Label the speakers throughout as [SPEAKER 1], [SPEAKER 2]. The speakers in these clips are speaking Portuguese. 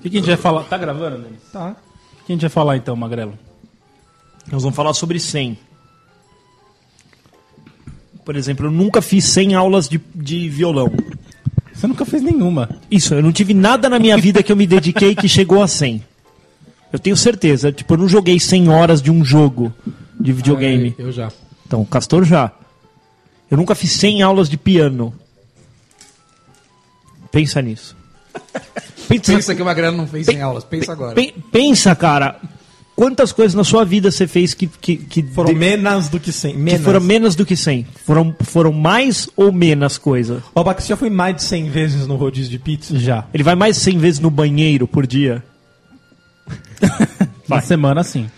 [SPEAKER 1] que, que a gente vai falar? Tá gravando, Denis?
[SPEAKER 2] Tá.
[SPEAKER 1] O que a gente vai falar então, Magrelo?
[SPEAKER 3] Nós vamos falar sobre 100. Por exemplo, eu nunca fiz 100 aulas de, de violão.
[SPEAKER 1] Você nunca fez nenhuma.
[SPEAKER 3] Isso, eu não tive nada na minha vida que eu me dediquei que chegou a 100. Eu tenho certeza. Tipo, eu não joguei 100 horas de um jogo de videogame.
[SPEAKER 2] É, Eu já.
[SPEAKER 3] Então, Castor já. Eu nunca fiz 100 aulas de piano. Pensa nisso. Pensa,
[SPEAKER 2] Pensa que o Magrano não fez sem aulas. Pensa agora.
[SPEAKER 3] pe- pensa, cara. Quantas coisas na sua vida você fez que, que, que
[SPEAKER 4] Foram
[SPEAKER 3] de-
[SPEAKER 4] menos do que 100.
[SPEAKER 3] que
[SPEAKER 4] Menos.
[SPEAKER 3] foram menos do que 100? Foram, foram mais ou menos coisa?
[SPEAKER 4] O Abaca, você já foi mais de 100 vezes no rodízio de pizza?
[SPEAKER 1] Já.
[SPEAKER 3] Ele vai mais 100 vezes no banheiro por dia?
[SPEAKER 1] Na semana, sim.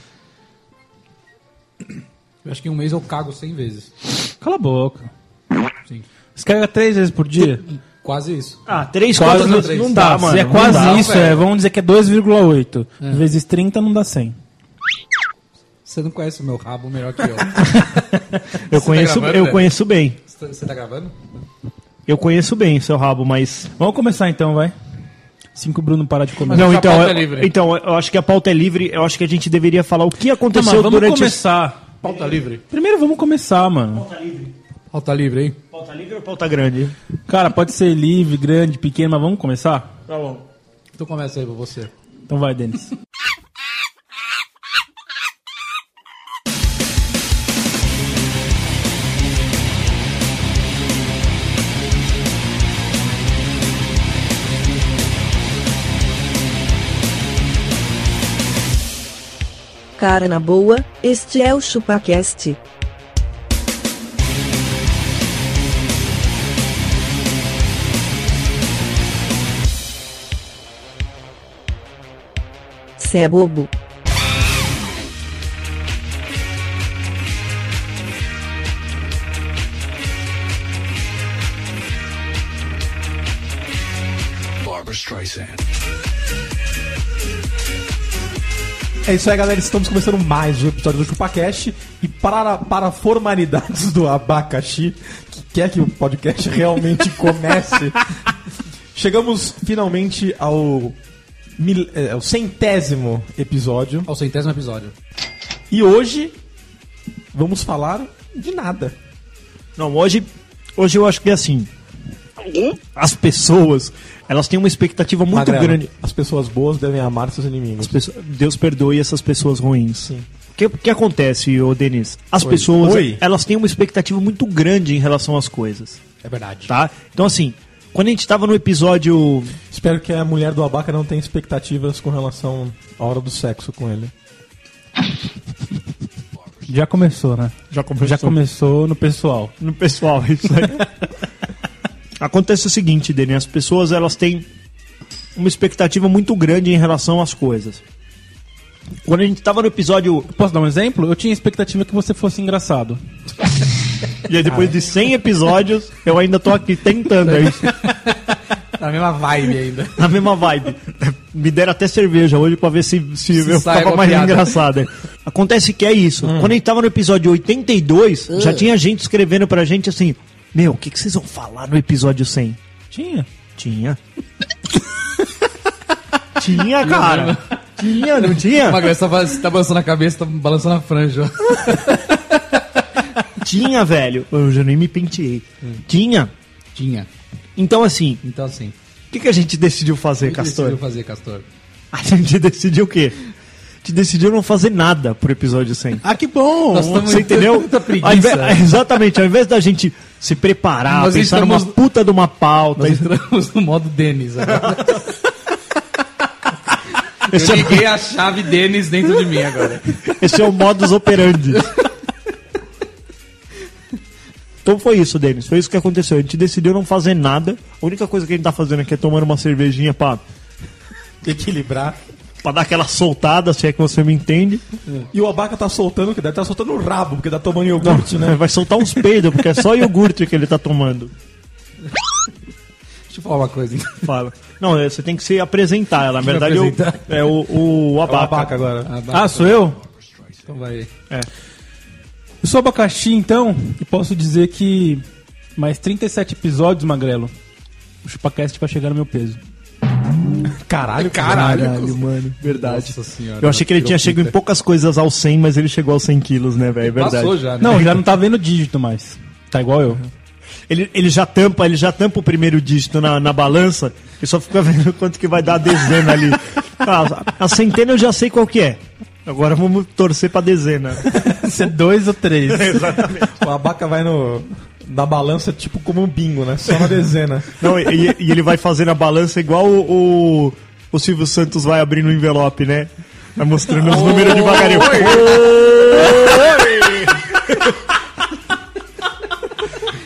[SPEAKER 2] Eu acho que em um mês eu cago 100 vezes.
[SPEAKER 1] Cala a boca.
[SPEAKER 2] Sim.
[SPEAKER 1] Você caga três vezes por dia?
[SPEAKER 2] Quase isso.
[SPEAKER 3] Ah, 3,
[SPEAKER 2] Quase
[SPEAKER 3] 4
[SPEAKER 2] três. Tá,
[SPEAKER 3] não dá,
[SPEAKER 1] Se
[SPEAKER 3] mano.
[SPEAKER 1] é
[SPEAKER 3] não
[SPEAKER 1] quase
[SPEAKER 3] dá.
[SPEAKER 1] isso,
[SPEAKER 2] velho.
[SPEAKER 1] é. Vamos dizer que é 2,8.
[SPEAKER 2] É.
[SPEAKER 1] Vezes 30 não dá 100.
[SPEAKER 2] Você não conhece o meu rabo melhor que eu.
[SPEAKER 3] Eu
[SPEAKER 2] tá
[SPEAKER 3] conheço,
[SPEAKER 2] gravando,
[SPEAKER 3] eu
[SPEAKER 2] velho?
[SPEAKER 3] conheço bem.
[SPEAKER 2] Você tá- Você tá gravando?
[SPEAKER 3] Eu conheço bem seu rabo, mas
[SPEAKER 1] Vamos começar então, vai. Cinco Bruno parar de comer.
[SPEAKER 2] Mas
[SPEAKER 3] não,
[SPEAKER 2] essa
[SPEAKER 3] então,
[SPEAKER 2] pauta
[SPEAKER 3] eu,
[SPEAKER 2] é livre.
[SPEAKER 3] então, eu acho que a pauta é livre. Eu acho que a gente deveria falar o que
[SPEAKER 1] Não, Então, mas
[SPEAKER 3] aconteceu
[SPEAKER 1] vamos
[SPEAKER 3] durante.
[SPEAKER 1] começar.
[SPEAKER 2] Pauta livre.
[SPEAKER 1] Primeiro vamos começar, mano.
[SPEAKER 3] Pauta livre.
[SPEAKER 2] Pauta livre, hein?
[SPEAKER 3] Pauta livre ou pauta grande?
[SPEAKER 1] Cara, pode ser livre, grande, pequeno, mas vamos começar?
[SPEAKER 3] Tá bom.
[SPEAKER 2] Então começa aí pra você.
[SPEAKER 1] Então vai, Denis.
[SPEAKER 5] Cara na boa, este é o ChupaCast. Cê é bobo.
[SPEAKER 6] Barbara Streisand.
[SPEAKER 4] É isso aí, galera. Estamos começando mais um episódio do ChupaCast. E para, para formalidades do abacaxi, que quer que o podcast realmente comece, chegamos finalmente ao, mil, é, ao centésimo episódio.
[SPEAKER 2] Ao É centésimo episódio.
[SPEAKER 4] E hoje vamos falar de nada.
[SPEAKER 3] Não, hoje, hoje eu acho que é assim. As pessoas, elas têm uma expectativa muito
[SPEAKER 4] Magrelo,
[SPEAKER 3] grande.
[SPEAKER 4] As pessoas boas devem amar seus inimigos.
[SPEAKER 3] As pessoas- Deus perdoe essas pessoas ruins.
[SPEAKER 4] Sim.
[SPEAKER 3] O que, o que acontece, ô Denis? As
[SPEAKER 4] Oi.
[SPEAKER 3] pessoas,
[SPEAKER 4] Oi.
[SPEAKER 3] elas têm uma expectativa muito grande em relação às coisas,
[SPEAKER 2] É verdade.
[SPEAKER 3] tá? Então, assim, quando a gente tava no episódio
[SPEAKER 4] Espero que a mulher do abaca não tenha expectativas com relação à hora do sexo com ele.
[SPEAKER 1] Já começou, né?
[SPEAKER 3] Já começou.
[SPEAKER 1] Já começou no pessoal.
[SPEAKER 3] no pessoal, é isso aí. Acontece o seguinte, Dene, as pessoas elas têm uma expectativa muito grande em relação às coisas. Quando a gente tava no episódio,
[SPEAKER 1] Posso dar um exemplo? Eu tinha expectativa que você fosse engraçado.
[SPEAKER 3] e aí depois de 100 episódios, Ah, é. eu ainda tô aqui tentando, é isso.
[SPEAKER 2] Tá Na mesma vibe ainda.
[SPEAKER 3] Na mesma vibe. Me deram até cerveja hoje pra ver se, se,
[SPEAKER 2] Se
[SPEAKER 3] eu
[SPEAKER 2] sai
[SPEAKER 3] ficava
[SPEAKER 2] uma
[SPEAKER 3] mais
[SPEAKER 2] piada.
[SPEAKER 3] engraçado. é. Acontece que é isso. Quando a gente tava no episódio 82, já tinha gente escrevendo pra gente assim: Meu, o que, que vocês vão falar no episódio 100?
[SPEAKER 1] Tinha.
[SPEAKER 3] Tinha. tinha, cara. tinha, não
[SPEAKER 2] O
[SPEAKER 3] tinha?
[SPEAKER 2] Magrano tá, ba- tá balançando a cabeça, tá balançando a franja. ó.
[SPEAKER 3] Tinha, velho. Eu já nem me penteei. Tinha.
[SPEAKER 2] Tinha.
[SPEAKER 3] Então, assim,
[SPEAKER 2] Então assim.
[SPEAKER 3] o que, que a gente decidiu fazer,
[SPEAKER 2] O que
[SPEAKER 3] Castor?
[SPEAKER 2] decidiu fazer, Castor?
[SPEAKER 3] A gente decidiu o quê? A gente decidiu não fazer nada pro episódio 100.
[SPEAKER 1] Ah, que bom!
[SPEAKER 2] Nós estamos
[SPEAKER 3] Você entendeu?
[SPEAKER 2] Muita
[SPEAKER 3] Ao invés-
[SPEAKER 2] preguiça.
[SPEAKER 3] exatamente, ao invés da gente se preparar,
[SPEAKER 2] Nós
[SPEAKER 3] pensar
[SPEAKER 2] entramos-
[SPEAKER 3] numa puta de uma pauta.
[SPEAKER 2] Nós entramos no modo Denis agora.
[SPEAKER 3] Esse
[SPEAKER 2] Eu
[SPEAKER 3] é,
[SPEAKER 2] liguei a chave Denis dentro de mim agora.
[SPEAKER 3] esse é o modus operandi. Então foi isso, Denis. Foi isso que aconteceu. A gente decidiu não fazer nada. A única coisa que a gente tá fazendo aqui é tomando uma cervejinha pra,
[SPEAKER 4] Equilibrar.
[SPEAKER 3] pra dar aquela soltada, se é que você me entende.
[SPEAKER 4] E o abaca tá soltando, que deve tá soltando o rabo, porque tá tomando iogurte, né?
[SPEAKER 3] Vai soltar uns peidos, porque é só iogurte que ele tá tomando.
[SPEAKER 2] Deixa eu falar uma coisa. então.
[SPEAKER 3] Fala. Não, é, você tem que se apresentar. Ela, na
[SPEAKER 2] que
[SPEAKER 3] verdade, é o,
[SPEAKER 2] apresentar?
[SPEAKER 3] é o, o
[SPEAKER 4] É o
[SPEAKER 3] abaca.
[SPEAKER 4] abaca agora.
[SPEAKER 1] Ah, sou eu?
[SPEAKER 2] Então vai.
[SPEAKER 1] Eu sou abacaxi, então, e posso dizer que mais 37 episódios, Magrelo, o ChupaCast vai chegar no meu peso.
[SPEAKER 4] Caralho,
[SPEAKER 2] Caralho.
[SPEAKER 3] mano. Verdade.
[SPEAKER 2] Nossa senhora.
[SPEAKER 3] Eu achei que ele tinha chegado em poucas coisas ao 100, mas ele chegou aos 100 quilos, né, velho? É Verdade.
[SPEAKER 2] Passou já, né?
[SPEAKER 1] Não, ele já não tá vendo dígito mais. Tá igual eu.
[SPEAKER 3] Ele, ele já tampa, ele já tampa o primeiro dígito na, na balança e só fica vendo quanto que vai dar a dezena ali. Ah, a centena eu já sei qual que é. Agora vamos torcer pra dezena.
[SPEAKER 1] Se é dois ou três.
[SPEAKER 4] O abaca vai no. Na balança, tipo como um bingo, né? Só na dezena.
[SPEAKER 3] Não, e, e ele vai fazer na balança igual o, o, o Silvio Santos vai abrindo o envelope, né? Vai mostrando os números devagarinho.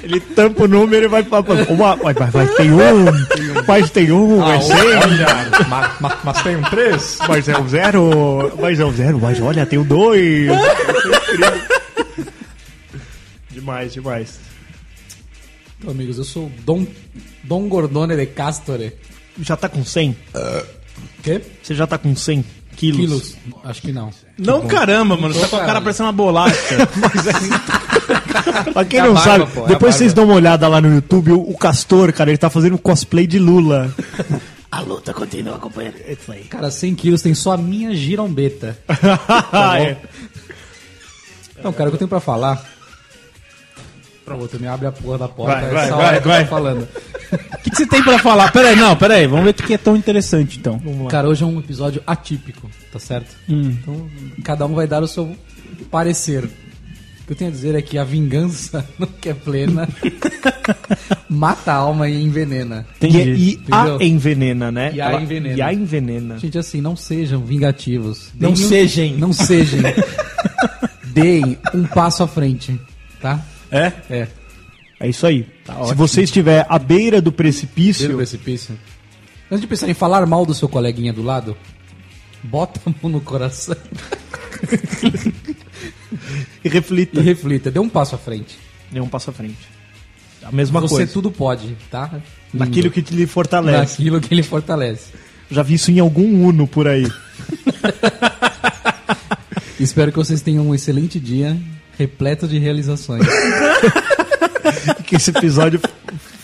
[SPEAKER 3] Ele tampa o número e vai pra. pra- Uma, vai, vai, vai, tem um, mas tem um, mas
[SPEAKER 4] Olha, mas, mas- mas tem um três?
[SPEAKER 3] Mas é um zero, mas é um zero, mas olha, tem o dois. demais, demais.
[SPEAKER 2] Então, amigos, eu sou o Dom, Dom Gordone de Castore.
[SPEAKER 3] Já tá com 100?
[SPEAKER 2] Quê?
[SPEAKER 3] Você já tá com 100 quilos?
[SPEAKER 2] Quilos? Acho que não.
[SPEAKER 1] Não, caramba, mano. Você tá com a cara
[SPEAKER 2] caralho.
[SPEAKER 1] parecendo uma bolacha.
[SPEAKER 3] Pra quem
[SPEAKER 2] É a
[SPEAKER 3] não
[SPEAKER 2] barba,
[SPEAKER 3] sabe,
[SPEAKER 2] pô, é a
[SPEAKER 3] depois
[SPEAKER 2] barba.
[SPEAKER 3] vocês dão uma olhada lá no YouTube, o, o Castor, cara, ele tá fazendo cosplay de Lula. Tá
[SPEAKER 2] Cara, 100 quilos tem só a minha girombeta. Ah,
[SPEAKER 3] é.
[SPEAKER 2] Não, cara, o que eu tenho pra falar. Pronto, me abre a porra da porta.
[SPEAKER 3] Vai,
[SPEAKER 2] é
[SPEAKER 3] vai,
[SPEAKER 2] essa
[SPEAKER 3] vai,
[SPEAKER 2] hora que eu
[SPEAKER 3] vai.
[SPEAKER 2] tô falando.
[SPEAKER 1] O que, que você tem pra falar? Pera aí, não, pera aí. Vamos ver o que que é tão interessante, então.
[SPEAKER 2] Cara, hoje é um episódio atípico, tá certo?
[SPEAKER 1] Hum.
[SPEAKER 2] Então, cada um vai dar o seu parecer. O que eu tenho a dizer é que a vingança nunca é plena, mata a alma e envenena.
[SPEAKER 3] E,
[SPEAKER 1] Entendi.
[SPEAKER 3] e a
[SPEAKER 2] Entendeu?
[SPEAKER 3] envenena, né?
[SPEAKER 2] E a envenena.
[SPEAKER 3] E a envenena.
[SPEAKER 2] Gente, assim, não sejam vingativos.
[SPEAKER 1] Não
[SPEAKER 2] Deem um-
[SPEAKER 1] sejem.
[SPEAKER 2] Não sejam. Deem um passo à frente, tá?
[SPEAKER 1] É?
[SPEAKER 2] É. Tá
[SPEAKER 3] É isso aí. Se você estiver à beira do precipício,
[SPEAKER 2] Pelo precipício. Antes de pensar em falar mal do seu coleguinha do lado, bota a mão no coração
[SPEAKER 3] e reflita.
[SPEAKER 2] e reflita. Dê um passo à frente.
[SPEAKER 3] Dê um passo à frente. A mesma
[SPEAKER 2] Você
[SPEAKER 3] coisa.
[SPEAKER 2] tudo pode, tá?
[SPEAKER 3] Naquilo que te lhe fortalece.
[SPEAKER 2] Naquilo que ele fortalece.
[SPEAKER 3] Já vi isso em algum Uno por aí.
[SPEAKER 2] Espero que vocês tenham um excelente dia, repleto de realizações.
[SPEAKER 3] que esse episódio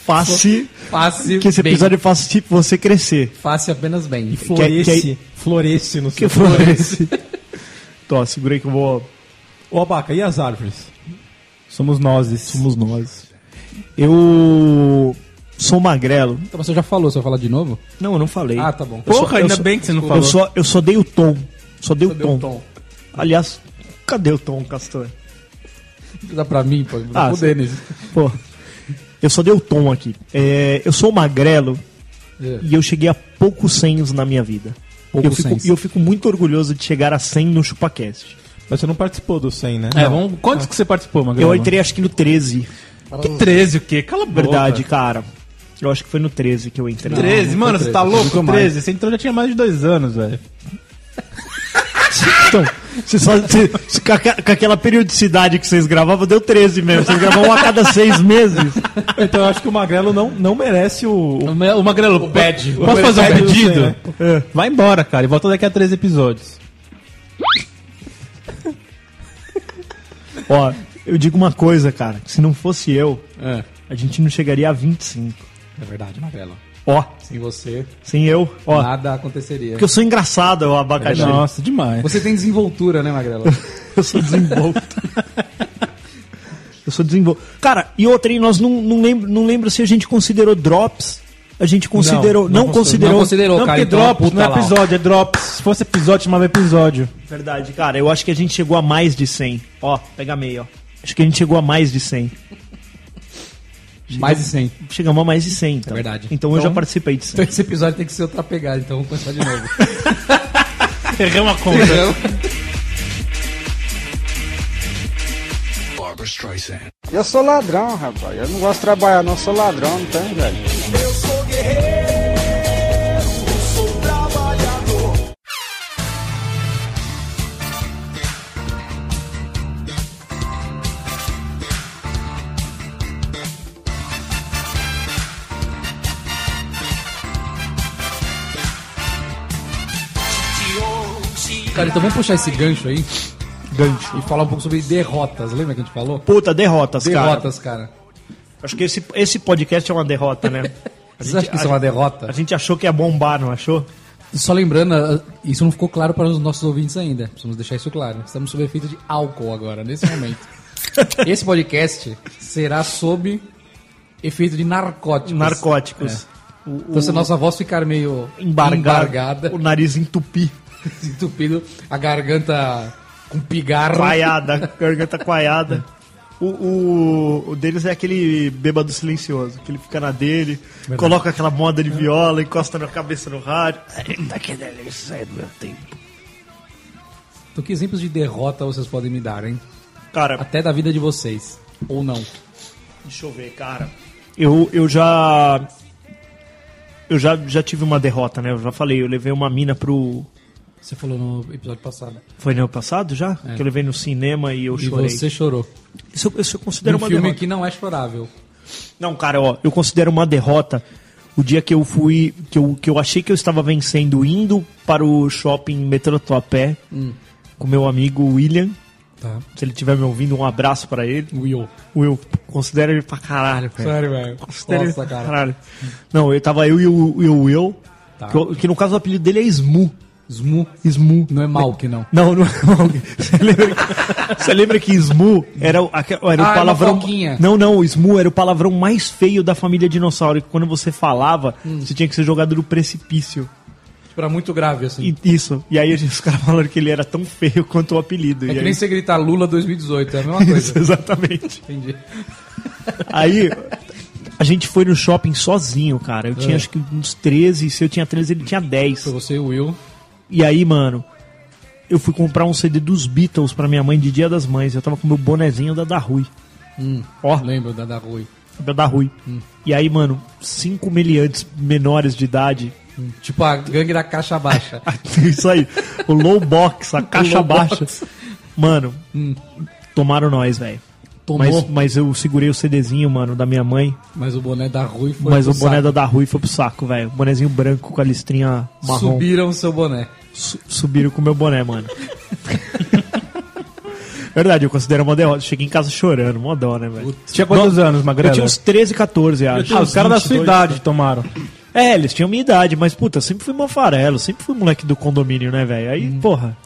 [SPEAKER 3] faça
[SPEAKER 2] Passe
[SPEAKER 3] que esse
[SPEAKER 2] bem.
[SPEAKER 3] episódio faça tipo, você crescer.
[SPEAKER 2] Passe apenas bem.
[SPEAKER 3] Quer- quer-
[SPEAKER 4] Floresce. Floresce no
[SPEAKER 3] é- Que
[SPEAKER 4] seu.
[SPEAKER 3] foi esse? Tô, segura aí que eu vou.
[SPEAKER 4] Ô, abaca, e as árvores?
[SPEAKER 1] Somos nós.
[SPEAKER 3] Somos nós. Eu sou magrelo.
[SPEAKER 2] Então, mas você já falou, você vai falar de novo?
[SPEAKER 3] Não, eu não falei.
[SPEAKER 2] Ah, tá bom.
[SPEAKER 3] Eu só-
[SPEAKER 1] Porra,
[SPEAKER 3] eu
[SPEAKER 1] ainda
[SPEAKER 3] só-
[SPEAKER 1] bem que você não
[SPEAKER 3] Eu
[SPEAKER 1] falou.
[SPEAKER 3] só, eu só dei o tom. Só dei o
[SPEAKER 2] Cadê
[SPEAKER 3] tom.
[SPEAKER 2] o tom?
[SPEAKER 3] Aliás, cadê o tom, Castor?
[SPEAKER 2] Dá pra mim, pô.
[SPEAKER 3] Ah,
[SPEAKER 2] Dá pro
[SPEAKER 3] sim.
[SPEAKER 2] Denis.
[SPEAKER 3] Pô, eu só dei o tom aqui. É, eu sou magrelo
[SPEAKER 2] É.
[SPEAKER 3] e eu cheguei a poucos senhos na minha vida. E eu,
[SPEAKER 2] Poucos
[SPEAKER 3] fico,
[SPEAKER 2] senhos.
[SPEAKER 3] e eu fico muito orgulhoso de chegar a 100 no ChupaCast.
[SPEAKER 4] Mas você não participou do 100, né?
[SPEAKER 1] É, vamos... Quantos que você participou, Magrelo?
[SPEAKER 3] Ah. Eu entrei acho que no 13.
[SPEAKER 1] Que 13, o quê? Cala a boca.
[SPEAKER 3] Verdade, cara. Eu acho que foi no 13 que eu entrei.
[SPEAKER 1] 13, mano,
[SPEAKER 2] foi
[SPEAKER 1] você tá
[SPEAKER 2] 13,
[SPEAKER 1] louco?
[SPEAKER 2] nunca mais.
[SPEAKER 1] 13, você entrou já tinha mais de dois anos, velho.
[SPEAKER 3] Então, você só, você- você- com, aqua- com aquela periodicidade que vocês gravavam, deu 13 mesmo. Vocês gravavam um a cada seis meses.
[SPEAKER 4] Então eu acho que o Magrelo não, não merece o. o-
[SPEAKER 1] O Magrelo pede. Posso
[SPEAKER 4] Magrelo
[SPEAKER 1] fazer um
[SPEAKER 4] pede,
[SPEAKER 1] pedido?
[SPEAKER 4] né?
[SPEAKER 1] É. Vai embora, cara, e volta daqui a três episódios.
[SPEAKER 3] Ó, eu digo uma coisa, cara. que Se não fosse eu,
[SPEAKER 2] É.
[SPEAKER 3] a gente não chegaria a 25.
[SPEAKER 2] É verdade, Magrelo.
[SPEAKER 3] Ó,
[SPEAKER 2] Sem você,
[SPEAKER 3] sem eu, ó.
[SPEAKER 2] nada É, aconteceria.
[SPEAKER 3] Porque eu sou engraçado, o abacaxi.
[SPEAKER 1] Nossa, demais.
[SPEAKER 2] Você tem desenvoltura, né, Magrelo?
[SPEAKER 3] Eu sou desenvolto. eu sou desenvolto. Cara, e outra aí, nós não, não, lembro, não lembro se a gente considerou drops. A gente considerou. Não,
[SPEAKER 4] não
[SPEAKER 3] considerou.
[SPEAKER 2] Não considerou,
[SPEAKER 1] Não,
[SPEAKER 2] cara.
[SPEAKER 1] porque
[SPEAKER 2] então,
[SPEAKER 1] drops
[SPEAKER 2] puta
[SPEAKER 1] não é
[SPEAKER 2] lá, ó.
[SPEAKER 1] episódio, é drops. Se fosse episódio, chamava episódio.
[SPEAKER 3] Verdade, cara. Eu acho que a gente chegou a mais de 100. Ó, pega meio, ó. Acho que a gente chegou a mais de 100.
[SPEAKER 2] Mais de 100.
[SPEAKER 3] Chegamos a mais de 100, então.
[SPEAKER 2] verdade.
[SPEAKER 3] Então, eu
[SPEAKER 2] Então-
[SPEAKER 3] já participei de 100.
[SPEAKER 2] Então esse episódio tem que ser outra pegada, então vamos começar de novo.
[SPEAKER 1] Errei uma conta.
[SPEAKER 6] Barbara Streisand.
[SPEAKER 7] Eu sou ladrão, rapaz. Eu não gosto de trabalhar, não. Eu sou ladrão, não tem, velho.
[SPEAKER 2] Cara, então vamos puxar esse gancho aí. Gancho. E falar um pouco sobre derrotas. Lembra que a gente falou?
[SPEAKER 3] Puta, derrotas, cara.
[SPEAKER 2] Derrotas, cara.
[SPEAKER 3] Acho que esse, esse podcast é uma derrota, né? A
[SPEAKER 2] Vocês acham que isso é uma derrota?
[SPEAKER 3] A gente achou que ia bombar, não achou?
[SPEAKER 2] Só lembrando, ah, isso não ficou claro para os nossos ouvintes ainda. Precisamos deixar isso claro. Estamos sob efeito de álcool agora, nesse momento. Esse podcast será sob efeito de narcóticos.
[SPEAKER 3] Narcóticos. O, o-
[SPEAKER 2] Então, se a nossa voz ficar meio
[SPEAKER 3] embargado,
[SPEAKER 2] embargada,
[SPEAKER 3] o nariz entupir,
[SPEAKER 2] entupido, a garganta com pigarro.
[SPEAKER 3] coaiada, garganta tá coaiada. O, o, o deles é aquele bêbado silencioso, que ele fica na dele, coloca aquela moda de viola, encosta na cabeça no rádio.
[SPEAKER 2] é Então, que exemplos de derrota vocês podem me dar, hein?
[SPEAKER 3] Cara,
[SPEAKER 2] Até da vida de vocês. Ou não.
[SPEAKER 3] Deixa eu ver, cara. Eu, eu já. Eu já, já tive uma derrota, né? Eu já falei, eu levei uma mina pro.
[SPEAKER 2] Você falou no episódio passado.
[SPEAKER 3] Foi no ano passado já? Que eu levei no cinema e eu
[SPEAKER 2] É. E
[SPEAKER 3] chorei.
[SPEAKER 2] você chorou.
[SPEAKER 3] Isso, eu- isso eu considero
[SPEAKER 2] Um
[SPEAKER 3] uma
[SPEAKER 2] filme
[SPEAKER 3] derrota.
[SPEAKER 2] que não é chorável.
[SPEAKER 3] Não, cara, ó, eu considero uma derrota o dia que eu fui. Que eu, que eu achei que eu estava vencendo indo para o shopping metrô Tatuapé
[SPEAKER 2] Hum.
[SPEAKER 3] com meu amigo William.
[SPEAKER 2] Tá.
[SPEAKER 3] Se ele estiver me ouvindo, um abraço pra ele.
[SPEAKER 2] Will.
[SPEAKER 3] Will, considero ele pra caralho, velho.
[SPEAKER 2] Sério, velho.
[SPEAKER 3] Sério?
[SPEAKER 2] Nossa, cara.
[SPEAKER 3] Caralho. Não, eu tava eu e o, e o Will.
[SPEAKER 2] Tá.
[SPEAKER 3] Que, eu- que no caso o apelido dele é Smu.
[SPEAKER 2] Smu.
[SPEAKER 3] Smu.
[SPEAKER 2] Não é mal que não.
[SPEAKER 3] Não, não é Smaug. Você lembra, você lembra que Smu era, o- aque- era o
[SPEAKER 2] Ah, é
[SPEAKER 3] palavrão.
[SPEAKER 2] uma foquinha.
[SPEAKER 3] não, não, o Smu era o palavrão mais feio da família dinossauro. e quando você falava,
[SPEAKER 2] Hum.
[SPEAKER 3] você tinha que ser jogado do precipício.
[SPEAKER 2] Tipo, era muito grave, assim.
[SPEAKER 3] E- isso. E aí os caras falaram que ele era tão feio quanto o apelido.
[SPEAKER 2] É
[SPEAKER 3] e
[SPEAKER 2] que
[SPEAKER 3] aí,
[SPEAKER 2] nem você gritar Lula 2018, é a mesma
[SPEAKER 3] isso,
[SPEAKER 2] coisa.
[SPEAKER 3] exatamente.
[SPEAKER 2] Entendi.
[SPEAKER 3] Aí a gente foi no shopping sozinho, cara. Eu
[SPEAKER 2] É.
[SPEAKER 3] tinha acho que uns 13, se eu tinha 13, ele tinha 10.
[SPEAKER 2] Foi você e o Will.
[SPEAKER 3] E aí, mano, eu fui comprar um CD dos Beatles pra minha mãe de Dia das Mães. Eu tava com meu bonezinho da Darui. Ó,
[SPEAKER 2] Hum, Lembra da da Rui.
[SPEAKER 3] da Darui.
[SPEAKER 2] Hum.
[SPEAKER 3] E aí, mano, cinco meliantes menores de idade.
[SPEAKER 2] Tipo a gangue da caixa baixa.
[SPEAKER 3] Isso aí. o low box, a caixa
[SPEAKER 2] low
[SPEAKER 3] baixa.
[SPEAKER 2] box. Hum.
[SPEAKER 3] Mano, tomaram nós, velho.
[SPEAKER 2] Tomou,
[SPEAKER 3] Mas,
[SPEAKER 2] mas,
[SPEAKER 3] mas eu segurei o CDzinho, mano, da minha mãe.
[SPEAKER 2] o boné da Rui foi
[SPEAKER 3] mas
[SPEAKER 2] pro
[SPEAKER 3] o boné
[SPEAKER 2] saco.
[SPEAKER 3] da Darui foi pro saco, velho. Bonezinho branco com a listrinha marrom.
[SPEAKER 2] Subiram seu boné.
[SPEAKER 3] Su- subiram com o meu boné, mano. Verdade, eu considero uma derrota. Cheguei em casa chorando, mó dó, né, velho?
[SPEAKER 4] Tinha quantos anos,
[SPEAKER 3] Eu
[SPEAKER 4] Magrela?
[SPEAKER 3] tinha uns 13, 14, acho.
[SPEAKER 4] Ah, os caras da sua idade
[SPEAKER 1] né?
[SPEAKER 4] tomaram.
[SPEAKER 3] É, eles tinham minha idade, mas puta, sempre fui manfarelo, sempre fui moleque do condomínio, né, velho? Aí,
[SPEAKER 2] Hum.
[SPEAKER 3] porra,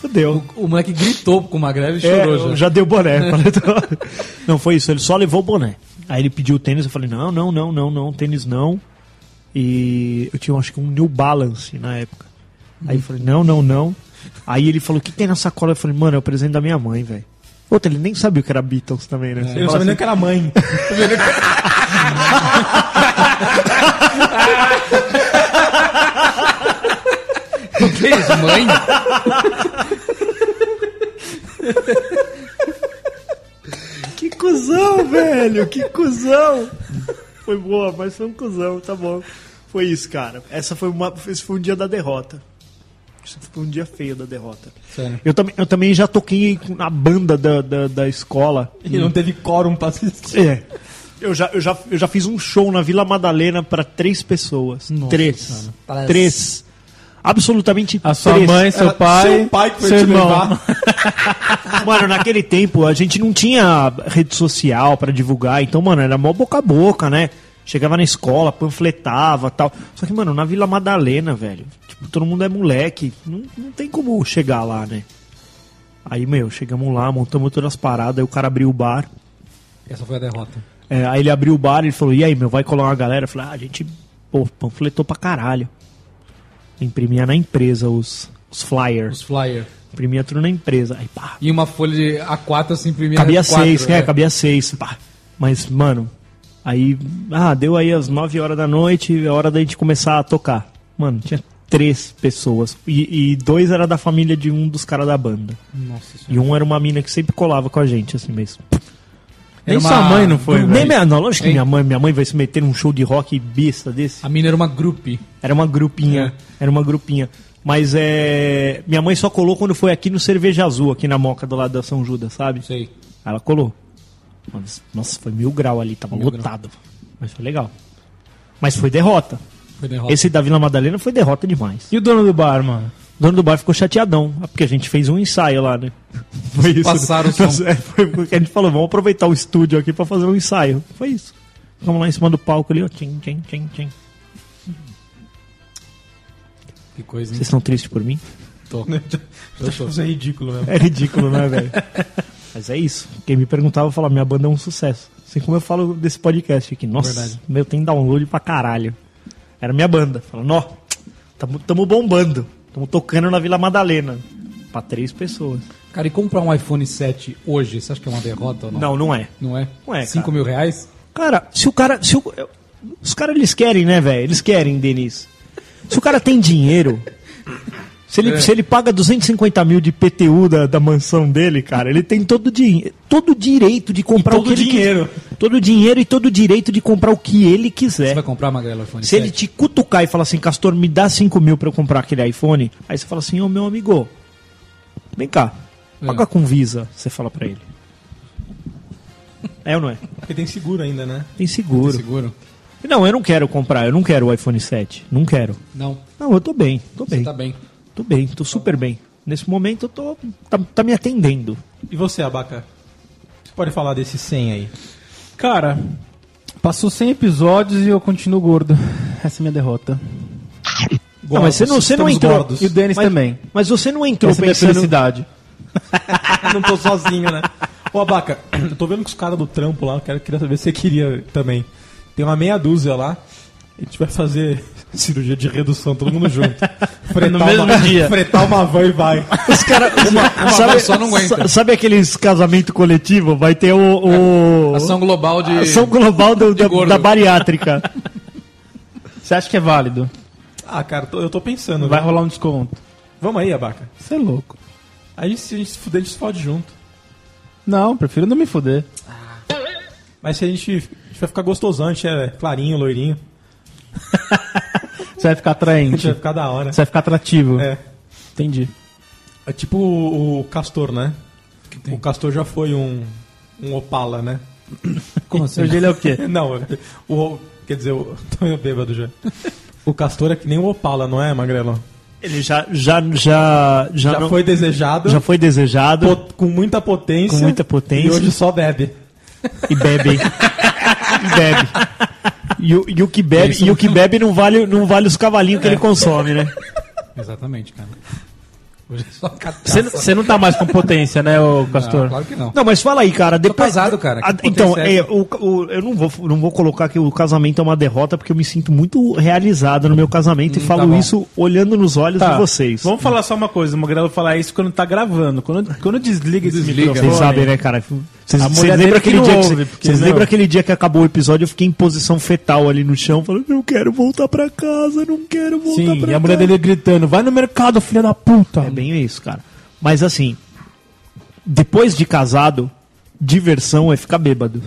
[SPEAKER 3] fudeu.
[SPEAKER 2] O moleque gritou com uma greve e
[SPEAKER 3] É,
[SPEAKER 2] chorou
[SPEAKER 3] eu
[SPEAKER 2] já.
[SPEAKER 3] já deu boné. falei, "Tô-". não foi isso, ele só levou o boné. Aí ele pediu o tênis, eu falei, não, não, não, não, não, tênis não. E eu tinha acho que um New Balance na época. Aí eu falei, não, não, não. Aí ele falou, o que tem na sacola? Eu falei, mano, é o presente da minha mãe, velho. Outra, ele nem sabia o que era Beatles também, né? Você
[SPEAKER 2] É.
[SPEAKER 4] Eu não
[SPEAKER 3] fala
[SPEAKER 4] sabia
[SPEAKER 3] assim,
[SPEAKER 4] nem que era mãe.
[SPEAKER 2] Fez mãe?
[SPEAKER 3] que cuzão, velho, que cuzão. Foi boa, mas foi um cuzão, tá bom. Foi isso, cara. Essa foi uma, esse foi um dia da derrota. Esse foi um dia feio da derrota.
[SPEAKER 2] Sério.
[SPEAKER 3] Eu também, eu também já toquei na banda da, da, da escola.
[SPEAKER 4] E não teve quórum pra assistir.
[SPEAKER 3] É. Eu já, eu, já, eu já fiz um show na Vila Madalena pra três pessoas. três.
[SPEAKER 2] Parece-
[SPEAKER 3] Três. Absolutamente
[SPEAKER 1] A sua
[SPEAKER 3] três.
[SPEAKER 1] mãe, seu pai,
[SPEAKER 4] Seu pai que foi
[SPEAKER 1] seu
[SPEAKER 4] te
[SPEAKER 1] irmão.
[SPEAKER 4] levar.
[SPEAKER 3] Mano, naquele tempo a gente não tinha rede social pra divulgar, então, mano, era mó boca a boca, né? Chegava na escola, panfletava tal. Só que, mano, na Vila Madalena, velho, tipo, todo mundo é moleque, não, não tem como chegar lá, né? Aí, meu, chegamos lá, montamos todas as paradas, aí o cara abriu o bar.
[SPEAKER 2] Essa foi a derrota.
[SPEAKER 3] É, aí ele abriu o bar e falou: E aí, meu, vai colar uma galera? Eu falei: Ah, a gente, pô, panfletou pra caralho. Imprimia na empresa os, os flyers.
[SPEAKER 2] Os Flyer.
[SPEAKER 3] Imprimia tudo na empresa. Aí, pá,
[SPEAKER 2] E uma folha de A4 assim, primeira.
[SPEAKER 3] cabia
[SPEAKER 2] quatro,
[SPEAKER 3] seis,
[SPEAKER 2] né?
[SPEAKER 3] é, cabia seis. Pá. Mas, mano, aí, ah, deu aí às nove horas da noite, a hora da gente começar a tocar. Mano, tinha três pessoas. E, e dois era da família de um dos caras da banda.
[SPEAKER 2] Nossa senhora.
[SPEAKER 3] E um era uma mina que sempre colava com a gente, assim mesmo.
[SPEAKER 1] Nem
[SPEAKER 2] Era uma-
[SPEAKER 1] sua mãe não foi,
[SPEAKER 3] Nem
[SPEAKER 1] velho.
[SPEAKER 3] minha, não, lógico que
[SPEAKER 2] Hein?
[SPEAKER 3] minha mãe, minha mãe vai se meter num show de rock besta desse.
[SPEAKER 2] A mina era uma grupe.
[SPEAKER 3] Era uma grupinha.
[SPEAKER 1] É.
[SPEAKER 3] Era uma grupinha. Mas é. Minha mãe só colou quando foi aqui no Cerveja Azul, aqui na Moca do lado da São Judas, sabe?
[SPEAKER 2] Sei.
[SPEAKER 3] Ela colou. Mas, nossa, foi mil grau ali, tava
[SPEAKER 2] Mil
[SPEAKER 3] lotado. Mas foi legal. Mas foi derrota.
[SPEAKER 2] Foi derrota.
[SPEAKER 3] Esse da Vila Madalena foi derrota demais.
[SPEAKER 1] E o dono do bar, mano?
[SPEAKER 3] O dono do bar ficou chateadão, ah, porque a gente fez um ensaio lá, né? Foi isso.
[SPEAKER 2] Passaram o som.
[SPEAKER 3] Nós- é, foi porque a gente falou, vamos aproveitar o estúdio aqui pra fazer um ensaio. Foi isso. Ficamos lá em cima do palco ali, ó. Tchim, tchim, tchim, tchim.
[SPEAKER 2] Que coisa, hein?
[SPEAKER 3] Vocês estão tristes por mim?
[SPEAKER 2] Tô.
[SPEAKER 3] tá
[SPEAKER 1] Eu acho que Isso é ridículo mesmo.
[SPEAKER 3] É ridículo, né, velho? Mas é isso. Quem me perguntava, eu falava, minha banda é um sucesso. Assim como eu falo desse podcast aqui. Nossa,
[SPEAKER 2] Verdade.
[SPEAKER 3] meu, tem download pra caralho. Era minha banda. Falando, ó, tamo, tamo bombando. Tamo tocando na Vila Madalena. Pra três pessoas.
[SPEAKER 2] Cara, e comprar um iPhone 7 hoje, você acha que é uma derrota ou não?
[SPEAKER 3] Não, não é.
[SPEAKER 2] Não é?
[SPEAKER 3] Não é,
[SPEAKER 2] 5
[SPEAKER 3] cara.
[SPEAKER 2] mil reais?
[SPEAKER 3] Cara, se o cara. Se o- eu- os caras eles querem, né, velho? Eles querem, Denis. Se o cara tem dinheiro. Se ele, se ele paga 250 mil de PTU da, da mansão dele, cara, ele tem todo o dinhe- todo o direito de comprar
[SPEAKER 1] todo
[SPEAKER 3] o que ele
[SPEAKER 1] dinheiro.
[SPEAKER 3] quiser. Todo o dinheiro e todo o direito de comprar o que ele
[SPEAKER 2] Você
[SPEAKER 3] quiser.
[SPEAKER 2] vai comprar, Magrelo, iPhone
[SPEAKER 3] É. Se ele te cutucar e falar assim, Castor, me dá 5 mil pra eu comprar aquele iPhone, aí você fala assim, ô meu amigo, vem cá, paga
[SPEAKER 2] É.
[SPEAKER 3] com Visa, você fala pra ele. É ou não é?
[SPEAKER 1] Porque tem seguro ainda, né?
[SPEAKER 3] Tem seguro.
[SPEAKER 2] Seguro?
[SPEAKER 3] Não, eu não quero comprar, eu não quero o iPhone 7. Não quero.
[SPEAKER 2] Não,
[SPEAKER 3] Não, eu tô bem, tô
[SPEAKER 2] você
[SPEAKER 3] bem.
[SPEAKER 2] tá bem.
[SPEAKER 3] Tô bem, tô super bem. Nesse momento eu tô. Tá, tá me atendendo.
[SPEAKER 4] E você, Abaca? Você pode falar desse 100 aí?
[SPEAKER 1] Cara, passou 100 episódios e eu continuo gordo. Essa é minha derrota.
[SPEAKER 3] não, mas você não, você não
[SPEAKER 4] estamos
[SPEAKER 3] entrou.
[SPEAKER 4] gordos.
[SPEAKER 1] E o Denis
[SPEAKER 3] mas,
[SPEAKER 1] também.
[SPEAKER 3] Mas você não entrou
[SPEAKER 1] Essa é a minha
[SPEAKER 3] pensando.
[SPEAKER 1] felicidade.
[SPEAKER 4] não tô sozinho, né? Ô, Abaca, eu tô vendo que os caras do trampo lá, eu quero- queria saber se você queria também. Tem uma meia dúzia lá. A gente vai fazer cirurgia de redução, todo mundo junto. Fretar
[SPEAKER 1] No mesmo
[SPEAKER 4] uma,
[SPEAKER 1] dia.
[SPEAKER 4] Fretar uma van e vai.
[SPEAKER 3] Os cara, uma, sabe,
[SPEAKER 2] só não aguenta.
[SPEAKER 3] sa- Sabe aqueles casamento coletivo? Vai ter o. o
[SPEAKER 2] Ação global de...
[SPEAKER 3] ação global do- da,
[SPEAKER 2] gordo.
[SPEAKER 3] da bariátrica.
[SPEAKER 1] Você acha que é válido?
[SPEAKER 4] Ah, cara, tô- eu tô pensando.
[SPEAKER 1] Vai
[SPEAKER 4] né?
[SPEAKER 1] rolar um desconto.
[SPEAKER 4] Vamos aí, Abaca.
[SPEAKER 1] Você é louco.
[SPEAKER 4] Aí se a gente se fuder, a gente se fode junto.
[SPEAKER 1] Não, prefiro não me fuder.
[SPEAKER 4] Mas se a gente, a gente vai ficar gostosão, a gente é clarinho, loirinho.
[SPEAKER 1] Você vai ficar
[SPEAKER 4] A gente
[SPEAKER 1] atraente.
[SPEAKER 4] vai ficar da hora.
[SPEAKER 1] Você vai ficar atrativo.
[SPEAKER 4] É.
[SPEAKER 1] Entendi.
[SPEAKER 4] É tipo o, o Castor, né? O Castor já foi um, um Opala, né?
[SPEAKER 2] Como assim?
[SPEAKER 1] Hoje ele é o quê?
[SPEAKER 4] Não, o, quer dizer, o, tô meio bêbado já. O Castor é que nem o Opala, não é, Magrelo?
[SPEAKER 3] Ele já. Já, já, já,
[SPEAKER 4] Já
[SPEAKER 3] não-
[SPEAKER 4] foi desejado,
[SPEAKER 3] já foi desejado
[SPEAKER 4] po- com muita potência.
[SPEAKER 3] Com muita potência.
[SPEAKER 4] E hoje só bebe.
[SPEAKER 3] e bebe. e bebe. E o, e o que bebe, e o que bebe não, vale, não vale os cavalinhos que ele consome, né?
[SPEAKER 2] Exatamente, cara. Hoje é só cachaça.
[SPEAKER 1] Você- Você não tá mais com potência, né, ô Castor?
[SPEAKER 2] Não, claro que não.
[SPEAKER 3] Não, mas fala aí, cara. Depois...
[SPEAKER 2] casado, cara, que
[SPEAKER 3] Ah,
[SPEAKER 2] potência
[SPEAKER 3] então,
[SPEAKER 2] é
[SPEAKER 3] é, o- o- eu não vou, não vou colocar que o casamento é uma derrota, porque eu me sinto muito realizado no meu casamento e
[SPEAKER 2] tá
[SPEAKER 3] falo
[SPEAKER 2] bom.
[SPEAKER 3] isso olhando nos olhos
[SPEAKER 1] Hum, Tá,
[SPEAKER 3] de vocês.
[SPEAKER 1] Vamos falar só uma coisa, o Magrelo falar isso quando tá gravando. Quando, quando desliga esse
[SPEAKER 2] Desliga.
[SPEAKER 1] microfone.
[SPEAKER 3] Vocês sabem, né, cara? Vocês
[SPEAKER 1] A
[SPEAKER 3] vocês
[SPEAKER 1] mulher dele
[SPEAKER 3] lembram
[SPEAKER 1] que
[SPEAKER 3] aquele
[SPEAKER 1] não
[SPEAKER 3] dia que
[SPEAKER 1] ouve,
[SPEAKER 3] cê-
[SPEAKER 1] porque
[SPEAKER 3] vocês
[SPEAKER 1] não.
[SPEAKER 3] lembram aquele dia que acabou o episódio, eu fiquei em posição fetal ali no chão, falando, eu quero voltar pra casa, não quero voltar pra
[SPEAKER 1] Sim,
[SPEAKER 3] casa.
[SPEAKER 1] e a mulher dele gritando, vai no mercado, filha da puta.
[SPEAKER 3] É bem isso, cara. Mas assim, depois de casado, diversão é ficar bêbado,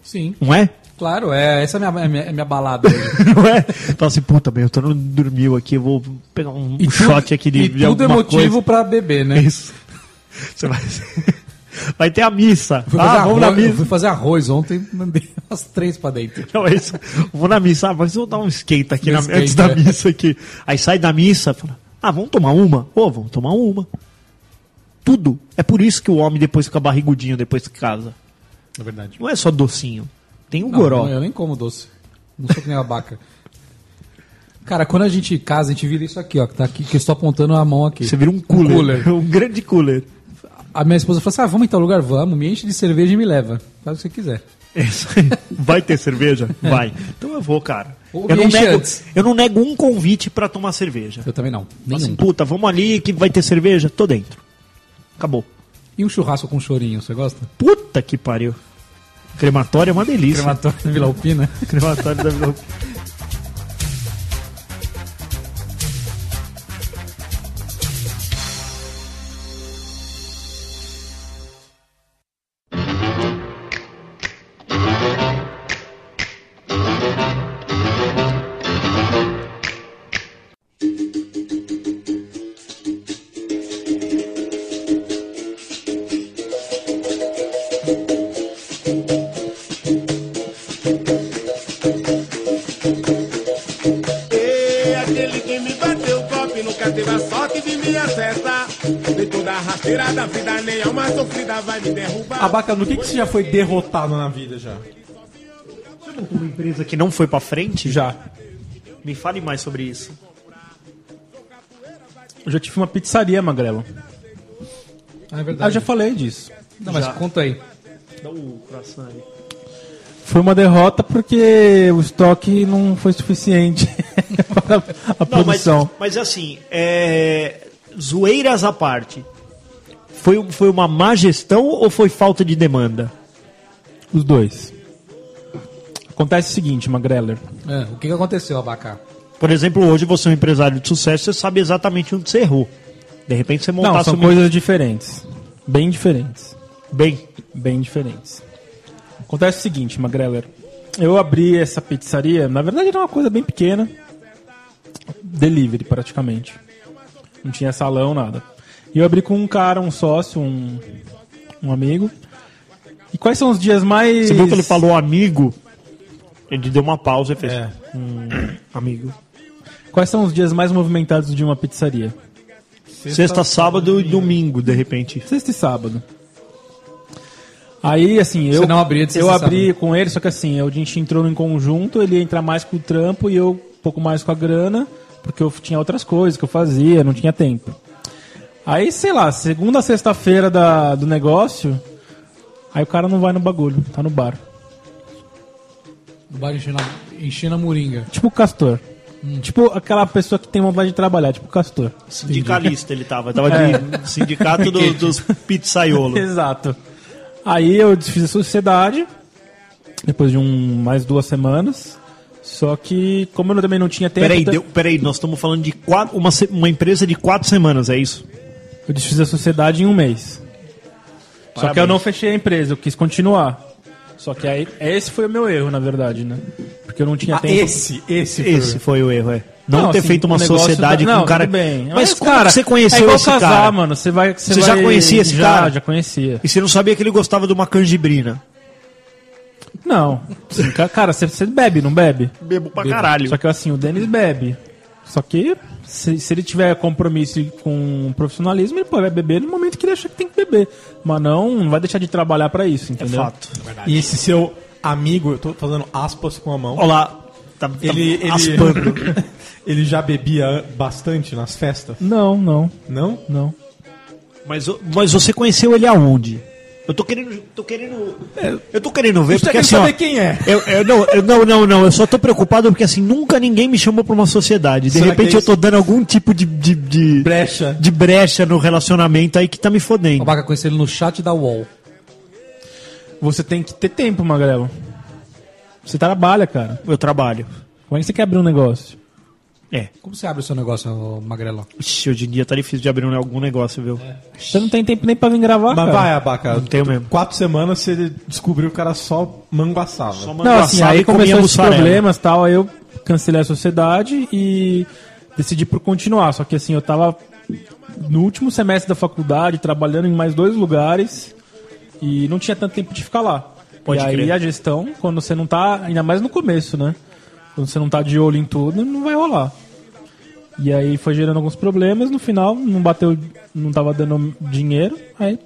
[SPEAKER 2] Sim,
[SPEAKER 3] não é?
[SPEAKER 2] claro, é, essa é a minha, é minha, é minha balada hoje.
[SPEAKER 3] Não é? Fala assim, puta, meu, eu não dormiu aqui, eu vou pegar um
[SPEAKER 2] E
[SPEAKER 3] shot aqui de, de
[SPEAKER 2] E tudo é
[SPEAKER 3] alguma
[SPEAKER 2] motivo pra beber, né?
[SPEAKER 3] coisa. É Isso. Você vai... vai ter a missa.
[SPEAKER 2] Fui fazer
[SPEAKER 3] ah, vamos
[SPEAKER 2] arroz,
[SPEAKER 3] na
[SPEAKER 2] eu
[SPEAKER 3] missa.
[SPEAKER 2] fui fazer arroz ontem, mandei umas três pra dentro.
[SPEAKER 3] Não, é isso. Vou na missa, ah, mas eu vou dar um skate aqui
[SPEAKER 2] Um
[SPEAKER 3] na-
[SPEAKER 2] skate,
[SPEAKER 3] antes da
[SPEAKER 2] é.
[SPEAKER 3] missa aqui. Aí sai da missa, fala, ah, vamos tomar uma? Ô, vamos tomar uma. Tudo. É por isso que o homem depois fica barrigudinho depois que casa.
[SPEAKER 2] Na verdade.
[SPEAKER 3] Não é só docinho. Tem o
[SPEAKER 2] Não,
[SPEAKER 3] goró.
[SPEAKER 2] não, é. eu nem como doce. Não sou que nem abaca. Cara, quando a gente casa, a gente vira isso aqui, ó. Que tá aqui, que eu estou apontando a mão aqui.
[SPEAKER 3] Você vira um cooler. Um,
[SPEAKER 2] cooler.
[SPEAKER 3] grande cooler.
[SPEAKER 2] A minha esposa falou assim: ah, vamos em tal lugar? Vamos, me enche de cerveja e me leva. Faz o que você quiser.
[SPEAKER 3] É isso aí. Vai ter cerveja? Vai. Então eu vou, cara.
[SPEAKER 2] Ou
[SPEAKER 3] Eu não,
[SPEAKER 2] enche
[SPEAKER 3] nego,
[SPEAKER 2] antes.
[SPEAKER 3] eu não nego um convite pra tomar cerveja.
[SPEAKER 2] Eu também não.
[SPEAKER 3] Fala
[SPEAKER 2] Nenhum.
[SPEAKER 3] Assim, puta, vamos ali que vai ter cerveja? Tô dentro. Acabou.
[SPEAKER 2] E um churrasco com chorinho, você gosta?
[SPEAKER 3] Puta que pariu. Crematório é uma delícia.
[SPEAKER 2] Crematório da Vila Alpina.
[SPEAKER 3] Crematório um- da Vila-
[SPEAKER 8] Ei, aquele que me bateu o copo e nunca teve a sorte de me acertar. De toda a rasteira da vida, nem alma sofrida vai me derrubar.
[SPEAKER 4] Abaca, no que, que você já foi derrotado na vida já?
[SPEAKER 3] Uma empresa que não foi pra frente?
[SPEAKER 4] Já.
[SPEAKER 3] Me fale mais sobre isso.
[SPEAKER 1] Eu já tive uma pizzaria, Magrelo.
[SPEAKER 2] Ah, é
[SPEAKER 1] Ah, eu
[SPEAKER 2] verdade.
[SPEAKER 1] já falei disso.
[SPEAKER 2] Não, mas conta aí.
[SPEAKER 3] Dá o coração aí.
[SPEAKER 1] Foi uma derrota porque o estoque não foi suficiente para a
[SPEAKER 3] Não, mas,
[SPEAKER 1] produção.
[SPEAKER 3] mas assim, é, zoeiras à parte, foi, foi uma má gestão ou foi falta de demanda?
[SPEAKER 1] Os dois. Acontece o seguinte, Magreller.
[SPEAKER 2] É, o que, que aconteceu, Abacá?
[SPEAKER 3] Por exemplo, hoje você é um empresário de sucesso, você sabe exatamente onde você errou. De repente você
[SPEAKER 1] Não,
[SPEAKER 3] montasse
[SPEAKER 1] são
[SPEAKER 3] uma-
[SPEAKER 1] coisas diferentes. Bem diferentes.
[SPEAKER 3] bem.
[SPEAKER 1] Bem diferentes. Acontece o seguinte, Magreller. Eu abri essa pizzaria, na verdade era uma coisa bem pequena. Delivery, praticamente. Não tinha salão, nada. E eu abri com um cara, um sócio, um, um amigo. E quais são os dias mais.
[SPEAKER 3] Você viu que ele falou amigo? Ele deu uma pausa e fez.
[SPEAKER 1] É.
[SPEAKER 3] "Hum, amigo.
[SPEAKER 1] Quais são os dias mais movimentados de uma pizzaria?
[SPEAKER 3] Sexta, sábado e domingo, de repente.
[SPEAKER 1] Sexta e sábado. Aí, assim, eu,
[SPEAKER 2] Você não abria de sexta
[SPEAKER 1] eu
[SPEAKER 2] e sábado.
[SPEAKER 1] abri com ele, só que assim, a gente entrou em conjunto, ele ia entrar mais com o trampo e eu um pouco mais com a grana, porque eu tinha outras coisas que eu fazia, não tinha tempo. Aí, sei lá, segunda, sexta-feira da- do negócio, aí o cara não vai no bagulho, tá no bar.
[SPEAKER 2] No bar enchendo a, enchendo a moringa.
[SPEAKER 1] Tipo o Castor.
[SPEAKER 2] Hum.
[SPEAKER 1] Tipo aquela pessoa que tem vontade de trabalhar, tipo o Castor.
[SPEAKER 3] Sindicalista ele tava. Tava
[SPEAKER 1] É.
[SPEAKER 3] de sindicato do- dos pizzaiolos.
[SPEAKER 1] Exato. Aí eu desfiz a sociedade, depois de um, mais duas semanas. Só que, como eu também não tinha tempo,
[SPEAKER 3] Peraí, deu- peraí, nós estamos falando de quatro, uma, se- uma empresa de quatro semanas, é isso?
[SPEAKER 1] eu desfiz a sociedade em um mês. Só que eu não fechei a empresa, eu quis continuar. Só que aí, esse foi o meu erro, na verdade, né? Porque eu não tinha tempo.
[SPEAKER 4] esse, esse, foi-
[SPEAKER 3] Esse foi o erro, é. Ah, Não, ter
[SPEAKER 1] assim,
[SPEAKER 3] feito uma
[SPEAKER 1] o negócio
[SPEAKER 3] sociedade
[SPEAKER 1] da-
[SPEAKER 3] com
[SPEAKER 1] não,
[SPEAKER 3] um cara.
[SPEAKER 1] tudo Bem.
[SPEAKER 3] Mas, como que você conheceu
[SPEAKER 1] é
[SPEAKER 3] esse
[SPEAKER 1] casar,
[SPEAKER 3] cara?
[SPEAKER 1] mano. Você vai, você
[SPEAKER 3] Você já
[SPEAKER 1] vai-
[SPEAKER 3] conhecia esse
[SPEAKER 1] já,
[SPEAKER 3] cara?
[SPEAKER 1] Já conhecia.
[SPEAKER 3] E você não sabia que ele gostava de uma canjibrina.
[SPEAKER 1] Não. Sim, ca- cara, você, você bebe, não bebe?
[SPEAKER 3] Bebo pra caralho.
[SPEAKER 1] Só que assim, o Denis bebe. Só que se, se ele tiver compromisso e com profissionalismo, ele pô, vai beber no momento que ele achar que tem que beber. Mas não, não vai deixar de trabalhar pra isso,
[SPEAKER 3] É
[SPEAKER 4] né?
[SPEAKER 1] entendeu?
[SPEAKER 3] fato.
[SPEAKER 4] E esse seu amigo, eu tô fazendo aspas com a mão.
[SPEAKER 3] Olha lá. Tá, tá
[SPEAKER 4] Ele,
[SPEAKER 3] aspando.
[SPEAKER 4] ele, ele já bebia an- bastante nas festas,
[SPEAKER 1] Não, não,
[SPEAKER 4] não?
[SPEAKER 1] não.
[SPEAKER 3] Mas, o- mas você conheceu ele aonde? Eu tô querendo. Tô querendo eu tô querendo ver,
[SPEAKER 4] É, Eu
[SPEAKER 3] porque
[SPEAKER 4] quero
[SPEAKER 3] assim. ó,
[SPEAKER 4] saber quem é.
[SPEAKER 3] Eu, eu- não, eu- não, não, não. Eu só tô preocupado porque assim, nunca ninguém me chamou pra uma sociedade. De
[SPEAKER 4] Será
[SPEAKER 3] repente
[SPEAKER 4] que é
[SPEAKER 3] eu tô dando algum tipo de. de, de
[SPEAKER 4] Brecha.
[SPEAKER 3] de brecha no relacionamento aí que tá me
[SPEAKER 2] O
[SPEAKER 3] fodendo.
[SPEAKER 2] Abacá conheceu ele no chat da UOL.
[SPEAKER 1] Você tem que ter tempo, Magrelo. Você trabalha, cara.
[SPEAKER 3] Meu trabalho.
[SPEAKER 1] Como é que você quer abrir um negócio?
[SPEAKER 3] É.
[SPEAKER 2] Como você abre o seu negócio, Magrelão?
[SPEAKER 3] Ixi, hoje em dia tá difícil de abrir um- algum negócio, viu?
[SPEAKER 4] É.
[SPEAKER 1] Você não tem tempo nem pra vir gravar,
[SPEAKER 4] Mas
[SPEAKER 1] cara.
[SPEAKER 4] vai, Abaca.
[SPEAKER 3] É. Não tenho mesmo.
[SPEAKER 4] Quatro semanas você descobriu que o cara só manguaçava.
[SPEAKER 3] Só
[SPEAKER 1] Não,
[SPEAKER 3] mandou
[SPEAKER 1] assim,
[SPEAKER 3] assado
[SPEAKER 1] aí
[SPEAKER 3] um e comia
[SPEAKER 1] começou esses
[SPEAKER 3] mussarela.
[SPEAKER 1] problemas e tal, aí eu cancelei a sociedade e decidi por continuar. Só que assim, eu tava no último semestre da faculdade, trabalhando em mais dois lugares e não tinha tanto tempo de ficar lá.
[SPEAKER 3] Pode
[SPEAKER 1] e aí
[SPEAKER 3] crer.
[SPEAKER 1] a gestão, quando você não tá, ainda mais no começo, né? Quando você não tá de olho em tudo, não vai rolar. E aí foi gerando alguns problemas, no final não bateu, não tava dando dinheiro, aí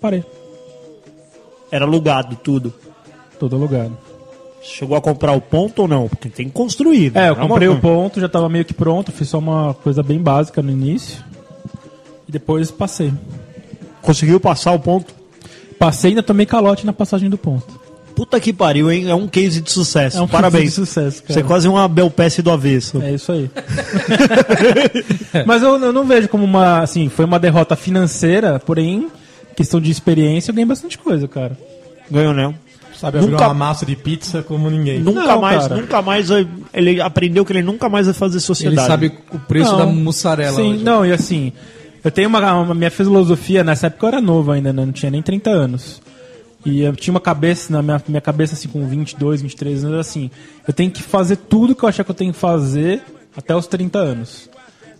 [SPEAKER 1] parei,
[SPEAKER 3] Era alugado tudo.
[SPEAKER 1] todo lugar.
[SPEAKER 3] Chegou a comprar o ponto ou não? Porque tem que construir. né?
[SPEAKER 1] É, eu
[SPEAKER 3] Não
[SPEAKER 1] comprei
[SPEAKER 3] uma-
[SPEAKER 1] o ponto, já tava meio que pronto, fiz só uma coisa bem básica no início. E depois passei.
[SPEAKER 3] Conseguiu passar o ponto?
[SPEAKER 1] Passei e ainda tomei calote na passagem do ponto.
[SPEAKER 3] Puta que pariu, hein? É um case de sucesso.
[SPEAKER 1] É um
[SPEAKER 3] Parabéns.
[SPEAKER 1] case de sucesso, cara.
[SPEAKER 3] Você é quase uma Belpass do avesso.
[SPEAKER 1] É isso aí. Mas eu, eu não vejo como uma. Assim, foi uma derrota financeira, porém, questão de experiência, eu ganhei bastante coisa, cara.
[SPEAKER 3] Ganhou, né?
[SPEAKER 4] Sabe abrir
[SPEAKER 3] Nunca-
[SPEAKER 4] uma massa de pizza como ninguém.
[SPEAKER 3] Nunca
[SPEAKER 1] Não,
[SPEAKER 3] mais,
[SPEAKER 1] cara.
[SPEAKER 3] nunca mais. eh, Ele aprendeu que ele nunca mais vai fazer
[SPEAKER 2] Ele
[SPEAKER 3] sociedade.
[SPEAKER 2] sabe o preço da mussarela
[SPEAKER 1] Sim,
[SPEAKER 2] hoje.
[SPEAKER 1] não, e assim, eu tenho uma, uma- Minha filosofia, nessa época eu era novo ainda, né? Não tinha nem 30 anos. E eu tinha uma cabeça, na minha, minha cabeça, assim, com 22, 23 anos, assim, eu tenho que fazer tudo que eu achar que eu tenho que fazer até os 30 anos.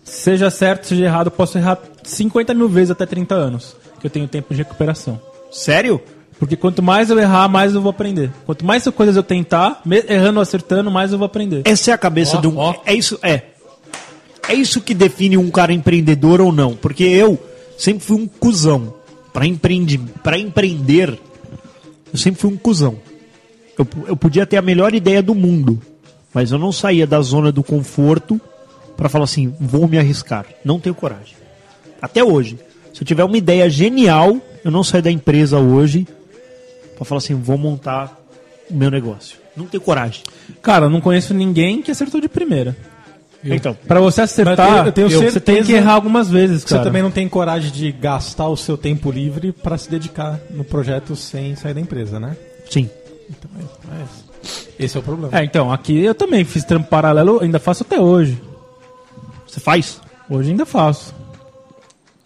[SPEAKER 1] Seja certo, seja errado, eu posso errar 50 mil vezes até 30 anos, que eu tenho tempo de recuperação.
[SPEAKER 3] Sério?
[SPEAKER 1] Porque quanto mais eu errar, mais eu vou aprender. Quanto mais coisas eu tentar, me- errando ou acertando, mais eu vou aprender.
[SPEAKER 3] Essa é a cabeça
[SPEAKER 2] Ó,
[SPEAKER 3] de um.
[SPEAKER 2] ó.
[SPEAKER 3] É isso, é. É isso que define um cara empreendedor ou não. Porque eu sempre fui um cuzão. Pra, empreende, pra empreender, eu sempre fui um cuzão. Eu, eu podia ter a melhor ideia do mundo, mas eu não saía da zona do conforto pra falar assim, vou me arriscar. Não tenho coragem. Até hoje. Se eu tiver uma ideia genial, eu não saio da empresa hoje pra falar assim, vou montar o meu negócio. Não tenho coragem.
[SPEAKER 1] Cara, eu não conheço ninguém que acertou de primeira.
[SPEAKER 3] Então,
[SPEAKER 1] Pra você acertar,
[SPEAKER 4] Mas eu tenho
[SPEAKER 1] você tem
[SPEAKER 4] certeza
[SPEAKER 1] que errar algumas vezes, cara.
[SPEAKER 4] Você também não tem coragem de gastar o seu tempo livre pra se dedicar no projeto sem sair da empresa, né?
[SPEAKER 3] sim.
[SPEAKER 4] Então é, é isso. Esse é o problema.
[SPEAKER 1] É, então, aqui eu também fiz trampo paralelo, ainda faço até hoje.
[SPEAKER 3] Você faz?
[SPEAKER 1] Hoje ainda faço.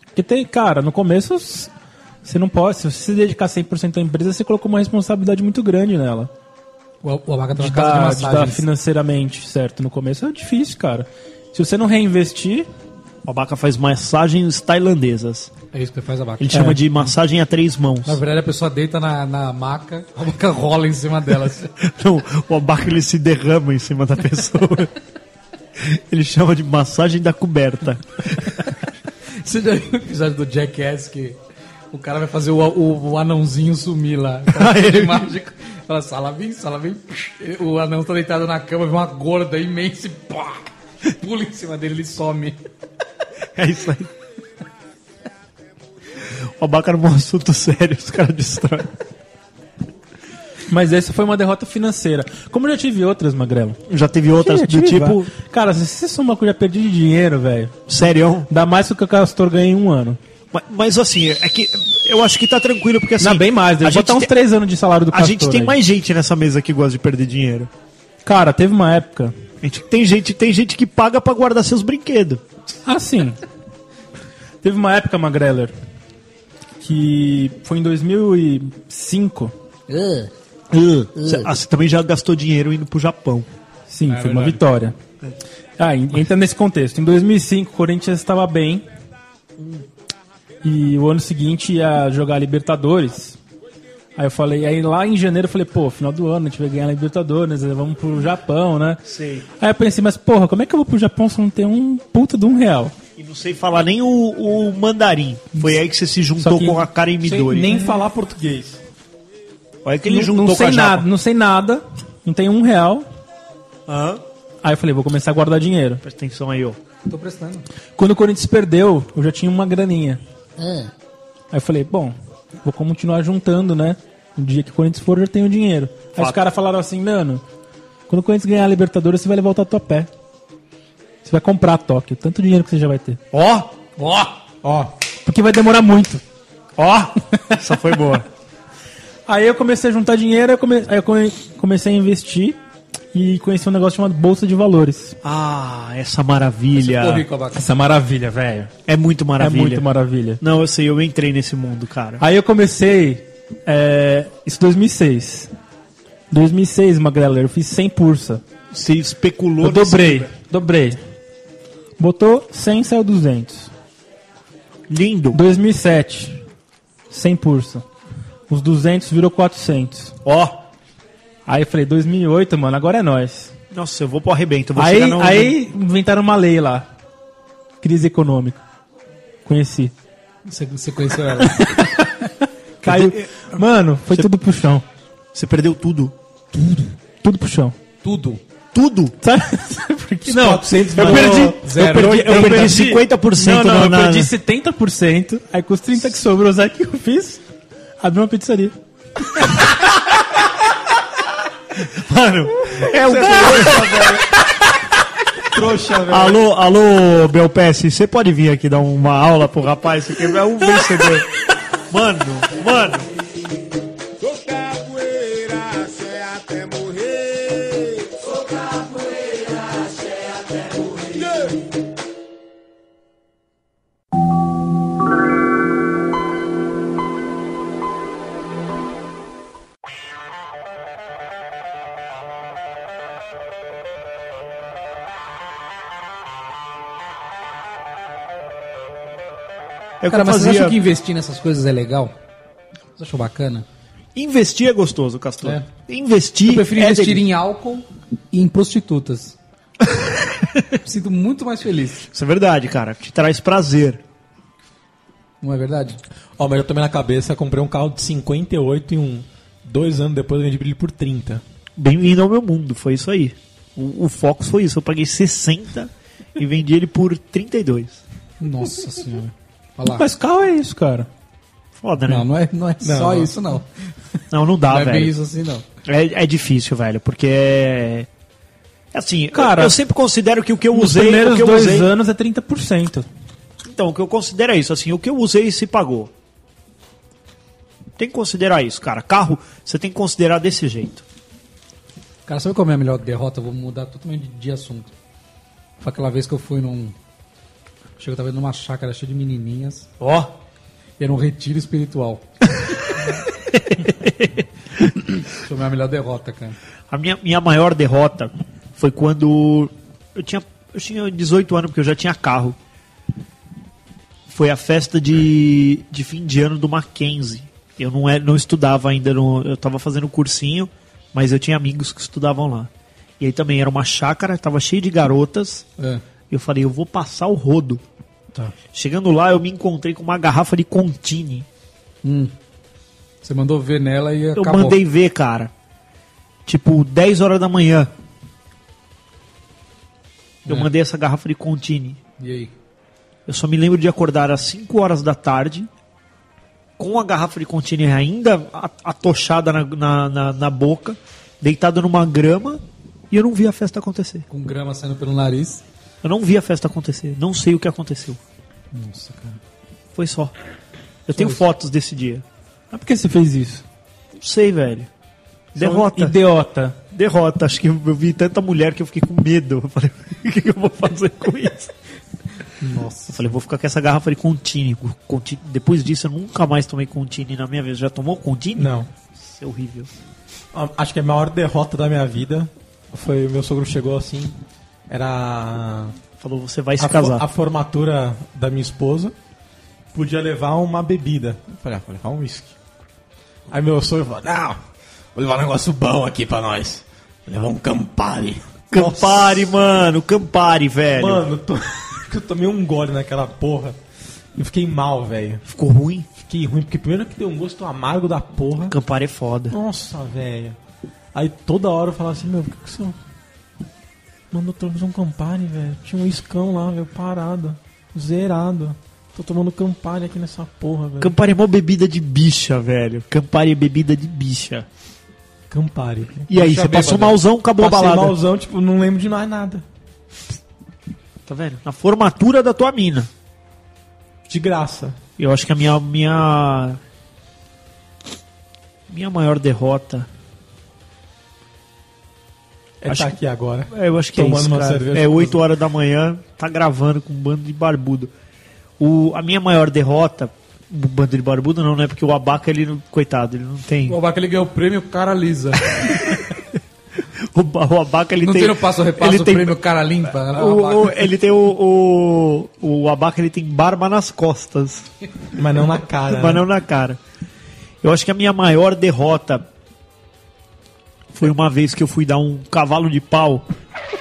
[SPEAKER 1] Porque tem, cara, no começo s- você não pode, se você se dedicar 100% à empresa, você colocou uma responsabilidade muito grande nela.
[SPEAKER 2] O, o Abaca tá
[SPEAKER 1] De
[SPEAKER 2] na casa de
[SPEAKER 1] dar, de dar
[SPEAKER 2] massagens.
[SPEAKER 1] financeiramente, certo? No começo é difícil, cara. Se você não reinvestir,
[SPEAKER 3] O Abaca faz massagens tailandesas.
[SPEAKER 2] É isso que faz Abaca.
[SPEAKER 3] Ele chama de massagem a três mãos.
[SPEAKER 2] Na verdade, a pessoa deita na, na maca, a maca rola em cima dela. assim.
[SPEAKER 3] Não, Então, o abaca ele se derrama em cima da pessoa. Ele chama de massagem da coberta.
[SPEAKER 2] Você já viu o episódio do Jackass que o cara vai fazer o, o- o anãozinho sumir lá? Fala,
[SPEAKER 3] ele-
[SPEAKER 2] mágico. Fala, sala vem, sala vem. O anão tá deitado na cama, vê uma gorda imensa e pá, pula em cima dele, ele some.
[SPEAKER 3] É isso aí. O abaca era um assunto sério, os caras destroem.
[SPEAKER 1] mas essa foi uma derrota financeira. Como eu já tive outras, Magrelo.
[SPEAKER 3] Já teve outras
[SPEAKER 1] Já
[SPEAKER 3] do
[SPEAKER 1] tive,
[SPEAKER 3] tipo,
[SPEAKER 1] vai. Cara, se você soma que eu já perdi de dinheiro, velho,
[SPEAKER 3] sério.
[SPEAKER 1] dá mais do que o Castor ganha em um ano.
[SPEAKER 3] Mas, mas assim, é que eu acho que tá tranquilo, porque assim.
[SPEAKER 1] Não, bem mais,
[SPEAKER 3] a
[SPEAKER 1] deve
[SPEAKER 3] gente,
[SPEAKER 1] botar uns
[SPEAKER 3] tem,
[SPEAKER 1] três anos de salário do
[SPEAKER 3] a
[SPEAKER 1] Castor.
[SPEAKER 3] gente tem
[SPEAKER 1] aí.
[SPEAKER 3] mais gente nessa mesa que gosta de perder dinheiro.
[SPEAKER 1] Cara, teve uma época
[SPEAKER 3] A gente, tem, gente, tem gente que paga pra guardar seus brinquedos.
[SPEAKER 1] Assim. Teve uma época, Magreller, que foi em 2005.
[SPEAKER 3] Cê- ah, você também já gastou dinheiro indo pro Japão.
[SPEAKER 1] Sim, foi uma vitória. Ah, en- entra nesse contexto. Em 2005, o Corinthians estava bem. E o ano seguinte ia jogar a Libertadores. Aí eu falei, aí lá em janeiro eu falei, pô, final do ano a gente vai ganhar a Libertadores, aí vamos pro Japão, né?
[SPEAKER 3] Sei.
[SPEAKER 1] Aí eu pensei, mas porra, como é que eu vou pro Japão se eu não tenho um puta de um real?
[SPEAKER 3] E não sei falar nem o, o mandarim. Foi aí que você se
[SPEAKER 1] Só
[SPEAKER 3] juntou
[SPEAKER 1] que-
[SPEAKER 3] com a Karen Midori. né?
[SPEAKER 4] Nem falar português.
[SPEAKER 3] Olha que ele
[SPEAKER 1] não,
[SPEAKER 3] juntou
[SPEAKER 1] não
[SPEAKER 3] com
[SPEAKER 1] sei
[SPEAKER 3] a japa.
[SPEAKER 1] nada, não sei nada, não tenho um real.
[SPEAKER 3] Aham.
[SPEAKER 1] Aí eu falei, vou começar a guardar dinheiro.
[SPEAKER 3] Presta atenção aí, ó.
[SPEAKER 2] Tô prestando.
[SPEAKER 1] Quando o Corinthians perdeu, eu já tinha uma graninha. Aí eu falei, bom, vou continuar juntando, né? No dia que o Corinthians for, eu já tenho dinheiro. Aí os caras falaram assim, mano, quando o Corinthians ganhar a Libertadores, você vai levar o tatuapé. Você vai comprar a Tóquio, tanto dinheiro que você já vai ter.
[SPEAKER 3] Ó,
[SPEAKER 4] Ó,
[SPEAKER 1] Porque vai demorar muito.
[SPEAKER 3] ó. Essa foi boa.
[SPEAKER 1] Aí eu comecei a juntar dinheiro, eu come- aí eu come- comecei a investir e conheci um negócio chamado Bolsa de Valores.
[SPEAKER 3] Ah, essa maravilha.
[SPEAKER 2] Ficou rico, Abaca.
[SPEAKER 1] Essa maravilha, velho.
[SPEAKER 3] É muito
[SPEAKER 1] É
[SPEAKER 3] maravilha.
[SPEAKER 1] muito maravilha.
[SPEAKER 3] Não, eu sei, eu entrei nesse mundo, cara.
[SPEAKER 1] Aí eu comecei. É, isso em 2006. 2006, Magreler, eu fiz 100 pursa.
[SPEAKER 3] Você especulou.
[SPEAKER 1] Ah, Eu
[SPEAKER 3] nesse
[SPEAKER 1] dobrei,
[SPEAKER 3] lugar.
[SPEAKER 1] dobrei. Botou 100, saiu 200.
[SPEAKER 3] Lindo.
[SPEAKER 1] 2007, 100 pursa. Os 200 virou 400.
[SPEAKER 3] Ó.
[SPEAKER 1] Aí eu falei, 2008, mano, agora é nós.
[SPEAKER 3] Nossa, eu vou pro arrebento. eu Vou
[SPEAKER 1] Aí,
[SPEAKER 3] chegar no-
[SPEAKER 1] aí inventaram uma lei lá. Crise econômica. Conheci.
[SPEAKER 2] Você, você conheceu ela.
[SPEAKER 1] Caiu. Mano, foi tudo pro chão.
[SPEAKER 3] Você perdeu tudo.
[SPEAKER 1] Tudo pro chão.
[SPEAKER 2] Tudo.
[SPEAKER 3] Tudo?
[SPEAKER 1] Sabe, sabe por quê? Não,
[SPEAKER 4] 400
[SPEAKER 1] eu
[SPEAKER 4] valor
[SPEAKER 1] perdi,
[SPEAKER 2] zero.
[SPEAKER 1] eu perdi, eu
[SPEAKER 3] Eu
[SPEAKER 1] perdi,
[SPEAKER 3] perdi 50%
[SPEAKER 1] não, não,
[SPEAKER 3] na-
[SPEAKER 1] eu
[SPEAKER 3] na-
[SPEAKER 1] perdi 70%, aí com os 30 que sobrou, sabe o que eu fiz? Abri uma pizzaria.
[SPEAKER 3] Mano, é o
[SPEAKER 4] trouxa, velho.
[SPEAKER 3] Alô, alô, Belpes, você pode vir aqui dar uma aula pro rapaz? Você é um vencedor. Mano, mano.
[SPEAKER 8] Sou capoeira, axé até morrer. Sou capoeira, axé até morrer.
[SPEAKER 3] É o
[SPEAKER 2] Cara,
[SPEAKER 3] que eu
[SPEAKER 2] mas você
[SPEAKER 3] fazia.
[SPEAKER 2] acha que investir nessas coisas é legal? Você achou bacana?
[SPEAKER 3] Investir é gostoso, Castor.
[SPEAKER 2] É.
[SPEAKER 3] Investir.
[SPEAKER 2] Eu prefiro
[SPEAKER 3] é
[SPEAKER 2] investir
[SPEAKER 3] delícia.
[SPEAKER 2] em álcool e em prostitutas. Sinto muito mais feliz.
[SPEAKER 3] Isso é verdade, cara. Te traz prazer.
[SPEAKER 2] Não é verdade?
[SPEAKER 4] Ó, mas eu tomei na cabeça, comprei um carro de 58 e um. Dois anos depois eu vendi pra ele por 30.
[SPEAKER 3] Bem-vindo ao meu mundo, foi isso aí. O, o Fox foi isso. Eu paguei 60 e e vendi ele por 32.
[SPEAKER 2] Nossa senhora.
[SPEAKER 3] Tá.
[SPEAKER 2] Olha lá.
[SPEAKER 1] Mas carro é isso, cara.
[SPEAKER 3] Foda, né?
[SPEAKER 2] Não, não é, não é só
[SPEAKER 3] não.
[SPEAKER 2] isso, não.
[SPEAKER 3] Não, não dá,
[SPEAKER 2] não é
[SPEAKER 3] velho.
[SPEAKER 2] bem isso assim, não.
[SPEAKER 3] É, é difícil, velho, porque é. é Assim,
[SPEAKER 1] Cara,
[SPEAKER 3] eu, eu sempre considero que o que eu
[SPEAKER 1] Nos
[SPEAKER 3] usei. o
[SPEAKER 1] primeiros
[SPEAKER 3] que eu
[SPEAKER 1] dois
[SPEAKER 3] usei
[SPEAKER 1] anos é 30%.
[SPEAKER 3] Então, o que eu considero é isso, assim, o que eu usei se pagou. Tem que considerar isso, cara. Carro, você tem que considerar desse jeito.
[SPEAKER 2] Cara, sabe qual é a minha melhor derrota? Eu vou mudar totalmente de- de assunto. Foi aquela vez que eu fui num. Chego, tava numa chácara cheia de menininhas.
[SPEAKER 3] Ó,
[SPEAKER 2] E era um retiro espiritual. Foi a minha melhor derrota, cara.
[SPEAKER 3] a minha, minha maior derrota foi quando eu tinha, eu tinha 18 anos, porque eu já tinha carro. Foi a festa de, de fim de ano do Mackenzie. Eu não, é, não estudava ainda, no- eu tava fazendo cursinho, mas eu tinha amigos que estudavam lá. E aí também era uma chácara, tava cheio de garotas.
[SPEAKER 2] É.
[SPEAKER 3] Eu falei, eu vou passar o rodo. Chegando lá, eu me encontrei com uma garrafa de Contini.
[SPEAKER 2] Hum. Você mandou ver nela e
[SPEAKER 3] Eu
[SPEAKER 2] acabou.
[SPEAKER 3] mandei ver, cara. Tipo, 10 horas da manhã. Eu
[SPEAKER 2] É.
[SPEAKER 3] mandei essa garrafa de Contini.
[SPEAKER 2] E aí?
[SPEAKER 3] Eu só me lembro de acordar às 5 horas da tarde, com a garrafa de Contini ainda a- atochada na, na, na- na boca, deitado numa grama, e eu não vi a festa acontecer.
[SPEAKER 2] Com grama saindo pelo nariz.
[SPEAKER 3] Eu não vi a festa acontecer. Não sei o que aconteceu.
[SPEAKER 2] Nossa, cara.
[SPEAKER 3] Foi só. Eu tenho fotos desse dia.
[SPEAKER 1] Mas por que você fez isso? é um
[SPEAKER 3] Não sei, velho.
[SPEAKER 2] um-
[SPEAKER 3] Derrota.
[SPEAKER 1] Idiota.
[SPEAKER 3] Derrota. Acho que eu eu vi tanta mulher que eu fiquei com medo. Eu falei, o que que eu vou fazer com isso?
[SPEAKER 2] Nossa.
[SPEAKER 3] Eu falei, vou ficar com essa garrafa de Contini. Conti- Depois disso, eu nunca mais tomei Contini na minha vida. Já tomou Contini?
[SPEAKER 4] Não.
[SPEAKER 3] Isso é horrível.
[SPEAKER 4] A- Acho que a maior derrota da minha vida foi meu sogro chegou assim. Era
[SPEAKER 3] Falou, você vai se
[SPEAKER 4] a, fo-
[SPEAKER 3] casar.
[SPEAKER 4] a formatura da minha esposa. Podia levar uma bebida. Eu falei, ah, vou levar um uísque. Aí meu sogro falou, não, vou levar um negócio bom aqui pra nós. Vou levar um Campari.
[SPEAKER 3] Campari, mano. Campari, velho.
[SPEAKER 4] Mano, eu to- eu tomei um gole naquela porra. E fiquei mal, velho.
[SPEAKER 3] Ficou ruim?
[SPEAKER 4] Fiquei ruim, porque primeiro que deu um gosto amargo da porra.
[SPEAKER 3] Campari é foda.
[SPEAKER 4] Nossa, velho. Aí toda hora eu falava assim, meu, por que, que você mandou trazer um Campari, velho? Tinha um iscão lá, velho, parado, zerado. Tô tomando Campari aqui nessa porra, velho.
[SPEAKER 3] Campari é mó bebida de bicha, velho. Campari é bebida de bicha.
[SPEAKER 4] Campari.
[SPEAKER 3] E aí,
[SPEAKER 2] Bicha
[SPEAKER 3] você passou
[SPEAKER 2] bêbada.
[SPEAKER 3] malzão, acabou a
[SPEAKER 4] Passei
[SPEAKER 3] balada.
[SPEAKER 4] malzão, tipo, não lembro de mais nada.
[SPEAKER 3] Tá vendo? Na formatura da tua mina.
[SPEAKER 4] De graça.
[SPEAKER 3] Eu acho que a minha minha minha maior derrota,
[SPEAKER 4] É
[SPEAKER 3] Acho
[SPEAKER 4] tá
[SPEAKER 3] que-
[SPEAKER 4] aqui agora.
[SPEAKER 3] é, eu acho que
[SPEAKER 4] Tomando
[SPEAKER 3] é isso,
[SPEAKER 4] uma
[SPEAKER 3] cara.
[SPEAKER 4] cerveja
[SPEAKER 3] É
[SPEAKER 4] com
[SPEAKER 3] 8 horas da manhã, tá gravando com um bando de barbudo. O, a minha maior derrota, o bando de barbudo não, né? Porque o Abaca ele, não- coitado, ele não tem.
[SPEAKER 2] O Abaca ele ganhou o prêmio Cara Lisa.
[SPEAKER 3] O, Ba- o Abaca ele
[SPEAKER 2] Não
[SPEAKER 3] tem.
[SPEAKER 2] tem no passo repasso
[SPEAKER 3] ele
[SPEAKER 2] o
[SPEAKER 3] tem,
[SPEAKER 2] prêmio Cara Limpa?
[SPEAKER 3] o- o- ele tem o, o o Abaca ele tem barba nas costas.
[SPEAKER 4] Mas não na cara. né?
[SPEAKER 3] Mas não na cara. Eu acho que a minha maior derrota foi uma vez que eu fui dar um cavalo de pau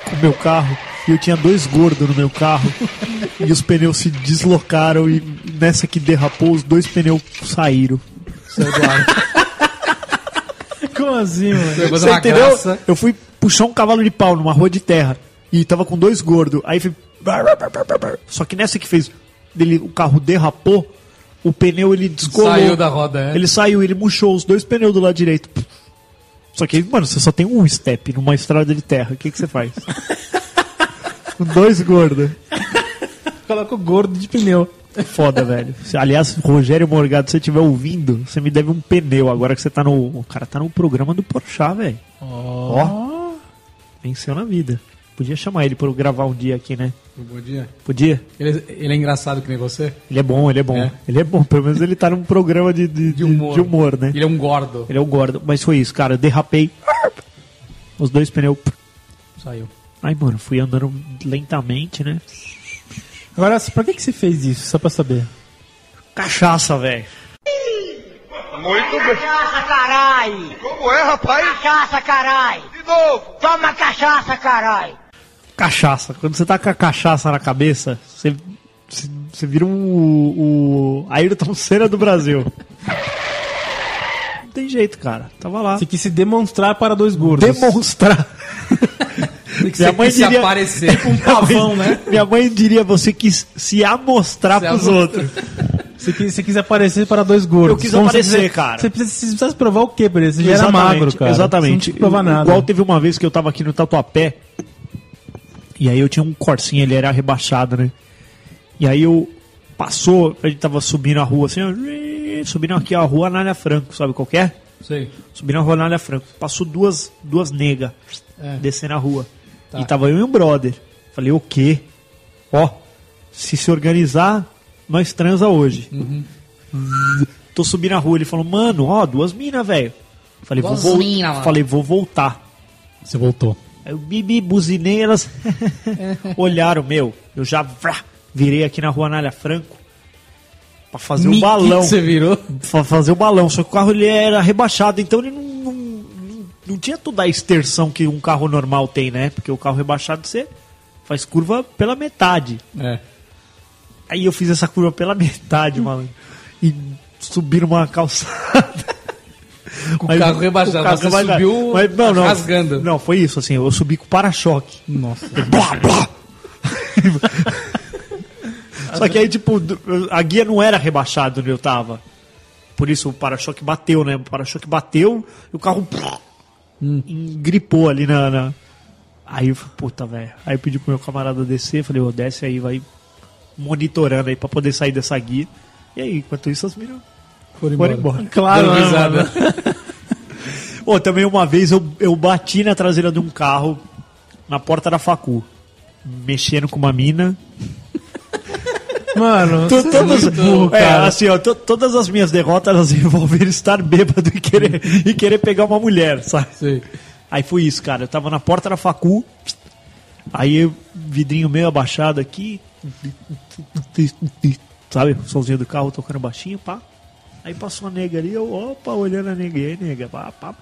[SPEAKER 3] com o meu carro e eu tinha dois gordos no meu carro e os pneus se deslocaram e nessa que derrapou os dois pneus saíram.
[SPEAKER 1] Como assim, mano?
[SPEAKER 2] Pegou
[SPEAKER 3] Você
[SPEAKER 2] é uma
[SPEAKER 3] entendeu?
[SPEAKER 2] graça.
[SPEAKER 3] Eu fui puxar um cavalo de pau numa rua de terra e tava com dois gordos. Aí fui. Só que nessa que fez. Ele, o carro derrapou, o pneu ele descolou.
[SPEAKER 2] Saiu da roda, é.
[SPEAKER 3] Ele saiu, ele murchou os dois pneus do lado direito. Só que, mano, você só tem um step numa estrada de terra. O que, que você faz? Com dois gordos.
[SPEAKER 1] Coloca o gordo de pneu.
[SPEAKER 3] É Foda, velho. Se- Aliás, Rogério Morgado, se você estiver ouvindo, você me deve um pneu agora que você tá no. O cara tá no programa do Porchat, velho. Ó. Venceu na vida. Podia chamar ele pra eu gravar um dia aqui, né?
[SPEAKER 2] Bom dia.
[SPEAKER 3] Podia?
[SPEAKER 2] Ele, ele é engraçado que nem você?
[SPEAKER 3] Ele é bom, ele é bom.
[SPEAKER 2] É.
[SPEAKER 3] Ele é bom, pelo menos ele tá num programa de, de, de- de humor. né?
[SPEAKER 2] Ele é um gordo.
[SPEAKER 3] Ele é o gordo. Mas foi isso, cara. Eu derrapei. Os dois pneus.
[SPEAKER 2] Saiu.
[SPEAKER 3] Ai, mano, fui andando lentamente, né?
[SPEAKER 1] Agora, pra que, que você fez isso? Só pra saber.
[SPEAKER 3] Cachaça, velho.
[SPEAKER 9] Muito bem. Cachaça, carai! Como é, rapaz? Cachaça, carai! De novo! Toma cachaça, carai!
[SPEAKER 3] Cachaça. Quando você tá com a cachaça na cabeça, você, você, você vira um, o Ayrton Senna do Brasil. Não tem jeito, cara. Tava lá.
[SPEAKER 1] Você quis se demonstrar para dois gordos.
[SPEAKER 3] demonstrar.
[SPEAKER 2] Tem que
[SPEAKER 3] Minha
[SPEAKER 2] ser
[SPEAKER 3] mãe
[SPEAKER 2] que se
[SPEAKER 3] diria-
[SPEAKER 2] aparecer. Tipo um pavão, né?
[SPEAKER 3] Minha mãe diria você quis se amostrar
[SPEAKER 2] Se
[SPEAKER 3] pros
[SPEAKER 2] amostrar.
[SPEAKER 3] outros.
[SPEAKER 1] Você quis, você quis aparecer para dois gordos.
[SPEAKER 3] Eu quis
[SPEAKER 1] Como
[SPEAKER 3] aparecer,
[SPEAKER 1] você precisa-
[SPEAKER 3] cara.
[SPEAKER 1] Você precisa, você precisa provar o quê, por isso? Você já era
[SPEAKER 3] Exatamente,
[SPEAKER 1] magro, cara. Você
[SPEAKER 3] Exatamente.
[SPEAKER 1] não tinha que provar nada.
[SPEAKER 3] Igual teve uma vez que eu tava aqui no Tatuapé. E aí eu tinha um corsinho, ele era rebaixado, né? E aí eu passou, a gente tava subindo a rua assim, ó, subindo aqui a rua Anália Franco, sabe qual que é?
[SPEAKER 2] Sei.
[SPEAKER 3] Subindo a rua Anália Franco. Passou duas, duas negas
[SPEAKER 2] É. Tá.
[SPEAKER 3] descendo a rua. E tava eu e um brother. Falei, o quê? Ó, se se organizar, nós transa hoje.
[SPEAKER 2] Uhum.
[SPEAKER 3] Tô subindo a rua, ele falou, mano, ó, duas minas, velho. Falei, vou
[SPEAKER 2] Duas
[SPEAKER 3] vol-
[SPEAKER 2] mina, mano.
[SPEAKER 3] Falei, vou voltar.
[SPEAKER 2] Você voltou.
[SPEAKER 3] Aí eu bibi, buzinei, elas olharam, meu. Eu já vrá, virei aqui na rua Anália Franco pra fazer o balão.
[SPEAKER 2] Você virou.
[SPEAKER 3] Fa- fazer o balão. Só que o carro ele era rebaixado, então ele não, não, não- não tinha toda a extensão que um carro normal tem, né? Porque o carro rebaixado você faz curva pela metade.
[SPEAKER 2] É.
[SPEAKER 3] Aí eu fiz essa curva pela metade, malandro. E subi numa calçada.
[SPEAKER 2] Com o carro rebaixado. Você subiu
[SPEAKER 3] Mas, não, não,
[SPEAKER 2] rasgando.
[SPEAKER 3] Não, foi isso, assim. Eu subi com para-choque.
[SPEAKER 2] Nossa.
[SPEAKER 3] Blá, blá. Só que aí, tipo, d- a guia não era rebaixada onde eu tava. Por isso o para-choque bateu, né? O para-choque bateu e o carro gripou ali na. na- Aí eu falei, puta, velho. Aí eu pedi pro meu camarada descer, falei, ô, desce aí, vai monitorando aí pra poder sair dessa guia. E aí, enquanto isso, as meninas
[SPEAKER 2] Foram
[SPEAKER 3] foram embora. Claro,
[SPEAKER 2] Dando risada.
[SPEAKER 3] Ô, também uma vez eu, eu bati na traseira de um carro na porta da facu. Mexendo com uma mina.
[SPEAKER 1] Mano,
[SPEAKER 3] To- todas,
[SPEAKER 1] burro,
[SPEAKER 3] é,
[SPEAKER 1] cara.
[SPEAKER 3] assim, ó, to- todas as minhas derrotas elas envolveram estar bêbado e querer, e querer pegar uma mulher, sabe?
[SPEAKER 2] Sei.
[SPEAKER 3] Aí foi isso, cara. Eu tava na porta da facu, aí eu- vidrinho meio abaixado aqui, sabe? O somzinho do carro tocando baixinho, pá. Aí passou a nega ali, eu, opa, olhando a nega, e aí, nega, pá, pá.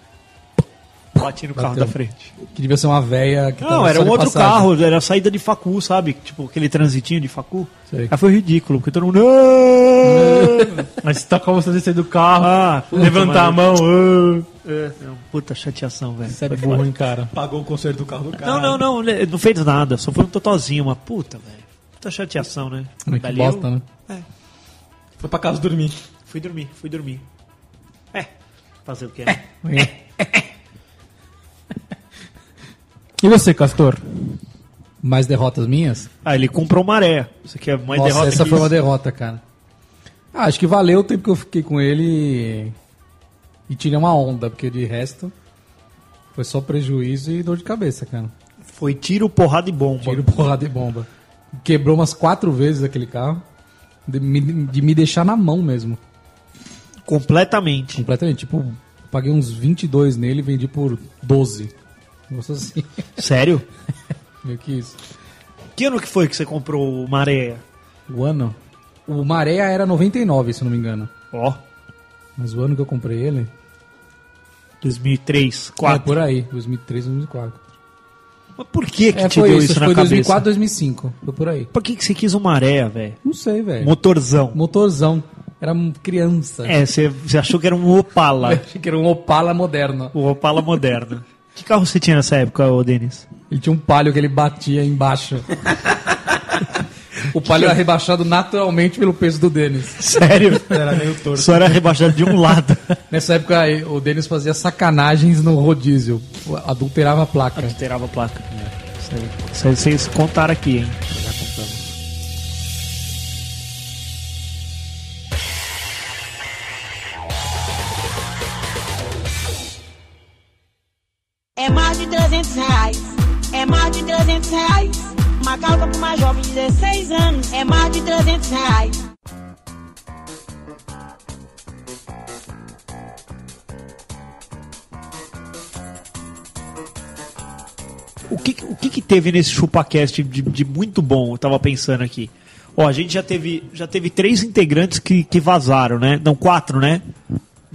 [SPEAKER 3] Bati no carro
[SPEAKER 2] Bateu.
[SPEAKER 3] da frente.
[SPEAKER 2] Que devia ser uma véia que
[SPEAKER 3] Não,
[SPEAKER 2] tava
[SPEAKER 3] era
[SPEAKER 2] só
[SPEAKER 3] um
[SPEAKER 2] de
[SPEAKER 3] outro
[SPEAKER 2] passagem.
[SPEAKER 3] carro, era a saída de facu, sabe? Tipo, aquele transitinho de facu.
[SPEAKER 2] Sei.
[SPEAKER 3] Aí foi ridículo, porque todo mundo... "Não!"
[SPEAKER 1] Mas
[SPEAKER 3] tá
[SPEAKER 1] se tocar você descer do carro,
[SPEAKER 3] Ah,
[SPEAKER 1] levantar a mão. ah.
[SPEAKER 3] É, é uma puta chateação, velho.
[SPEAKER 1] Você é burro, hein, cara.
[SPEAKER 4] Pagou o conselho do carro do cara.
[SPEAKER 3] Não, não, não, né, não fez nada, só foi um totozinho, uma puta, velho. Puta chateação, né?
[SPEAKER 2] Mas Que
[SPEAKER 3] Dali
[SPEAKER 2] bosta,
[SPEAKER 3] eu
[SPEAKER 2] né?
[SPEAKER 4] Foi pra casa dormir.
[SPEAKER 3] Fui dormir, fui dormir. É, fazer o quê? né?
[SPEAKER 1] E você, Castor?
[SPEAKER 2] Mais derrotas minhas?
[SPEAKER 3] Ah, ele comprou maré. Isso aqui é mais
[SPEAKER 2] Nossa,
[SPEAKER 3] derrota
[SPEAKER 2] essa
[SPEAKER 3] que
[SPEAKER 2] foi uma
[SPEAKER 3] isso.
[SPEAKER 2] derrota, cara. Ah, acho que valeu o tempo que eu fiquei com ele e, e tirei uma onda, porque de resto foi só prejuízo e dor de cabeça, cara.
[SPEAKER 3] Foi tiro, porrada e bomba.
[SPEAKER 2] Tiro, porrada e bomba. Quebrou umas quatro vezes aquele carro, de me, de me deixar na mão mesmo,
[SPEAKER 3] Completamente.
[SPEAKER 2] completamente. Tipo, eu paguei uns 22 nele e vendi por 12. Gostou assim?
[SPEAKER 3] Sério?
[SPEAKER 2] Meio que isso.
[SPEAKER 3] Que ano que foi que você comprou o maré?
[SPEAKER 2] O ano? O Maréia era 99, se eu não me engano.
[SPEAKER 3] Ó,
[SPEAKER 2] Mas o ano que eu comprei ele...
[SPEAKER 3] 2003,
[SPEAKER 2] É
[SPEAKER 3] 4.
[SPEAKER 2] por aí, 2003, 2004.
[SPEAKER 3] Mas por que que
[SPEAKER 2] É,
[SPEAKER 3] te
[SPEAKER 2] foi
[SPEAKER 3] deu
[SPEAKER 2] isso,
[SPEAKER 3] isso,
[SPEAKER 2] acho que
[SPEAKER 3] na
[SPEAKER 2] foi
[SPEAKER 3] cabeça?
[SPEAKER 2] 2004, 2005, foi por aí.
[SPEAKER 3] Por que que você quis o maré, velho?
[SPEAKER 2] Não sei, velho.
[SPEAKER 3] Motorzão.
[SPEAKER 2] Motorzão. Era um criança.
[SPEAKER 3] É, você você achou que era um Opala.
[SPEAKER 2] Achei que era um Opala moderno.
[SPEAKER 3] O Opala moderno. Que carro você tinha nessa época, ô Denis?
[SPEAKER 2] Ele tinha um palio que ele batia embaixo. o palio era rebaixado naturalmente pelo peso do Denis.
[SPEAKER 3] Sério?
[SPEAKER 4] Era meio torto.
[SPEAKER 3] Só era rebaixado de um lado.
[SPEAKER 2] Nessa época, aí, o Denis fazia sacanagens no rodízio. Adulterava a placa.
[SPEAKER 3] Alterava a placa. Isso aí vocês contaram aqui, hein?
[SPEAKER 10] É mais de 300 reais. É mais de 300 reais. Uma calça pra uma jovem de 16 anos. É mais de 300 reais.
[SPEAKER 3] O que, o que, que teve nesse ChupaCast de, de muito bom, eu tava pensando aqui? Ó, a gente já teve, já teve três integrantes que, que vazaram, né? Não, quatro, né?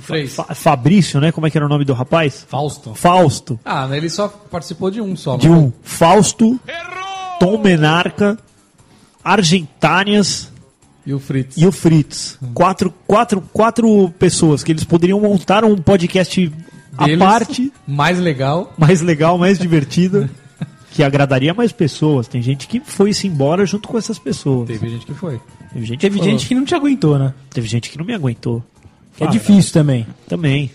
[SPEAKER 2] Três.
[SPEAKER 3] Fa- Fabrício, né? Como é que era o nome do rapaz?
[SPEAKER 2] Fausto.
[SPEAKER 3] Fausto.
[SPEAKER 2] Ah, ele só participou de um só.
[SPEAKER 3] De
[SPEAKER 2] não
[SPEAKER 3] um Fausto, Tom Menarca, Argentáneas...
[SPEAKER 2] E o Fritz.
[SPEAKER 3] e o Fritz. Quatro, quatro, quatro pessoas que eles poderiam montar um podcast à
[SPEAKER 2] Deles,
[SPEAKER 3] parte,
[SPEAKER 2] Mais legal.
[SPEAKER 3] mais legal, mais divertido. que agradaria mais pessoas. Tem gente que foi-se embora junto com essas pessoas.
[SPEAKER 2] Teve gente que foi.
[SPEAKER 3] Teve gente,
[SPEAKER 1] Teve gente que não te aguentou, né?
[SPEAKER 3] Teve gente que não me aguentou.
[SPEAKER 1] Que é difícil também.
[SPEAKER 3] Também.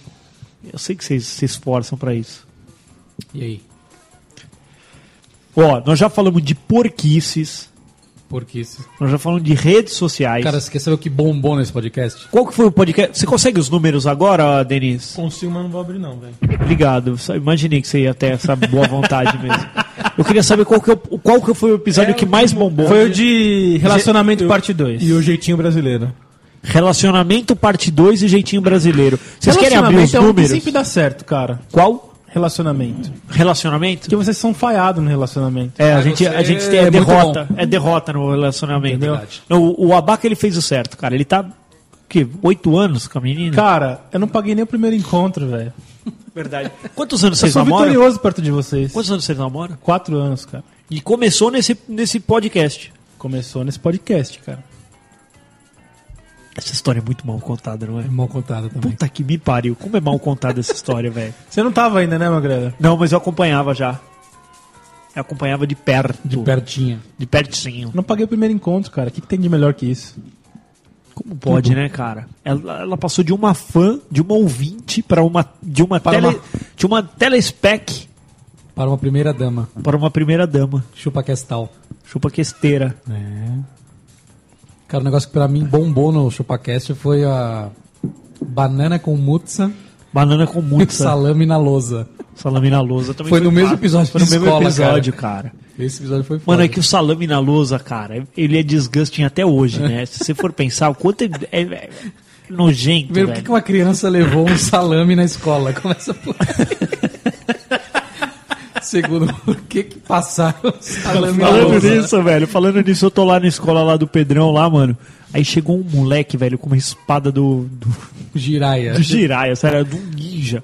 [SPEAKER 3] Eu sei que vocês se esforçam pra isso.
[SPEAKER 2] E aí?
[SPEAKER 3] Ó, nós já falamos de porquices,
[SPEAKER 2] Porque isso.
[SPEAKER 3] nós já falamos de redes sociais.
[SPEAKER 2] Cara, você quer saber o que bombou nesse podcast?
[SPEAKER 3] Qual que foi o podcast? Você consegue os números agora, Denis?
[SPEAKER 1] Consigo, mas não vou abrir, não, velho.
[SPEAKER 3] Obrigado. Só imaginei que você ia ter essa boa vontade mesmo. Eu queria saber qual que, é o- qual que foi o episódio que mais bombou.
[SPEAKER 1] É um Foi o de Relacionamento Parte 2.
[SPEAKER 4] E o jeitinho brasileiro.
[SPEAKER 3] Relacionamento parte 2 e jeitinho brasileiro. Vocês querem abrir os
[SPEAKER 1] Relacionamento é um que
[SPEAKER 3] números?
[SPEAKER 1] sempre dá certo, cara.
[SPEAKER 3] Qual?
[SPEAKER 1] Relacionamento.
[SPEAKER 3] Relacionamento?
[SPEAKER 1] Porque vocês são falhados no relacionamento.
[SPEAKER 3] É, a
[SPEAKER 2] Ah,
[SPEAKER 3] gente, a
[SPEAKER 2] você
[SPEAKER 3] gente tem a
[SPEAKER 2] é muito
[SPEAKER 3] derrota. É derrota no
[SPEAKER 1] É
[SPEAKER 3] relacionamento.
[SPEAKER 2] verdade.
[SPEAKER 3] Não, o, o Abaca ele fez o certo, cara. Ele tá. o quê? Oito anos com a menina?
[SPEAKER 1] Cara, eu não paguei nem o primeiro encontro, velho.
[SPEAKER 3] verdade. Quantos anos
[SPEAKER 1] Eu
[SPEAKER 3] vocês
[SPEAKER 1] sou
[SPEAKER 3] namoram?
[SPEAKER 1] vitorioso perto de vocês.
[SPEAKER 3] Quantos anos vocês namoram?
[SPEAKER 1] Quatro anos, cara.
[SPEAKER 3] E começou nesse, nesse podcast.
[SPEAKER 1] Começou nesse podcast, cara.
[SPEAKER 3] Essa história é muito mal contada, não é?
[SPEAKER 2] Mal contada também.
[SPEAKER 3] Puta que me pariu. Como é mal contada essa história, velho.
[SPEAKER 1] Você não tava ainda, né, Magrela?
[SPEAKER 3] Não, mas eu acompanhava já. Eu acompanhava de perto. De,
[SPEAKER 2] Pertinha.
[SPEAKER 3] de pertinho.
[SPEAKER 1] Não paguei o primeiro encontro, cara. O que, que tem de melhor que isso?
[SPEAKER 3] Como pode, né, cara? Ela, ela passou de uma fã, de uma ouvinte, para uma. De uma,
[SPEAKER 2] Para
[SPEAKER 3] tele,
[SPEAKER 2] uma-
[SPEAKER 3] de uma telespec
[SPEAKER 2] Para uma primeira dama.
[SPEAKER 3] para uma primeira dama.
[SPEAKER 2] Chupa Questal.
[SPEAKER 3] Chupa questeira.
[SPEAKER 2] Cara, o negócio que pra mim bombou no ChupaCast foi a banana com mutsa
[SPEAKER 3] Banana com
[SPEAKER 2] e
[SPEAKER 3] muito sal...
[SPEAKER 2] salame na lousa.
[SPEAKER 3] salame na lousa também.
[SPEAKER 2] Foi no mesmo
[SPEAKER 3] fácil.
[SPEAKER 2] episódio
[SPEAKER 3] Foi no
[SPEAKER 2] de
[SPEAKER 3] mesmo
[SPEAKER 2] escola,
[SPEAKER 3] episódio, cara.
[SPEAKER 2] Esse episódio foi foda.
[SPEAKER 3] Mano, é que o salame na lousa, cara, ele é disgusting até hoje,
[SPEAKER 2] É.
[SPEAKER 3] né? Se você for pensar, o quanto é, é- é nojento.
[SPEAKER 2] Primeiro, por
[SPEAKER 3] velho.
[SPEAKER 2] que que uma criança levou um salame na escola? Começa por aí. Segundo, por que que passaram o salame na
[SPEAKER 3] Falando
[SPEAKER 2] lousa?
[SPEAKER 3] nisso, velho, falando nisso, eu tô lá na escola lá do Pedrão, lá, mano. Aí chegou um moleque, velho, com uma espada do, do,
[SPEAKER 2] Jiraya.
[SPEAKER 3] do Jiraiya, sério, era de um ninja.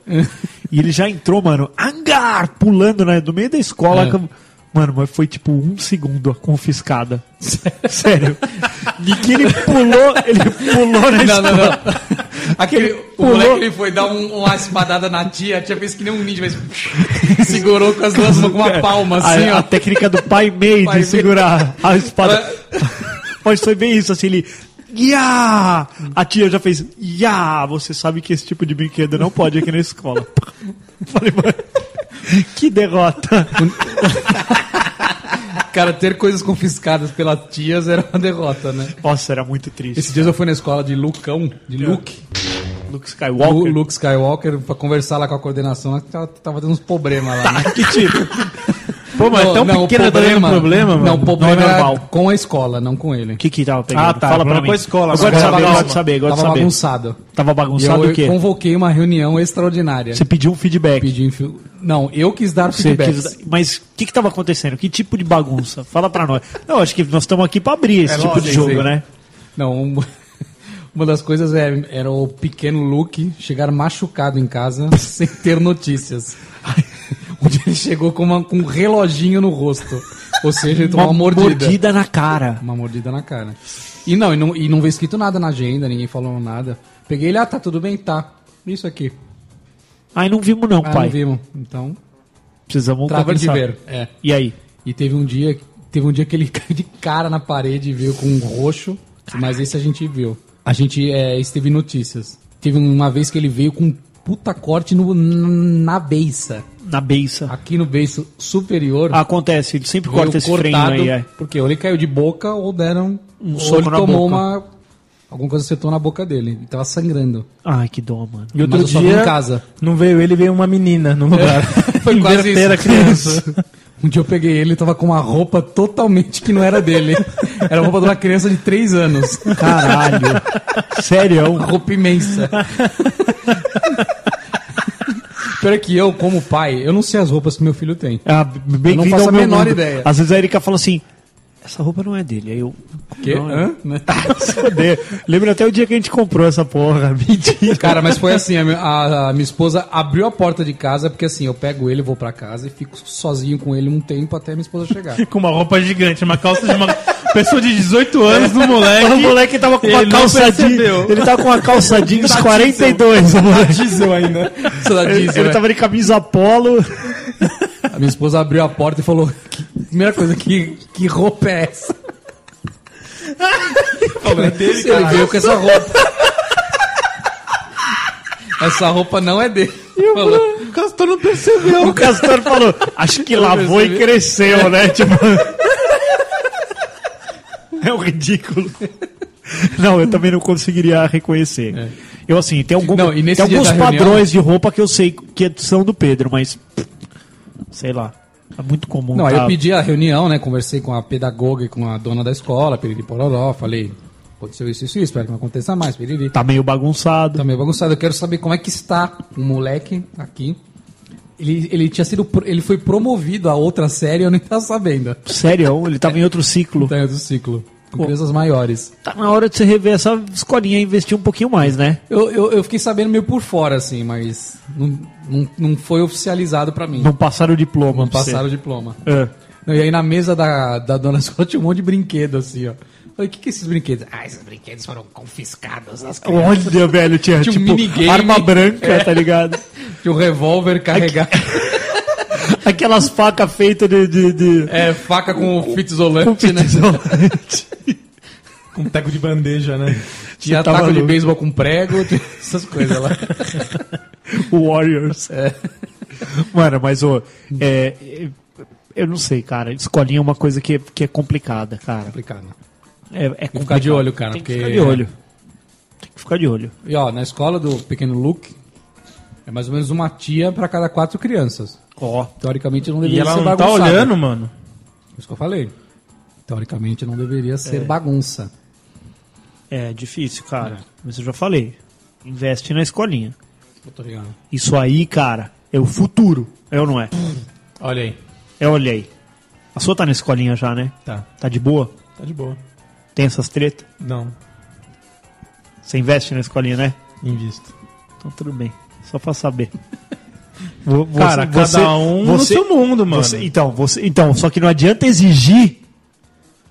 [SPEAKER 3] E ele já entrou, mano, angar, pulando, né, do meio da escola.
[SPEAKER 2] É.
[SPEAKER 3] com- Mano, mas foi tipo um segundo a confiscada. Sério. De que ele pulou, ele pulou na
[SPEAKER 2] Não,
[SPEAKER 3] escola.
[SPEAKER 2] não, não. Aquele, o
[SPEAKER 3] Pulou.
[SPEAKER 2] moleque ele foi dar um- uma espadada na tia, a tia fez que nem um ninja, mas segurou com as duas mãos com uma palma, assim,
[SPEAKER 3] a, a
[SPEAKER 2] ó.
[SPEAKER 3] técnica do pai meio
[SPEAKER 2] Pai Ah.
[SPEAKER 3] de
[SPEAKER 2] Mei.
[SPEAKER 3] segurar a espada. Mas foi bem isso, assim, ele. Ya! A tia já fez. Ya! Você sabe que esse tipo de brinquedo não pode aqui na escola. Falei, mano, que derrota!
[SPEAKER 2] Cara, ter coisas confiscadas pelas tias era uma derrota, né?
[SPEAKER 3] Nossa, era muito triste.
[SPEAKER 2] Esses dias eu fui na escola de Lucão, de Luke,
[SPEAKER 3] Luke
[SPEAKER 2] Lu-
[SPEAKER 3] Skywalker.
[SPEAKER 2] Luke Skywalker, pra conversar lá com a coordenação, ela tava, tava dando uns problemas lá, né?
[SPEAKER 3] Que tipo?
[SPEAKER 1] Pô, mas é tão pequeno problema, problema, mano.
[SPEAKER 2] Não, o problema
[SPEAKER 3] Não é
[SPEAKER 2] era
[SPEAKER 3] normal.
[SPEAKER 2] com a escola, não com ele.
[SPEAKER 3] O que que tava pegando?
[SPEAKER 1] Ah, tá,
[SPEAKER 3] Fala pra
[SPEAKER 1] problema
[SPEAKER 3] mim.
[SPEAKER 1] com a escola,
[SPEAKER 3] Eu gosto de
[SPEAKER 1] agora.
[SPEAKER 3] saber, eu gosto
[SPEAKER 2] bagunçado.
[SPEAKER 3] de saber, eu gosto de
[SPEAKER 2] Tava
[SPEAKER 3] saber.
[SPEAKER 2] bagunçado.
[SPEAKER 3] Tava
[SPEAKER 2] E
[SPEAKER 3] bagunçado
[SPEAKER 2] eu,
[SPEAKER 3] o quê?
[SPEAKER 2] eu convoquei uma reunião extraordinária.
[SPEAKER 3] Você pediu um feedback.
[SPEAKER 2] Pedi infil- Não, eu quis dar
[SPEAKER 3] Você
[SPEAKER 2] feedback.
[SPEAKER 3] quis dar- Mas o que estava acontecendo? Que tipo de bagunça? Fala pra nós. Não, acho que nós estamos aqui pra abrir esse
[SPEAKER 2] É
[SPEAKER 3] tipo
[SPEAKER 2] lógico,
[SPEAKER 3] de jogo,
[SPEAKER 2] sim.
[SPEAKER 3] né?
[SPEAKER 2] Não, um- uma das coisas é- era o pequeno Luke chegar machucado em casa sem ter notícias. Onde ele chegou com, uma- com um reloginho no rosto. Ou seja, ele tomou uma, mordida.
[SPEAKER 3] na cara.
[SPEAKER 2] Uma mordida na cara. E não, e não, e não veio escrito nada na agenda, ninguém falou nada. Peguei ele, ah, tá tudo bem, tá. Isso aqui.
[SPEAKER 3] Aí não vimos não,
[SPEAKER 2] Ah,
[SPEAKER 3] pai.
[SPEAKER 2] não vimos. Então,
[SPEAKER 3] Precisamos
[SPEAKER 2] trata de
[SPEAKER 3] conversar.
[SPEAKER 2] ver. É.
[SPEAKER 3] E aí?
[SPEAKER 2] E teve um dia, teve um dia que ele caiu de cara na parede e veio com um roxo, mas esse a gente viu. A gente é, esteve em notícias. Teve uma vez que ele veio com um puta corte no, na beiça.
[SPEAKER 3] Na beiça.
[SPEAKER 2] Aqui no beiço superior.
[SPEAKER 3] Acontece, ele sempre
[SPEAKER 2] veio
[SPEAKER 3] Ah, corta esse freio aí. É.
[SPEAKER 2] Porque ou ele caiu de boca ou deram um
[SPEAKER 3] soco
[SPEAKER 2] ou ele
[SPEAKER 3] na
[SPEAKER 2] tomou
[SPEAKER 3] boca.
[SPEAKER 2] uma alguma coisa acertou na boca dele. Ele tava sangrando.
[SPEAKER 3] Ai, que dó, mano.
[SPEAKER 1] E outro
[SPEAKER 2] Mas eu só
[SPEAKER 1] dia,
[SPEAKER 2] vim em casa.
[SPEAKER 1] não veio ele, veio uma menina no lugar.
[SPEAKER 3] É,
[SPEAKER 2] Foi quase
[SPEAKER 1] Inverteram
[SPEAKER 2] isso.
[SPEAKER 1] a criança.
[SPEAKER 2] Um dia eu peguei ele, ele tava com uma roupa totalmente que não era dele. Era a roupa de uma criança de 3 anos.
[SPEAKER 3] Caralho. Sério. é um-
[SPEAKER 2] Uma roupa imensa. Pior é que eu, como pai, eu não sei as roupas que meu filho tem.
[SPEAKER 3] Ah, bem-vindo
[SPEAKER 2] Eu não faço
[SPEAKER 3] ao
[SPEAKER 2] a
[SPEAKER 3] meu
[SPEAKER 2] menor
[SPEAKER 3] mundo.
[SPEAKER 2] ideia.
[SPEAKER 3] Às vezes a Erika fala assim, essa roupa não é dele. Aí eu...
[SPEAKER 2] Que?
[SPEAKER 3] Não, é.
[SPEAKER 2] Hã? Né?
[SPEAKER 3] se fuder. Lembra até o dia que a gente comprou essa porra. Mentira.
[SPEAKER 2] Cara, mas foi assim, a, mi- a- a minha esposa abriu a porta de casa, porque assim, eu pego ele, vou pra casa e fico sozinho com ele um tempo até minha esposa chegar.
[SPEAKER 1] Com uma roupa gigante, uma calça de uma pessoa de 18 anos no moleque.
[SPEAKER 3] O moleque tava com uma
[SPEAKER 1] Ele não
[SPEAKER 3] calça jeans.
[SPEAKER 1] percebeu. tá
[SPEAKER 3] Ele tava com uma calça jeans 42. o moleque.
[SPEAKER 2] Diesel ainda. Diesel,
[SPEAKER 1] é.
[SPEAKER 3] Ele, ele
[SPEAKER 2] né?
[SPEAKER 3] tava de camisa polo.
[SPEAKER 2] A minha esposa abriu a porta e falou: "Que- primeira coisa, que, que roupa é essa?
[SPEAKER 4] Problema dele,
[SPEAKER 2] Ele
[SPEAKER 4] caralho.
[SPEAKER 2] veio com essa roupa. Essa roupa não é dele. Falou.
[SPEAKER 1] O Castor não percebeu.
[SPEAKER 3] Então, O Castor falou, acho que lavou e cresceu, né? Tipo. É um ridículo. Não, eu também não conseguiria reconhecer. Eu, assim, tem, algum,
[SPEAKER 2] É. Não, e nesse
[SPEAKER 3] tem
[SPEAKER 2] dia
[SPEAKER 3] alguns
[SPEAKER 2] da reunião-
[SPEAKER 3] padrões de roupa que eu sei que são do Pedro, mas. pff, Sei lá. É muito comum.
[SPEAKER 2] Não, aí
[SPEAKER 3] tá?
[SPEAKER 2] eu pedi a reunião, né? Conversei com a pedagoga e com a dona da escola, piriri pororó, falei, aconteceu isso, isso, isso, espero que não aconteça mais, piriri.
[SPEAKER 3] Tá meio bagunçado.
[SPEAKER 2] Tá meio bagunçado, eu quero saber como é que está o moleque aqui. Ele, ele tinha sido, pro- ele foi promovido a outra série, eu nem tava sabendo.
[SPEAKER 3] Sério, ele tava em outro ciclo.
[SPEAKER 2] Tá do ciclo, com crianças maiores.
[SPEAKER 3] Tá na hora de você rever essa escolinha e investir um pouquinho mais, né?
[SPEAKER 2] Eu, eu, eu fiquei sabendo meio por fora, assim, mas não, não, não foi oficializado pra mim.
[SPEAKER 3] Não passaram o diploma.
[SPEAKER 2] Não
[SPEAKER 3] pra você.
[SPEAKER 2] passaram o diploma.
[SPEAKER 3] É.
[SPEAKER 2] Não, e aí na mesa da, da dona escola tinha um monte de brinquedo, assim, ó. Falei, o que que é esses brinquedos? Ah, esses brinquedos foram confiscados. As crianças.
[SPEAKER 3] Olha, velho, tinha,
[SPEAKER 2] Tinha um
[SPEAKER 3] tipo
[SPEAKER 2] minigame. É.
[SPEAKER 3] arma branca, tá ligado?
[SPEAKER 2] Tinha um revólver carregado.
[SPEAKER 3] Aquelas facas feitas de. de, de...
[SPEAKER 2] É, faca com fita isolante, né?
[SPEAKER 3] isolante.
[SPEAKER 4] Com um teco de bandeja, né?
[SPEAKER 2] Tinha
[SPEAKER 3] Você tava
[SPEAKER 2] taco de
[SPEAKER 3] louco.
[SPEAKER 2] beisebol com prego, tinha essas coisas lá.
[SPEAKER 3] Warriors.
[SPEAKER 2] É.
[SPEAKER 3] Mano, mas ô, é, é, eu não sei, cara. Escolinha é uma coisa que, que é complicada, cara.
[SPEAKER 2] Complicado. né?
[SPEAKER 3] É, é complicado.
[SPEAKER 2] ficar de olho, cara,
[SPEAKER 3] Tem que
[SPEAKER 2] porque- é.
[SPEAKER 3] ficar de olho. Tem que ficar de olho.
[SPEAKER 2] E ó, na escola do pequeno Luke, é mais ou menos uma tia pra cada quatro crianças.
[SPEAKER 1] Ó.
[SPEAKER 2] Teoricamente não
[SPEAKER 1] E
[SPEAKER 2] deveria
[SPEAKER 1] ela
[SPEAKER 3] é
[SPEAKER 2] ser
[SPEAKER 1] não tá
[SPEAKER 2] bagunçada. É
[SPEAKER 1] olhando, mano.
[SPEAKER 2] Isso que eu falei. Teoricamente não deveria ser bagunça.
[SPEAKER 3] É difícil, cara. Mas eu já falei. Investe na escolinha.
[SPEAKER 2] Eu tô ligado.
[SPEAKER 3] Isso aí, cara, é o futuro. É ou não é?
[SPEAKER 2] Olha aí.
[SPEAKER 3] É, olha aí. A sua tá na escolinha já, né?
[SPEAKER 4] Tá,
[SPEAKER 3] Tá de boa?
[SPEAKER 4] tá de boa.
[SPEAKER 3] Tem essas tretas?
[SPEAKER 4] Não,
[SPEAKER 3] Você investe na escolinha, né?
[SPEAKER 4] invisto.
[SPEAKER 3] Então tudo bem. Só pra saber. Vo- vo-
[SPEAKER 1] Cara, cada um no seu mundo, mano.
[SPEAKER 3] você- então, você, então, só que não adianta exigir.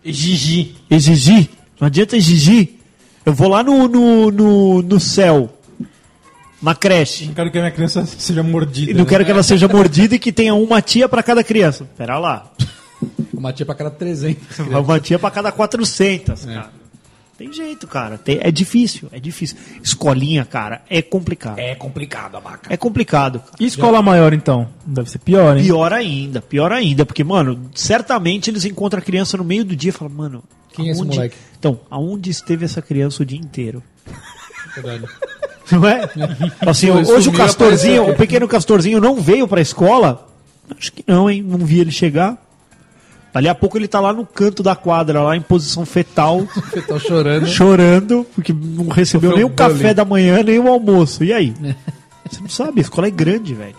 [SPEAKER 1] Gigi.
[SPEAKER 3] Exigir. Não adianta exigir. Eu vou lá no, no, no, no céu. Na creche.
[SPEAKER 4] Não quero que a minha criança seja mordida.
[SPEAKER 3] E não
[SPEAKER 4] né?
[SPEAKER 3] quero que ela seja mordida e que tenha uma tia pra cada criança. Pera lá.
[SPEAKER 2] Uma tia pra cada 300.
[SPEAKER 3] Vai Uma tia pra cada 400, cara. Tem jeito, cara. Tem- é difícil, é difícil. Escolinha, cara, é complicado. É,
[SPEAKER 2] É complicado, abaca.
[SPEAKER 3] complicado, cara.
[SPEAKER 1] E escola maior, então? Deve ser pior, hein?
[SPEAKER 3] Pior ainda, pior ainda, porque, mano, certamente eles encontram a criança no meio do dia e falam, mano,
[SPEAKER 2] Quem é esse moleque?
[SPEAKER 3] Então, aonde esteve essa criança o dia inteiro? Não é? Assim,
[SPEAKER 2] Pô,
[SPEAKER 3] hoje
[SPEAKER 2] sumiu,
[SPEAKER 3] o castorzinho,
[SPEAKER 2] apareceu.
[SPEAKER 3] o pequeno castorzinho não veio pra escola? Acho que não, hein? Não vi ele chegar. Dali a pouco ele tá lá no canto da quadra, lá em posição fetal,
[SPEAKER 2] Eu tô chorando.
[SPEAKER 3] chorando, porque não recebeu
[SPEAKER 2] Sofreu
[SPEAKER 3] nem o
[SPEAKER 2] bullying.
[SPEAKER 3] café da manhã, nem o almoço. E aí? Você não sabe, a escola é grande, velho.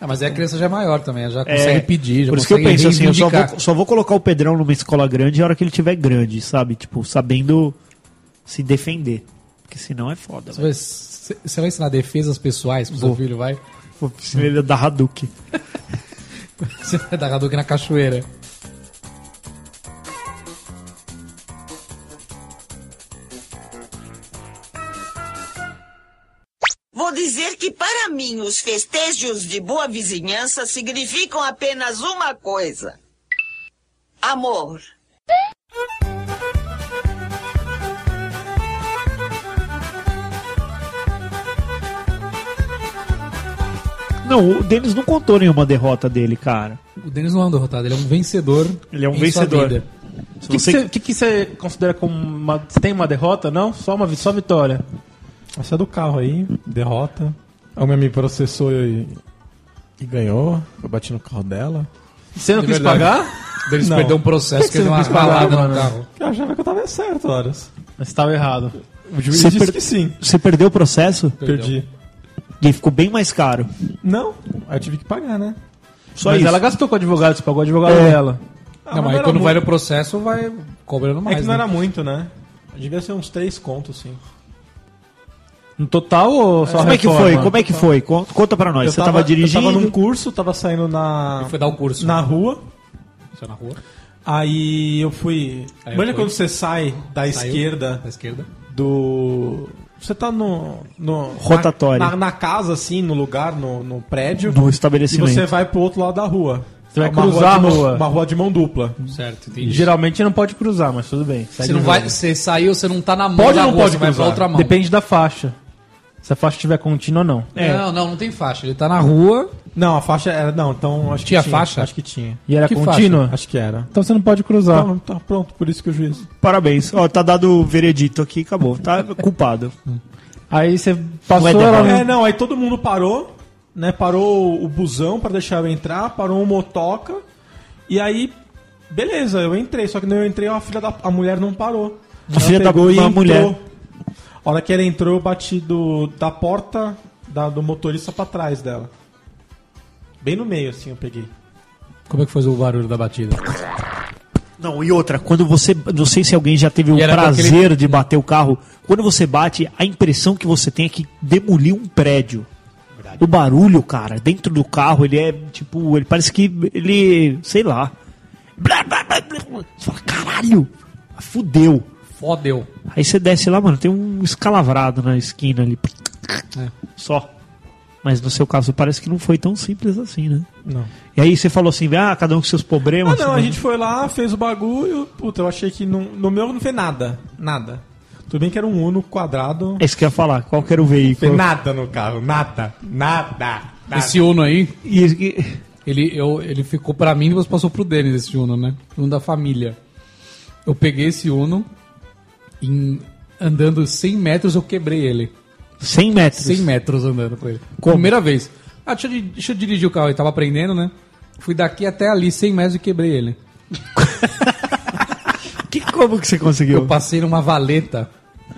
[SPEAKER 2] Ah, mas aí a criança já é maior também, ela já consegue pedir, já
[SPEAKER 3] Por isso que eu
[SPEAKER 2] consegue
[SPEAKER 3] penso assim, eu só
[SPEAKER 2] reivindicar.
[SPEAKER 3] vou, só vou colocar o Pedrão numa escola grande a hora que ele tiver grande, sabe? Tipo, sabendo se defender. Porque senão é foda,
[SPEAKER 2] Você
[SPEAKER 3] velho.
[SPEAKER 2] vai- Você você vai ensinar defesas pessoais pro seu filho, vai?
[SPEAKER 3] Pô, Senão ele é da Hadouken.
[SPEAKER 2] Você vai dar Hadouken na cachoeira.
[SPEAKER 11] Vou dizer que para mim os festejos de boa vizinhança significam apenas uma coisa: amor.
[SPEAKER 3] Não, o Denis não contou nenhuma derrota dele, cara.
[SPEAKER 2] O Denis não é um derrotado, ele é um vencedor.
[SPEAKER 3] Ele é um
[SPEAKER 2] em
[SPEAKER 3] vencedor.
[SPEAKER 2] sua vida.
[SPEAKER 3] Se
[SPEAKER 1] O que
[SPEAKER 3] você-
[SPEAKER 1] você que que cê considera como uma. Você tem uma derrota, não? Só uma vi- só vitória.
[SPEAKER 4] Essa é do carro aí, derrota. A minha me processou e, e ganhou. Eu bati no carro dela.
[SPEAKER 1] Você não
[SPEAKER 2] De
[SPEAKER 1] quis
[SPEAKER 2] verdade.
[SPEAKER 1] pagar?
[SPEAKER 2] O Denis
[SPEAKER 4] Não.
[SPEAKER 2] perdeu um processo que ele deu uma
[SPEAKER 1] quis pagar,
[SPEAKER 2] ralada no
[SPEAKER 1] mano?
[SPEAKER 2] carro.
[SPEAKER 4] Eu achava que eu tava certo, horas.
[SPEAKER 1] Mas estava errado.
[SPEAKER 4] O juiz
[SPEAKER 3] Você
[SPEAKER 4] disse
[SPEAKER 3] per-
[SPEAKER 4] que sim.
[SPEAKER 3] Você perdeu o processo
[SPEAKER 4] Perdi.
[SPEAKER 3] e ficou bem mais caro.
[SPEAKER 4] Não, aí eu tive que pagar, né?
[SPEAKER 3] Só
[SPEAKER 1] mas
[SPEAKER 3] isso.
[SPEAKER 1] ela gastou com o advogado, você pagou o advogado dela.
[SPEAKER 4] Ah,
[SPEAKER 2] não, mas
[SPEAKER 4] era
[SPEAKER 2] aí quando
[SPEAKER 4] muito.
[SPEAKER 2] vai no processo, vai cobrando
[SPEAKER 4] É
[SPEAKER 2] mais.
[SPEAKER 4] que não
[SPEAKER 2] né?
[SPEAKER 4] era muito, né? Devia ser uns três contos, sim.
[SPEAKER 1] No total ou só
[SPEAKER 3] Como é que
[SPEAKER 1] reforma?
[SPEAKER 3] foi? Como é que foi? Con- Conta pra nós.
[SPEAKER 4] Eu
[SPEAKER 3] você tava, dirigindo?
[SPEAKER 4] Eu tava num curso, tava saindo na,
[SPEAKER 2] Ele foi dar um o curso.
[SPEAKER 4] na rua.
[SPEAKER 2] Saiu na rua.
[SPEAKER 4] Aí eu fui.
[SPEAKER 2] Aí eu
[SPEAKER 4] Manja
[SPEAKER 2] fui.
[SPEAKER 4] quando você sai da
[SPEAKER 2] Saiu
[SPEAKER 4] esquerda
[SPEAKER 2] Da esquerda.
[SPEAKER 4] do. Você tá no. no
[SPEAKER 3] Rotatório.
[SPEAKER 4] Na, na, na casa, assim, no lugar, no, no prédio.
[SPEAKER 3] No estabelecimento.
[SPEAKER 4] E você vai pro outro lado da rua. É
[SPEAKER 1] Você vai
[SPEAKER 4] Uma
[SPEAKER 1] cruzar
[SPEAKER 4] de
[SPEAKER 1] a
[SPEAKER 4] mão-
[SPEAKER 1] rua.
[SPEAKER 4] Uma rua de mão dupla.
[SPEAKER 2] Certo,
[SPEAKER 1] é
[SPEAKER 2] entendi.
[SPEAKER 1] Geralmente não pode cruzar, mas tudo bem.
[SPEAKER 2] Você não vai, você saiu, você não tá na mão
[SPEAKER 1] Pode ou
[SPEAKER 2] da
[SPEAKER 1] não
[SPEAKER 2] rua,
[SPEAKER 1] pode
[SPEAKER 2] você vai pra
[SPEAKER 1] cruzar?
[SPEAKER 2] outra mão.
[SPEAKER 1] Depende da faixa. Se a faixa tiver contínua ou não.
[SPEAKER 2] Não, não, não tem faixa. Ele tá na rua.
[SPEAKER 4] Não, a faixa era. Não, então acho
[SPEAKER 2] Tinha
[SPEAKER 4] que tinha.
[SPEAKER 2] faixa?
[SPEAKER 4] Acho que tinha.
[SPEAKER 1] E era
[SPEAKER 2] Que faixa?
[SPEAKER 1] contínua?
[SPEAKER 4] Acho que era.
[SPEAKER 1] Então você não pode cruzar.
[SPEAKER 4] Então, tá pronto, por isso que o juiz.
[SPEAKER 3] Parabéns. Ó, tá dado o veredito aqui, acabou. Tá culpado.
[SPEAKER 1] Aí você passou,
[SPEAKER 3] Não é
[SPEAKER 1] ela
[SPEAKER 3] derrota.
[SPEAKER 1] não-
[SPEAKER 4] É, não, aí todo mundo parou, né? Parou o busão pra deixar eu entrar, parou o motoca. E aí, beleza, eu entrei, só que quando eu entrei, a filha da a mulher não parou.
[SPEAKER 3] A filha da-
[SPEAKER 4] pegou e
[SPEAKER 3] da
[SPEAKER 4] entrou.
[SPEAKER 3] mulher.
[SPEAKER 4] A hora que ela entrou, eu bati do, da porta da- do motorista pra trás dela. Bem no meio, assim, eu peguei.
[SPEAKER 2] Como é que foi o barulho da batida?
[SPEAKER 3] Não, e outra, quando você. Não sei se alguém já teve o
[SPEAKER 2] E era com
[SPEAKER 3] prazer
[SPEAKER 2] aquele-
[SPEAKER 3] de bater o carro. Quando você bate, a impressão que você tem é que demoliu um prédio. O barulho, cara, dentro do carro, ele é tipo. Ele parece que. Ele. Sei lá. Blá, blá, blá, blá. Você fala, caralho! Fudeu.
[SPEAKER 2] Fodeu.
[SPEAKER 3] Aí você desce lá, mano, tem um escalavrado na esquina ali.
[SPEAKER 4] É.
[SPEAKER 3] Só. Mas no seu caso parece que não foi tão simples assim, né?
[SPEAKER 4] Não.
[SPEAKER 3] E aí você falou assim, ah, cada um com seus problemas.
[SPEAKER 4] Ah, não, a
[SPEAKER 3] né?
[SPEAKER 4] gente foi lá, fez o bagulho. Puta, eu achei que não, no meu não fez nada. Nada. Tudo bem que era um Uno quadrado.
[SPEAKER 3] É isso que eu ia falar, qual que era o
[SPEAKER 4] Tem
[SPEAKER 3] veículo?
[SPEAKER 4] nada no carro, nada, nada, nada.
[SPEAKER 2] Esse Uno aí,
[SPEAKER 3] Tá. E- e-
[SPEAKER 2] ele, eu, ele ficou pra mim e você passou pro Denis esse Uno, né? Uno da família. Eu peguei esse Uno, em- andando 100 metros eu quebrei ele.
[SPEAKER 3] 100 metros.
[SPEAKER 2] 100 metros andando com ele.
[SPEAKER 3] Como?
[SPEAKER 2] Primeira vez. Ah, deixa eu, di- deixa eu dirigir o carro. Ele tava aprendendo, né? Fui daqui até ali, 100 metros e quebrei ele.
[SPEAKER 3] Que, como que você
[SPEAKER 2] Eu
[SPEAKER 3] conseguiu?
[SPEAKER 2] passei numa valeta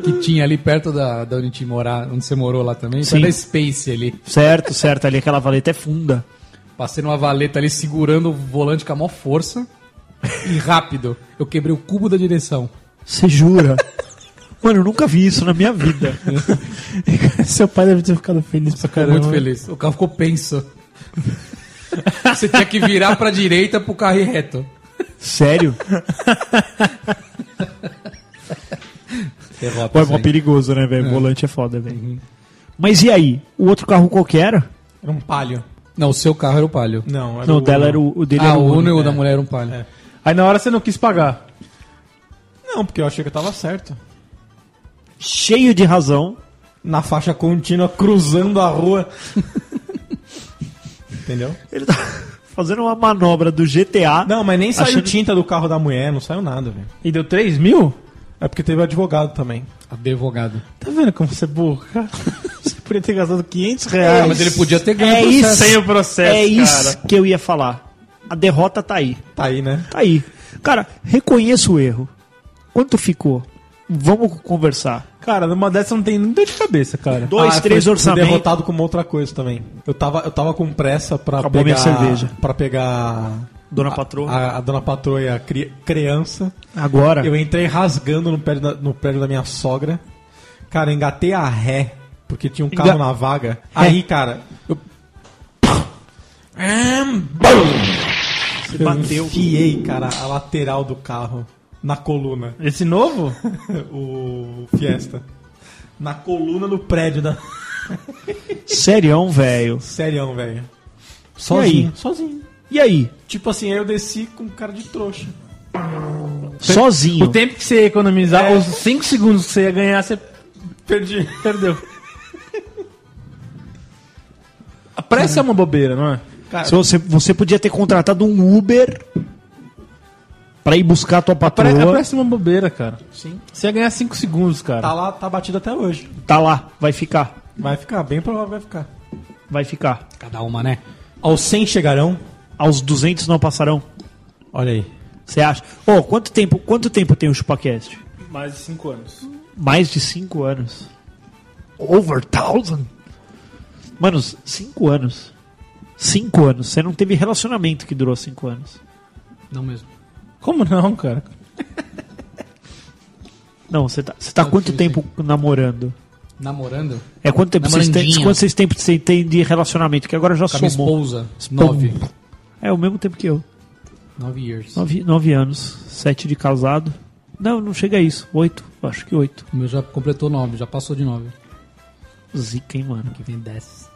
[SPEAKER 2] que tinha ali perto da, da onde, a gente morar, onde você morou lá também.
[SPEAKER 3] Sim.
[SPEAKER 2] Perto da Space ali.
[SPEAKER 3] Certo, certo, ali aquela valeta é funda.
[SPEAKER 2] Passei numa valeta ali segurando o volante com a maior força e rápido. Eu quebrei o cubo da direção.
[SPEAKER 3] Você jura? Mano, eu nunca vi isso na minha vida.
[SPEAKER 1] Seu pai deve ter ficado feliz pra
[SPEAKER 2] Ficou
[SPEAKER 1] caramba.
[SPEAKER 2] muito feliz. O carro ficou penso. Você tinha que virar pra direita pro carro ir reto.
[SPEAKER 3] Sério? Pô, é mó perigoso, né, velho? Volante é foda, velho. Mas e aí? O outro carro qual que era?
[SPEAKER 4] Era um palio.
[SPEAKER 2] Não, o seu carro era o palio.
[SPEAKER 4] Não, era
[SPEAKER 3] Não,
[SPEAKER 4] o
[SPEAKER 3] o dela
[SPEAKER 4] Uno.
[SPEAKER 3] era o, o dele
[SPEAKER 2] ah,
[SPEAKER 3] era
[SPEAKER 2] o Uno e o
[SPEAKER 3] né?
[SPEAKER 2] da mulher era um palio.
[SPEAKER 4] É.
[SPEAKER 1] Aí na hora você não quis pagar.
[SPEAKER 4] Não, porque eu achei que eu tava certo.
[SPEAKER 3] Cheio de razão.
[SPEAKER 4] Na faixa contínua, cruzando a rua. Entendeu?
[SPEAKER 3] Ele tá fazendo uma manobra do GTA.
[SPEAKER 4] Não, mas nem saiu
[SPEAKER 3] Achando-
[SPEAKER 4] tinta do carro da mulher, não saiu nada, velho.
[SPEAKER 1] E deu 3 mil?
[SPEAKER 4] É porque teve advogado também.
[SPEAKER 2] Advogado.
[SPEAKER 1] Tá vendo como você é burro, cara?
[SPEAKER 3] Você podia ter gastado 500 reais.
[SPEAKER 2] Ah, mas ele podia ter ganho
[SPEAKER 3] é
[SPEAKER 2] processo.
[SPEAKER 3] isso,
[SPEAKER 1] Sem o processo,
[SPEAKER 3] É
[SPEAKER 1] cara.
[SPEAKER 3] isso que eu ia falar. A derrota tá aí.
[SPEAKER 4] Tá aí, né?
[SPEAKER 3] Tá aí. Cara, reconheça o erro. Quanto ficou? Vamos conversar.
[SPEAKER 1] Cara, numa dessa não tem nem dor de cabeça, cara.
[SPEAKER 3] Dois,
[SPEAKER 4] Ah,
[SPEAKER 3] três
[SPEAKER 4] foi-
[SPEAKER 3] orçamentos.
[SPEAKER 4] Fui derrotado com uma outra coisa também. Eu tava, eu tava com pressa pra
[SPEAKER 3] Acabou
[SPEAKER 4] pegar...
[SPEAKER 3] minha cerveja.
[SPEAKER 4] Pra pegar...
[SPEAKER 3] Dona Patroa. É.
[SPEAKER 4] A, a dona patroa e a cri- criança.
[SPEAKER 3] Agora.
[SPEAKER 4] Eu entrei rasgando no prédio, da, no prédio da minha sogra. Cara, eu engatei a ré, porque tinha um carro
[SPEAKER 3] Enga- É.
[SPEAKER 4] na vaga. Aí, cara, eu. Você
[SPEAKER 3] bateu.
[SPEAKER 4] Eu enfiei, cara, a lateral do carro na coluna.
[SPEAKER 1] Esse novo?
[SPEAKER 4] o Fiesta. Na coluna do prédio da.
[SPEAKER 3] Serião, velho.
[SPEAKER 4] Serião, velho.
[SPEAKER 3] Sozinho.
[SPEAKER 4] Sozinho.
[SPEAKER 3] E aí?
[SPEAKER 4] Tipo assim, aí eu desci com cara de trouxa.
[SPEAKER 3] Sozinho.
[SPEAKER 1] O tempo que você ia economizar,
[SPEAKER 4] É.
[SPEAKER 1] os 5 segundos que você ia ganhar, você
[SPEAKER 4] Perdi.
[SPEAKER 1] perdeu. A pressa é uma bobeira, não é?
[SPEAKER 3] Se você, você podia ter contratado um Uber pra ir buscar a tua
[SPEAKER 1] Pre- A
[SPEAKER 3] patroa.
[SPEAKER 1] pressa é uma bobeira, cara. Sim. Você ia ganhar 5 segundos, cara.
[SPEAKER 4] Tá lá, tá batido até hoje.
[SPEAKER 3] Tá lá, vai ficar.
[SPEAKER 4] Vai ficar, bem provável vai ficar.
[SPEAKER 3] Vai ficar.
[SPEAKER 2] Cada uma, né?
[SPEAKER 4] Aos 100 chegarão?
[SPEAKER 3] Aos 200 não passarão.
[SPEAKER 4] Olha aí.
[SPEAKER 3] Você acha? Ô, quanto tempo, quanto tempo tem o ChupaCast?
[SPEAKER 1] Mais de 5 anos.
[SPEAKER 3] Mais de 5 anos. Over thousand? Mano, 5 anos. 5 anos. Você não teve relacionamento que durou 5 anos.
[SPEAKER 2] Não mesmo.
[SPEAKER 1] Como não, cara?
[SPEAKER 3] Não, você tá, você tá
[SPEAKER 2] Não,
[SPEAKER 3] quanto
[SPEAKER 2] tive
[SPEAKER 3] tempo namorando?
[SPEAKER 2] Namorando?
[SPEAKER 3] É quanto tempo vocês têm,
[SPEAKER 2] Namorandinho.
[SPEAKER 3] quanto vocês tempo você tem de relacionamento? Que agora já
[SPEAKER 2] Com a minha
[SPEAKER 3] somou.
[SPEAKER 2] esposa.
[SPEAKER 3] Espum.
[SPEAKER 2] Nove.
[SPEAKER 3] É o mesmo tempo que eu.
[SPEAKER 2] Nove years.
[SPEAKER 3] Nove, nove anos. Sete de casado. Não, não chega a isso. Oito, acho que oito.
[SPEAKER 2] O meu já completou nove, já passou de nove.
[SPEAKER 3] Zica, hein, mano.
[SPEAKER 2] Que vem dez.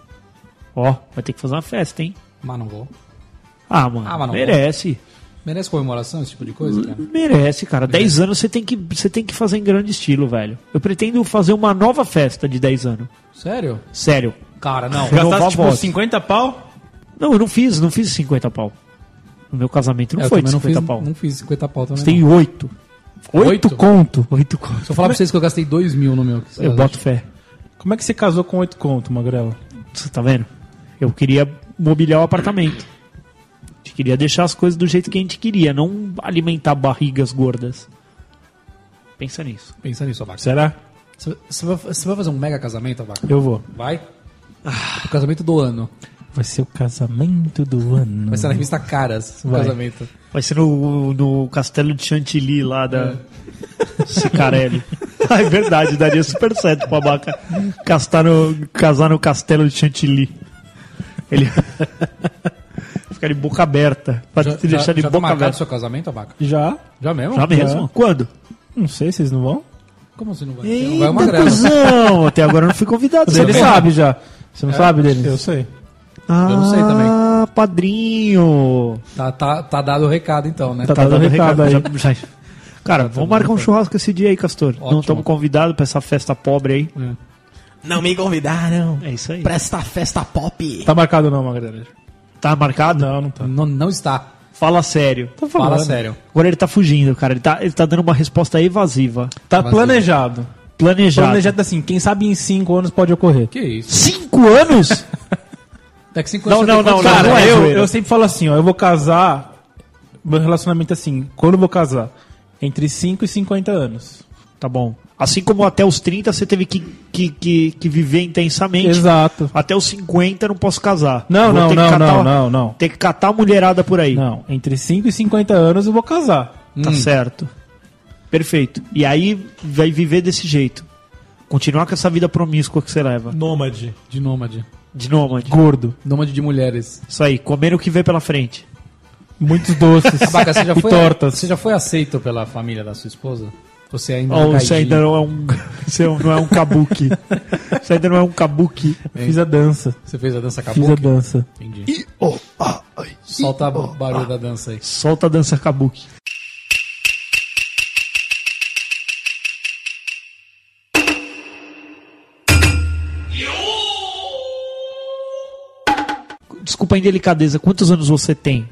[SPEAKER 3] Ó, vai ter que fazer uma festa, hein?
[SPEAKER 2] Mas não vou.
[SPEAKER 3] Ah, mano,
[SPEAKER 2] Ah, mas não
[SPEAKER 3] merece.
[SPEAKER 2] Merece comemoração, esse tipo de coisa, cara?
[SPEAKER 3] Merece, cara. 10 anos você tem, que, você tem que fazer em grande estilo, velho. Eu pretendo fazer uma nova festa de 10 anos.
[SPEAKER 2] Sério?
[SPEAKER 3] Sério.
[SPEAKER 2] Cara, não.
[SPEAKER 3] Renovar
[SPEAKER 1] Gastasse tipo
[SPEAKER 3] votos.
[SPEAKER 1] 50 pau?
[SPEAKER 3] Não, eu não fiz, não fiz 50 pau. No meu casamento não
[SPEAKER 2] É, eu
[SPEAKER 3] foi de
[SPEAKER 2] também
[SPEAKER 3] 50
[SPEAKER 2] não fiz,
[SPEAKER 3] pau.
[SPEAKER 2] Não fiz 50 pau também.
[SPEAKER 3] Você tem
[SPEAKER 2] não.
[SPEAKER 3] 8. 8,
[SPEAKER 2] Oito?
[SPEAKER 3] conto? 8 conto.
[SPEAKER 2] Se eu falar pra vocês que eu gastei 2 mil no meu. que
[SPEAKER 3] Eu
[SPEAKER 2] vocês
[SPEAKER 3] boto fé.
[SPEAKER 1] Como é que você casou com oito conto, Magrela?
[SPEAKER 3] Você tá vendo? Eu queria mobiliar o apartamento. A gente queria deixar as coisas do jeito que a gente queria, não alimentar barrigas gordas. Pensa nisso.
[SPEAKER 2] acham? Pensa nisso, Abaca.
[SPEAKER 1] Será?
[SPEAKER 2] Você você vai, você vai fazer um mega casamento, Abaca?
[SPEAKER 1] Eu vou.
[SPEAKER 2] Vai? Ah. O casamento do ano.
[SPEAKER 1] Vai ser o casamento do ano.
[SPEAKER 2] Vai ser na revista Caras o
[SPEAKER 1] Vai.
[SPEAKER 2] casamento.
[SPEAKER 3] Vai ser no, no castelo de Chantilly lá da
[SPEAKER 1] É.
[SPEAKER 3] Cicarelli. Ah, é verdade, daria super certo pro Abaca castar no, casar no castelo de Chantilly. Ele ficar de boca aberta. Pra te deixar de
[SPEAKER 2] já tá
[SPEAKER 3] boca
[SPEAKER 2] marcado
[SPEAKER 3] aberta.
[SPEAKER 2] seu casamento, Abaca?
[SPEAKER 1] Já?
[SPEAKER 2] Já mesmo?
[SPEAKER 3] Já mesmo? Quando?
[SPEAKER 1] Não sei, vocês não vão?
[SPEAKER 2] Como assim não vai? não vai uma
[SPEAKER 3] Eita,
[SPEAKER 2] grana.
[SPEAKER 3] cuzão! Até agora É. eu não fui convidado.
[SPEAKER 1] Você É, ele
[SPEAKER 3] sabia?
[SPEAKER 1] sabe já. Você não sabe, Denis?
[SPEAKER 4] Eu sei.
[SPEAKER 3] Ah,
[SPEAKER 2] Eu não sei também.
[SPEAKER 3] padrinho.
[SPEAKER 2] Tá, tá, tá dado o recado então, né?
[SPEAKER 1] Tá dado
[SPEAKER 3] dando
[SPEAKER 1] recado
[SPEAKER 3] recado. Já- já- Cara, vamos marcar um churrasco esse dia aí, Castor. Não
[SPEAKER 2] Ótimo.
[SPEAKER 3] estamos convidados pra essa festa pobre aí.
[SPEAKER 1] Não me convidaram.
[SPEAKER 3] É isso aí.
[SPEAKER 1] Pra esta festa pop. Tá marcado não, Magrela.
[SPEAKER 3] Tá marcado?
[SPEAKER 1] Não, não tá.
[SPEAKER 2] Não, não está.
[SPEAKER 3] Fala sério.
[SPEAKER 2] Fala sério.
[SPEAKER 3] Agora ele tá fugindo, cara. Ele tá, ele tá dando uma resposta evasiva.
[SPEAKER 1] Tá
[SPEAKER 2] Vazio.
[SPEAKER 1] planejado.
[SPEAKER 3] Planejado.
[SPEAKER 1] Planejado assim, quem sabe em cinco anos pode ocorrer.
[SPEAKER 2] Que isso?
[SPEAKER 3] Cinco anos?
[SPEAKER 2] Daqui cinco
[SPEAKER 3] Não,
[SPEAKER 2] anos
[SPEAKER 3] não,
[SPEAKER 2] você tem
[SPEAKER 3] não,
[SPEAKER 2] quantos
[SPEAKER 3] não,
[SPEAKER 1] Cara,
[SPEAKER 2] anos?
[SPEAKER 3] é
[SPEAKER 1] eu,
[SPEAKER 3] zoeira.
[SPEAKER 1] eu sempre falo assim, ó, eu vou casar. Meu relacionamento é assim, quando eu vou casar? Entre 5 e 50 anos.
[SPEAKER 3] tá bom. Assim como até os 30 você teve que, que, que, que viver intensamente.
[SPEAKER 1] Exato.
[SPEAKER 3] Até os 50 eu não posso casar.
[SPEAKER 1] Não,
[SPEAKER 3] Vou
[SPEAKER 1] não,
[SPEAKER 3] ter que
[SPEAKER 1] não,
[SPEAKER 3] catar-
[SPEAKER 1] não, não, não.
[SPEAKER 3] Ter que catar a mulherada por aí.
[SPEAKER 1] Não, entre 5 e 50 anos eu vou casar.
[SPEAKER 3] Tá certo. Perfeito. E aí vai viver desse jeito. Continuar com essa vida promíscua que você leva.
[SPEAKER 4] Nômade.
[SPEAKER 2] De nômade.
[SPEAKER 3] De nômade.
[SPEAKER 1] Gordo.
[SPEAKER 2] Nômade de mulheres.
[SPEAKER 3] Isso aí, comendo o que vê pela frente.
[SPEAKER 1] Muitos doces.
[SPEAKER 2] Abaca, você já
[SPEAKER 1] e
[SPEAKER 2] foi,
[SPEAKER 1] tortas.
[SPEAKER 2] Você já foi aceito pela família da sua esposa? Você ainda
[SPEAKER 3] Oh, isso
[SPEAKER 2] caidinho?
[SPEAKER 3] ainda não é um. Isso não é um kabuki. isso ainda não é um kabuki.
[SPEAKER 1] Fiz a dança.
[SPEAKER 2] Você fez a dança
[SPEAKER 1] Fiz
[SPEAKER 2] acabou?
[SPEAKER 1] a dança.
[SPEAKER 2] Entendi. Solta o barulho da dança aí.
[SPEAKER 3] Solta a dança kabuki. Desculpa a indelicadeza, quantos anos você tem?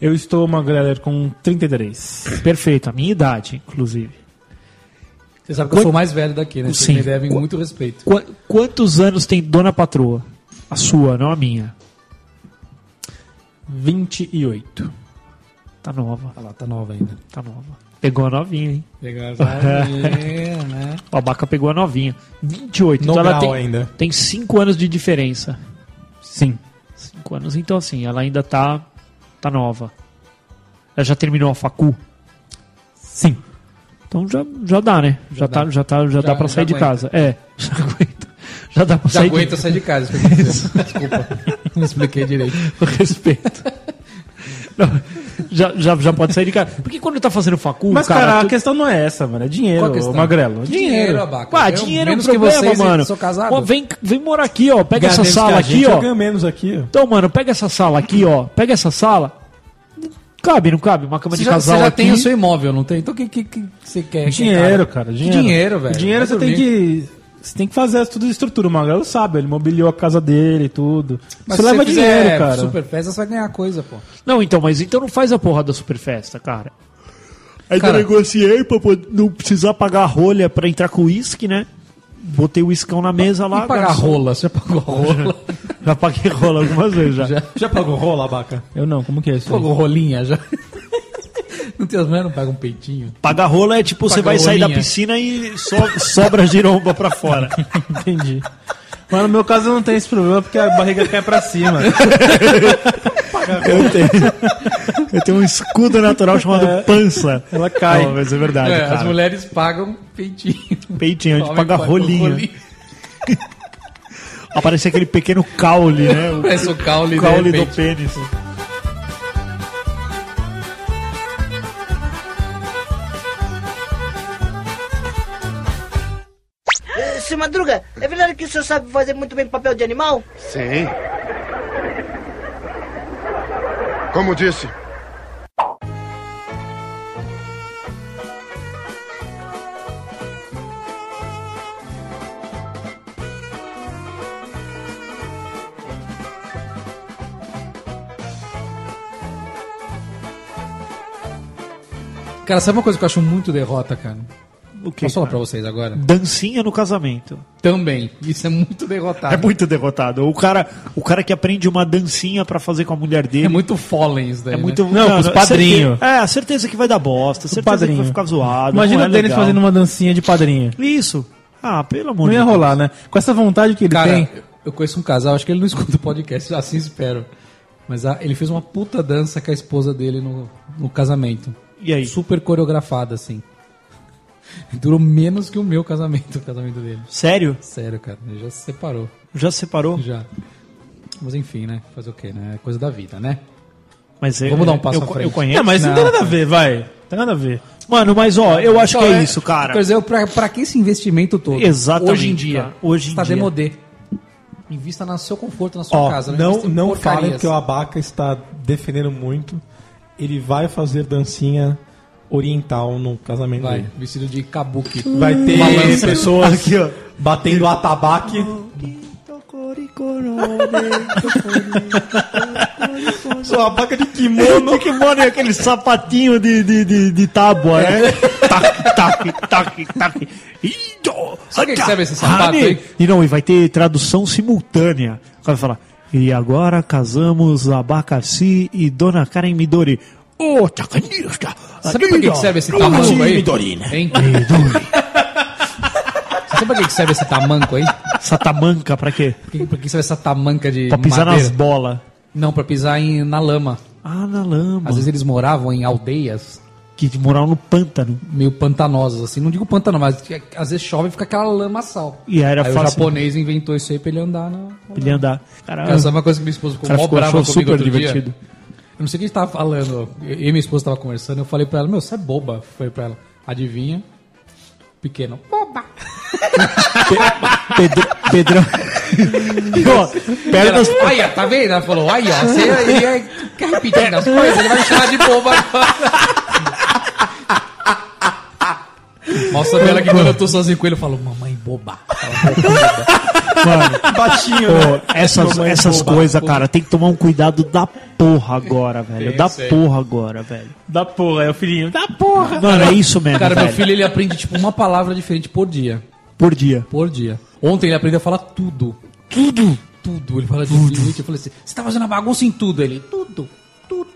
[SPEAKER 1] Eu estou uma galera com 33.
[SPEAKER 3] Perfeito, a minha idade, inclusive.
[SPEAKER 2] Você sabe que eu sou o mais velho daqui, né? Vocês
[SPEAKER 3] Sim.
[SPEAKER 2] me devem
[SPEAKER 3] Qu-
[SPEAKER 2] muito respeito.
[SPEAKER 3] Qu- quantos anos tem Dona Patroa? A sua, não a minha.
[SPEAKER 1] 28.
[SPEAKER 3] Tá nova,
[SPEAKER 2] Ah lá, tá nova ainda.
[SPEAKER 3] tá nova. Pegou a novinha, hein?
[SPEAKER 2] Legal, né?
[SPEAKER 3] O Abaca pegou a novinha. 28.
[SPEAKER 4] No
[SPEAKER 3] então ela
[SPEAKER 4] grau
[SPEAKER 3] tem,
[SPEAKER 4] ainda.
[SPEAKER 3] tem 5 anos de diferença.
[SPEAKER 1] Sim.
[SPEAKER 3] 5 anos. Então, assim, ela ainda tá, tá nova. Ela já terminou a facu.
[SPEAKER 1] Sim.
[SPEAKER 3] Então já, já dá, né? Já,
[SPEAKER 2] dá.
[SPEAKER 3] Tá, já, tá, já, dá pra
[SPEAKER 2] já
[SPEAKER 3] sair de
[SPEAKER 2] aguenta.
[SPEAKER 3] casa. É, já aguenta. Já dá pra
[SPEAKER 2] Já
[SPEAKER 3] sair
[SPEAKER 2] aguenta
[SPEAKER 3] de
[SPEAKER 2] sair de casa, isso que eu quis dizer. Desculpa. Não expliquei direito.
[SPEAKER 3] com respeito. Não, já, já, já pode sair de casa. Porque quando tá fazendo facu,
[SPEAKER 1] Mas, cara, a
[SPEAKER 3] tu-
[SPEAKER 1] questão não é essa, mano. É
[SPEAKER 2] Qual
[SPEAKER 1] dinheiro,
[SPEAKER 2] a questão?
[SPEAKER 1] ô, Magrelo.
[SPEAKER 2] Que
[SPEAKER 1] Dinheiro.
[SPEAKER 2] dinheiro, abaca.
[SPEAKER 3] Ah,
[SPEAKER 2] Eu,
[SPEAKER 3] dinheiro é um
[SPEAKER 2] menos que
[SPEAKER 3] problema,
[SPEAKER 2] vocês,
[SPEAKER 3] mano.
[SPEAKER 2] eu Sou casado.
[SPEAKER 3] Pô, vem, vem morar aqui, ó. Pega essa
[SPEAKER 4] Ganha menos que
[SPEAKER 3] sala
[SPEAKER 4] a
[SPEAKER 3] aqui,
[SPEAKER 4] gente, Eu
[SPEAKER 3] ó.
[SPEAKER 4] ganho menos aqui. ó.
[SPEAKER 3] Então, mano, pega essa sala aqui, ó. Pega essa sala. Cabe, não cabe? Uma cama
[SPEAKER 2] Você
[SPEAKER 3] de
[SPEAKER 2] já,
[SPEAKER 3] casal
[SPEAKER 2] você já
[SPEAKER 3] aqui.
[SPEAKER 2] tem o seu imóvel, não tem? Então o que, que, que você quer?
[SPEAKER 1] Dinheiro, cara.
[SPEAKER 2] Que
[SPEAKER 1] Dinheiro,
[SPEAKER 2] dinheiro, velho.
[SPEAKER 1] Dinheiro você
[SPEAKER 2] Vai
[SPEAKER 1] tem
[SPEAKER 2] dormir.
[SPEAKER 1] que. Você tem que fazer tudo de estrutura. O Magrelo sabe, ele mobiliou a casa dele e tudo. Isso
[SPEAKER 2] Mas se
[SPEAKER 1] leva
[SPEAKER 2] você fizer
[SPEAKER 1] dinheiro, cara.
[SPEAKER 2] super festa, você vai ganhar coisa, pô.
[SPEAKER 3] Não, então, mas então não faz a porra da super festa, cara. Aí
[SPEAKER 2] Cara-
[SPEAKER 3] eu negociei pra poder- não precisar pagar a rolha pra entrar com o uísque, né? Botei o uiscão na mesa lá.
[SPEAKER 2] e pagar
[SPEAKER 3] garçom.
[SPEAKER 2] rola? Você já pagou rola?
[SPEAKER 3] Já paguei rola algumas vezes já.
[SPEAKER 2] Já.
[SPEAKER 4] Já pagou rola, abaca?
[SPEAKER 1] Eu não, como que é isso? aí?
[SPEAKER 2] Pagou rolinha já? Não tem as mulheres, não pagam um peitinho.
[SPEAKER 3] Pagar rola é tipo, você
[SPEAKER 2] Pagar
[SPEAKER 3] vai sair da
[SPEAKER 2] rolinha.
[SPEAKER 3] piscina e so- sobra a giromba pra fora.
[SPEAKER 1] Entendi. Mas no meu caso eu não tenho esse problema porque a barriga cai pra cima.
[SPEAKER 3] Eu tenho, eu tenho um escudo natural chamado pança.
[SPEAKER 1] É. Ela cai.
[SPEAKER 3] Não, mas é verdade,
[SPEAKER 2] É,
[SPEAKER 3] cara.
[SPEAKER 2] as mulheres pagam peitinho.
[SPEAKER 3] Peitinho, a gente
[SPEAKER 2] Homem
[SPEAKER 3] paga
[SPEAKER 2] paga
[SPEAKER 3] rolinha. Aparece aquele pequeno caule, né? O
[SPEAKER 2] Parece o caule,
[SPEAKER 3] caule
[SPEAKER 2] de
[SPEAKER 3] do
[SPEAKER 2] repente.
[SPEAKER 3] pênis.
[SPEAKER 12] seu Madruga, é verdade que o senhor sabe fazer muito bem papel de animal?
[SPEAKER 13] Sim. Como disse,
[SPEAKER 2] Cara, sabe uma coisa que eu acho muito derrota, cara?
[SPEAKER 3] O
[SPEAKER 2] Posso falar pra vocês agora?
[SPEAKER 3] Dancinha no casamento.
[SPEAKER 2] Também. Isso é muito derrotado.
[SPEAKER 3] É muito derrotado. O cara, o cara que aprende uma dancinha pra fazer com a mulher dele. É
[SPEAKER 2] muito fallen isso daí.
[SPEAKER 3] É muito,
[SPEAKER 1] né? Não, pros padrinho.
[SPEAKER 3] certeza- É, certeza que vai dar bosta, certeza
[SPEAKER 1] padrinho.
[SPEAKER 3] que vai ficar zoado.
[SPEAKER 1] Imagina
[SPEAKER 3] não é
[SPEAKER 1] o Denis
[SPEAKER 3] legal.
[SPEAKER 1] fazendo uma dancinha de padrinho.
[SPEAKER 3] Isso. Ah, pelo amor
[SPEAKER 1] Não ia
[SPEAKER 3] de Deus.
[SPEAKER 1] rolar, né? Com essa vontade que ele
[SPEAKER 2] Cara,
[SPEAKER 1] tem.
[SPEAKER 2] eu conheço um casal, acho que ele não escuta o podcast, assim espero. Mas ah, ele fez uma puta dança com a esposa dele no, no casamento.
[SPEAKER 3] E aí?
[SPEAKER 2] Super coreografada, assim. Durou menos que o meu casamento, o casamento dele.
[SPEAKER 3] Sério?
[SPEAKER 2] Sério, cara. Ele já se separou.
[SPEAKER 3] Já se separou?
[SPEAKER 2] Já. Mas enfim, né? Fazer o quê, né? É Coisa da vida, né?
[SPEAKER 3] Mas é-
[SPEAKER 2] Vamos dar um passo
[SPEAKER 3] eu,
[SPEAKER 2] à frente.
[SPEAKER 3] Eu conheço.
[SPEAKER 1] Não, mas não, tem nada a
[SPEAKER 3] cara.
[SPEAKER 1] ver, vai. Não tem nada a ver.
[SPEAKER 3] Mano, mas ó, eu acho
[SPEAKER 2] Então,
[SPEAKER 3] que é, isso, cara.
[SPEAKER 2] Quer dizer, pra, pra que esse investimento todo?
[SPEAKER 3] Exatamente,
[SPEAKER 2] Hoje em dia.
[SPEAKER 3] cara. Hoje em
[SPEAKER 2] está
[SPEAKER 3] dia.
[SPEAKER 2] demodê. Invista no seu conforto, na sua
[SPEAKER 4] Ó,
[SPEAKER 2] casa.
[SPEAKER 4] não
[SPEAKER 2] invista em
[SPEAKER 4] não
[SPEAKER 2] porcarias.
[SPEAKER 4] falem que o Abaca está defendendo muito. Ele vai fazer dancinha oriental no casamento
[SPEAKER 2] Vai,
[SPEAKER 4] dele.
[SPEAKER 2] vestido de kabuki.
[SPEAKER 4] Vai ter
[SPEAKER 2] Balança.
[SPEAKER 4] pessoas
[SPEAKER 3] Aqui, ó.
[SPEAKER 4] batendo atabaque. Sua abaca de
[SPEAKER 3] Kimono, kimono é aquele sapatinho de, de, de, de tábua, né?
[SPEAKER 1] É.
[SPEAKER 3] tac, tac, tac, tac.
[SPEAKER 2] Sabe quem que serve esse sapato, hein?
[SPEAKER 3] E não, e vai ter tradução simultânea. O cara Vai falar, e agora casamos abacaxi e dona Karen Midori. Ô, tacanista!
[SPEAKER 2] Sabe pra que, que serve esse tamanco aí?
[SPEAKER 3] né?
[SPEAKER 2] Hein? Você sabe pra que, que serve esse tamanco aí?
[SPEAKER 3] Satamanca pra quê?
[SPEAKER 2] Pra que, pra que serve essa tamanca de
[SPEAKER 3] Pra pisar
[SPEAKER 2] madeira?
[SPEAKER 3] nas bolas.
[SPEAKER 2] Não, pra pisar em, na lama.
[SPEAKER 3] Ah, na lama.
[SPEAKER 2] Às vezes eles moravam em aldeias
[SPEAKER 3] Que moral no pântano.
[SPEAKER 2] meio pantanosas, assim. Não digo pantano, mas que- às vezes chove e fica aquela lama sal.
[SPEAKER 3] E aí era
[SPEAKER 2] aí o
[SPEAKER 3] fácil.
[SPEAKER 2] japonês inventou isso aí pra ele andar na...
[SPEAKER 3] Pra Ele andar. Caralho.
[SPEAKER 2] Cara, sabe uma coisa que minha esposa ficou
[SPEAKER 3] Cara,
[SPEAKER 2] mó
[SPEAKER 3] ficou-
[SPEAKER 2] brava
[SPEAKER 3] achou
[SPEAKER 2] comigo
[SPEAKER 3] super
[SPEAKER 2] outro
[SPEAKER 3] divertido.
[SPEAKER 2] dia. Eu não sei o que a gente tava falando. Eu eu e minha esposa tava conversando. Eu falei pra ela, meu, você é boba. Falei pra ela, adivinha? Pequeno. Boba.
[SPEAKER 3] Pedro, Pedrão. Ó,
[SPEAKER 2] Ela,
[SPEAKER 3] pernas.
[SPEAKER 2] Olha, tá vendo? Ela falou, olha, você ele é- quer repetir as coisas, ele vai me chamar de boba agora. Mostra pra ela que quando eu tô sozinho com ele, eu falo, mamãe boba. Ela,
[SPEAKER 3] Mano,
[SPEAKER 4] baixinho, né?
[SPEAKER 3] pô, essas,
[SPEAKER 4] Mamãe
[SPEAKER 3] essas
[SPEAKER 4] boba.
[SPEAKER 3] coisas, cara, tem que tomar um cuidado da porra agora, velho.
[SPEAKER 2] Tem,
[SPEAKER 3] Da
[SPEAKER 2] sei.
[SPEAKER 3] porra agora, velho.
[SPEAKER 1] Da porra, é o filhinho. Da porra!
[SPEAKER 3] Mano, é isso mesmo,
[SPEAKER 2] Cara,
[SPEAKER 3] velho.
[SPEAKER 2] meu filho, ele aprende, tipo, uma palavra diferente por dia.
[SPEAKER 3] Por dia.
[SPEAKER 2] Por dia. Ontem ele aprendeu a falar tudo.
[SPEAKER 3] Tudo.
[SPEAKER 2] Tudo. Ele fala de tudo. Eu falei assim, você tá fazendo bagunça em tudo. Ele, tudo, tudo,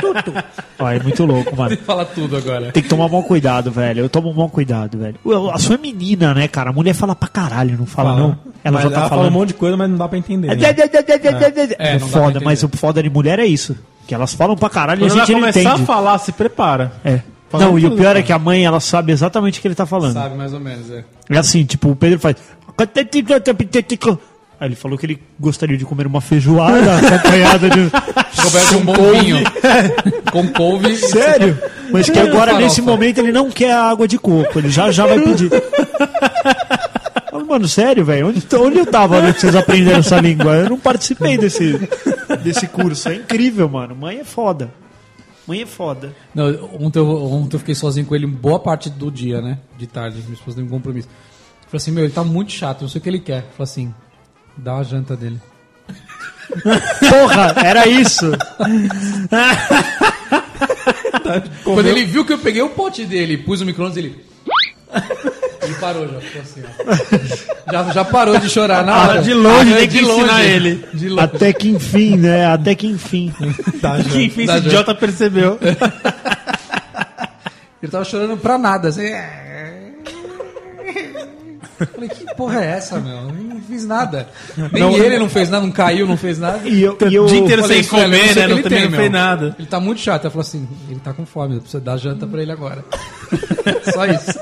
[SPEAKER 2] tudo.
[SPEAKER 3] Ó, é muito louco, mano.
[SPEAKER 2] Ele fala tudo agora.
[SPEAKER 3] Tem que tomar maior cuidado, velho. Eu tomo maior cuidado, velho. Ué, A sua é menina, né, cara? A mulher fala pra caralho, não fala,
[SPEAKER 4] Fala.
[SPEAKER 3] não? Ela
[SPEAKER 4] Mas
[SPEAKER 3] já tá
[SPEAKER 4] ela fala um
[SPEAKER 3] falando.
[SPEAKER 4] monte de coisa, mas não dá pra entender. né?
[SPEAKER 3] É,
[SPEAKER 2] É, não dá pra
[SPEAKER 3] foda,
[SPEAKER 2] entender.
[SPEAKER 3] mas o foda de mulher é isso. Que elas falam pra caralho e a
[SPEAKER 1] Quando ela
[SPEAKER 3] gente não
[SPEAKER 1] começar
[SPEAKER 3] entende.
[SPEAKER 1] a falar, se prepara.
[SPEAKER 3] É.
[SPEAKER 1] Fala
[SPEAKER 3] não, e o
[SPEAKER 1] tudo,
[SPEAKER 3] pior é
[SPEAKER 1] cara.
[SPEAKER 3] que a mãe, ela sabe exatamente o que ele tá falando.
[SPEAKER 2] Sabe, mais ou menos, é.
[SPEAKER 3] É assim, tipo, o Pedro faz. Aí ele falou que ele gostaria de comer uma feijoada acompanhada de.
[SPEAKER 2] Roberto é um bom vinho. Com couve.
[SPEAKER 3] Sério? Mas que agora,
[SPEAKER 2] Farofa.
[SPEAKER 3] nesse momento, ele não quer água de coco, ele já já vai pedir. Fala, Mano, sério, velho? Onde, tá, onde eu tava quando vocês aprenderam essa língua? Eu não participei desse, desse curso. É incrível, mano. Mãe é foda. Mãe é foda.
[SPEAKER 2] Não, ontem, eu, ontem eu fiquei sozinho com ele boa parte do dia, né? De tarde, minha esposa tem um compromisso. Eu Falei assim, meu, ele tá muito chato, eu não sei o que ele quer. Eu Falei assim, dá uma janta dele.
[SPEAKER 3] Porra, era isso.
[SPEAKER 2] Quando ele viu que eu peguei o pote dele, pus o micro-ondas, ele... Ele parou já, ficou assim, ó. Já, já parou de chorar na hora. é
[SPEAKER 1] Ah, de longe, tem que
[SPEAKER 2] longe.
[SPEAKER 1] ensinar ele.
[SPEAKER 2] De longe.
[SPEAKER 3] Até que enfim, né? Até que enfim.
[SPEAKER 4] Tá, já.
[SPEAKER 1] Que enfim
[SPEAKER 2] Dá
[SPEAKER 1] esse
[SPEAKER 2] jeito.
[SPEAKER 1] idiota percebeu.
[SPEAKER 2] Ele tava chorando pra nada, assim. Falei, que porra é essa, meu? Eu Não fiz nada. Nem ele não fez nada, não caiu, não fez nada.
[SPEAKER 3] E eu, e
[SPEAKER 1] O
[SPEAKER 3] eu-
[SPEAKER 1] dia inteiro sem
[SPEAKER 2] Falei, isso, velho, eu
[SPEAKER 1] comer, né?
[SPEAKER 2] sei o que
[SPEAKER 1] Não,
[SPEAKER 2] ele
[SPEAKER 1] também
[SPEAKER 2] tem,
[SPEAKER 1] não fez
[SPEAKER 2] meu.
[SPEAKER 1] nada.
[SPEAKER 2] Ele tá muito chato. Ela falou assim: ele tá com fome, eu preciso dar janta pra ele agora. Só isso.